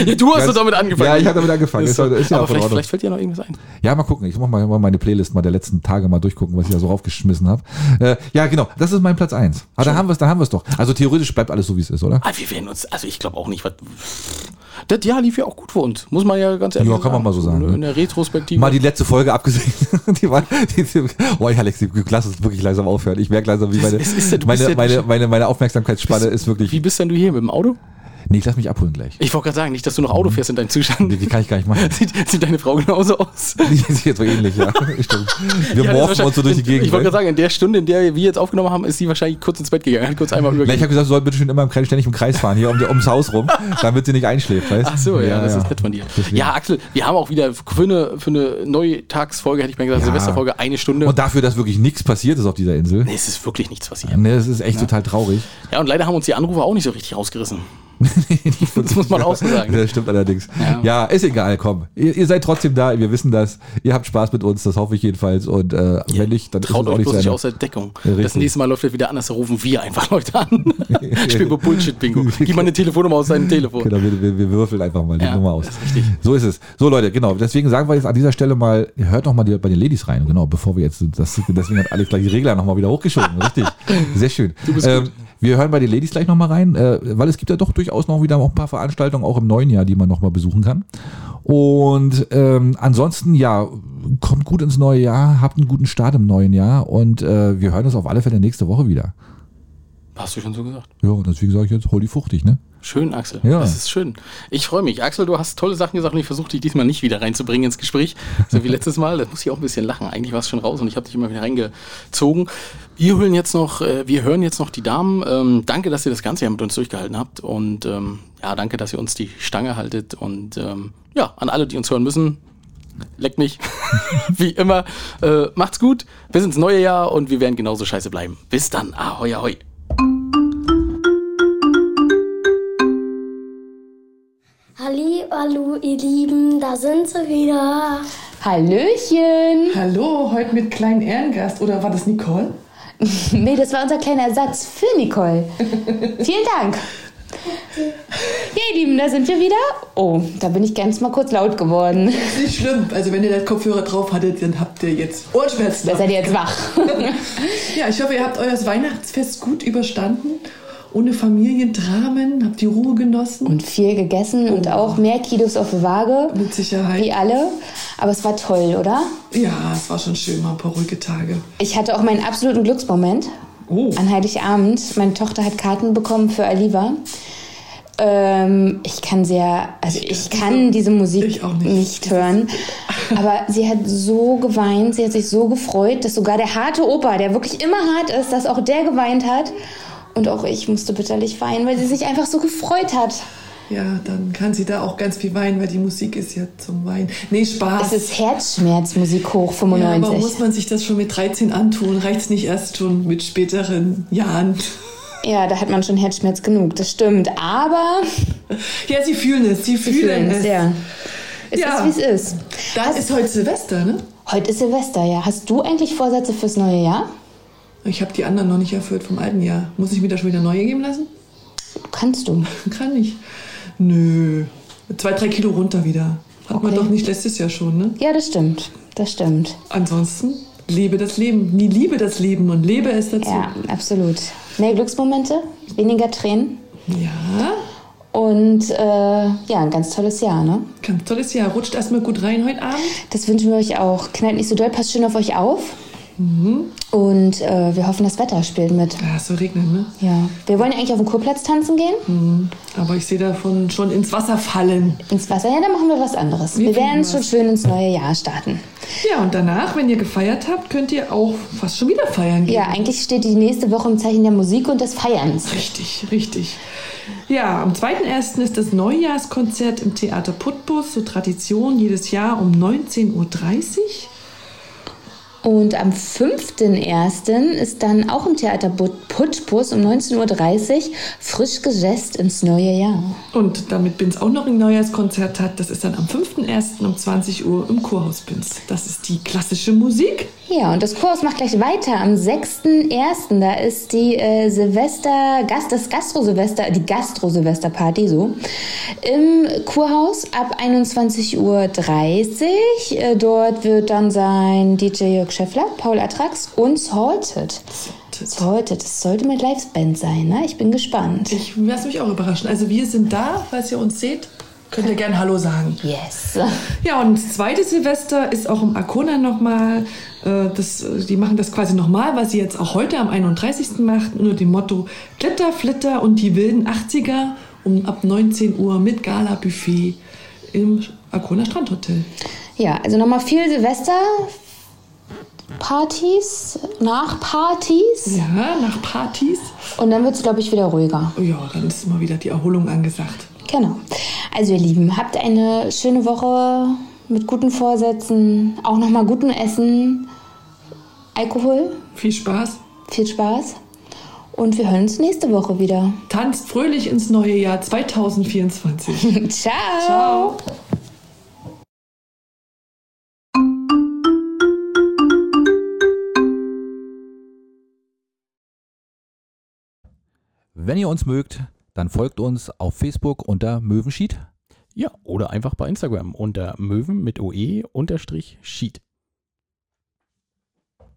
Ja, du hast
Ganz-
doch damit angefangen.
Ja, ich habe damit angefangen. Ist,
Ist
doch-
doch-
ist ja
aber
auch in
vielleicht,
Ordnung.
vielleicht fällt dir noch irgendwas ein.
Ja, mal gucken. Ich mach mal, mal meine Playlist mal der letzten Tage mal durchgucken, was ich da so raufgeschmissen habe. Äh, ja, genau. Das ist mein Platz eins. Ah, da haben wir es, da haben wir es doch. Also theoretisch bleibt alles so, wie es ist, oder?
Ah, wir werden uns, also ich glaube auch nicht, was. Das Jahr lief ja auch gut für uns, muss man ja ganz ehrlich
Ja, kann man mal so sagen,
In,
ne?
der Retrospektive.
Mal die letzte Folge abgesehen. Die war, die, die, oh, Alex, die- lass uns wirklich langsam aufhören. Ich merke langsam, wie meine,
es ist ja- du bist
meine,
ja-
meine, meine, meine Aufmerksamkeitsspanne ist wirklich.
Wie bist denn du hier mit dem Auto?
Nee, ich lass mich abholen gleich.
Ich wollte gerade sagen, nicht, dass du noch
Mhm.
Auto fährst in deinem Zustand.
Die, die kann ich gar nicht machen.
Sieht, sieht deine Frau genauso aus?
Die sind jetzt so ähnlich, ja. Stimmt. Wir
Ja, das ist
morphen uns so durch die
wahrscheinlich-
Gegend. ne?
Ich wollte gerade sagen, in der Stunde, in der wir jetzt aufgenommen haben, ist sie wahrscheinlich kurz ins Bett gegangen, hat kurz einmal
Ne, ich
übergeben.
habe gesagt, du sollst bitte schön immer im Kreis, ständig im Kreis fahren, hier um, die- ums Haus rum, damit sie nicht einschläft, weißt
Ach so, ja, das ist nett von dir.
Deswegen.
Ja, also Axel, wir haben auch wieder für eine, für eine Neutagsfolge, hätte ich mir gesagt,
Ja.
Silvesterfolge, eine Stunde.
Und dafür, dass wirklich nichts passiert ist auf dieser Insel.
nee, es ist wirklich nichts passiert.
Ne, das ist echt total traurig.
Ja, und leider haben uns die Anrufe auch nicht so richtig rausgerissen. das muss man auch so sagen.
Das stimmt allerdings. Ja, ist egal, komm. Ihr, ihr seid trotzdem da, wir wissen das. Ihr habt Spaß mit uns, das hoffe ich jedenfalls. Und äh, wenn nicht, dann
Traut
es
euch bloß nicht
Ende.
aus der Deckung. das
richtig.
nächste Mal läuft das wieder anders, da rufen wir einfach Leute an. Spielen wir Bullshit-Bingo. Gib mal eine Telefonnummer aus deinem Telefon.
Genau, wir, wir, wir würfeln einfach mal die
Ja,
Nummer aus.
das ist richtig.
So ist es. So Leute, genau. Deswegen sagen wir jetzt an dieser Stelle mal, hört noch mal die, bei den Ladies rein. Genau, bevor wir jetzt, das, deswegen hat Alex gleich die Regler noch mal wieder hochgeschoben. Richtig. Sehr schön. ähm, wir hören bei den Ladies gleich noch mal rein, äh, weil es gibt ja doch durchaus noch wieder auch ein paar Veranstaltungen, auch im neuen Jahr, die man noch mal besuchen kann. Und ähm, ansonsten, ja, kommt gut ins neue Jahr, habt einen guten Start im neuen Jahr und äh, wir hören uns auf alle Fälle nächste Woche wieder.
Hast du schon so gesagt.
Ja, und deswegen sage ich jetzt, hol die fuchtig, ne?
Schön, Axel.
Ja.
Das ist schön. Ich freue mich. Axel, du hast tolle Sachen gesagt und ich versuche dich diesmal nicht wieder reinzubringen ins Gespräch, so wie letztes Mal. Da muss ich auch ein bisschen lachen. Eigentlich war es schon raus und ich habe dich immer wieder reingezogen. Wir hören jetzt noch, äh, wir hören jetzt noch die Damen. Ähm, danke, dass ihr das ganze Jahr mit uns durchgehalten habt und ähm, ja, danke, dass ihr uns die Stange haltet und ähm, ja, an alle, die uns hören müssen. Leckt mich. Wie immer. Äh, macht's gut. Bis ins neue Jahr und wir werden genauso scheiße bleiben. Bis dann. Ahoi, ahoi.
Halli, hallo, ihr Lieben, da sind sie wieder.
Hallöchen!
Hallo, heute mit kleinen Ehrengast. Oder war das Nicole?
Nee, das war unser kleiner Ersatz für Nicole. Vielen Dank. Ja, ihr Lieben, da sind wir wieder. Oh, da bin ich ganz mal kurz laut geworden.
Nicht schlimm. Also wenn ihr das Kopfhörer drauf hattet, dann habt ihr jetzt Ohrenschmerzen.
Da seid ihr jetzt wach.
Ja, ich hoffe, ihr habt euer Weihnachtsfest gut überstanden. Ohne Familiendramen, habt die Ruhe genossen.
Und viel gegessen und auch mehr Kilos auf die Waage.
Mit Sicherheit.
Wie alle. Aber es war toll, oder?
Ja, es war schon schön, mal ein paar ruhige Tage.
Ich hatte auch meinen absoluten Glücksmoment.
Oh.
An Heiligabend. Meine Tochter hat Karten bekommen für Aliva. Ähm, ich kann sehr, also ich kann diese Musik
Ich auch
nicht.
nicht.
hören. Aber sie hat so geweint, sie hat sich so gefreut, dass sogar der harte Opa, der wirklich immer hart ist, dass auch der geweint hat. Und auch ich musste bitterlich weinen, weil sie sich einfach so gefreut hat.
Ja, dann kann sie da auch ganz viel weinen, weil die Musik ist ja zum Weinen. Nee,
Es
Spaß.
ist Herzschmerzmusik hoch
ja, aber
95.
muss man sich das schon mit 13 antun? Reicht es nicht erst schon mit späteren Jahren?
Ja, da hat man schon Herzschmerz genug, das stimmt. Aber
Ja, sie fühlen es,
sie
sie
fühlen
fühlen, es.
es, ja. Es
Ja.
ist, wie es ist.
Da ist heute Silvester, ne?
Heute ist Silvester, ja. Hast du eigentlich Vorsätze fürs neue Jahr?
Ich habe die anderen noch nicht erfüllt vom alten Jahr. Muss ich mir da schon wieder neue geben lassen?
Kannst du.
Kann ich. Nö. Zwei, drei Kilo runter wieder. Hat man
Okay.
doch nicht letztes Jahr schon, ne?
Ja, das stimmt. Das stimmt.
Ansonsten, lebe das Leben. Nie liebe das Leben und lebe es dazu.
Ja, absolut. Mehr Glücksmomente, weniger Tränen
ja.
und äh, ja, ein ganz tolles Jahr, ne?
Ganz tolles Jahr. Rutscht erstmal gut rein heute Abend.
Das wünschen wir euch auch. Knallt nicht so doll, passt schön auf euch auf. Mhm. Und äh, wir hoffen, das Wetter spielt mit.
Ja, es soll regnen, ne? Mhm.
Ja. Wir wollen ja eigentlich auf den Kurplatz tanzen gehen.
Aber ich sehe davon schon ins Wasser fallen.
Ins Wasser. Ja, dann machen wir was anderes. Wir,
finden
werden
was.
schon schön ins neue Jahr starten.
Ja, und danach, wenn ihr gefeiert habt, könnt ihr auch fast schon wieder feiern gehen.
Ja, eigentlich steht die nächste Woche im Zeichen der Musik und des Feierns.
Richtig, richtig. Ja, am 2.1. ist das Neujahrskonzert im Theater Putbus, so Tradition jedes Jahr um 19.30 Uhr.
Und am 5.1. ist dann auch im Theater Put- Putbus um 19.30 Uhr frisch gesetzt ins neue Jahr.
Und damit Binz auch noch ein Neujahrskonzert hat, das ist dann am 5.1. um 20 Uhr im Kurhaus Binz. Das ist die klassische Musik.
Ja, und das Kurs macht gleich weiter. Am 6.1. da ist die äh, Silvester, Gast, das Gastro-Silvester, die Gastro-Silvester-Party, so, im Kurhaus ab 21.30 Uhr. Äh, dort wird dann sein DJ Jörg Schäffler, Paul Atrax und Salted. Salted, das sollte mit Liveband sein, ne? Ich bin gespannt.
Ich lasse mich auch überraschen. Also wir sind da, falls ihr uns seht, könnt ihr gerne Hallo sagen.
Yes.
Ja, und das zweite Silvester ist auch im Arkona nochmal. Äh, das, äh, die machen das quasi nochmal, was sie jetzt auch heute am 31. macht, unter dem Motto Glitter, Flitter und die wilden 80er um ab 19 Uhr mit Gala-Buffet im Arkona Strandhotel.
Ja, also nochmal viel Silvester. Partys, Nachpartys
Ja, nach Partys.
und dann wird es, glaube ich, wieder ruhiger.
Oh ja, dann ist mal wieder die Erholung angesagt.
Genau. Also ihr Lieben, habt eine schöne Woche mit guten Vorsätzen, auch nochmal gutem Essen, Alkohol,
Viel Spaß.
viel Spaß und wir hören uns nächste Woche wieder.
Tanzt fröhlich ins neue Jahr 2024.
Ciao!
Ciao.
Wenn ihr uns mögt, dann folgt uns auf Facebook unter Möwenschied.
Ja, oder einfach bei Instagram unter Möwen mit OE E unterstrich Sheet.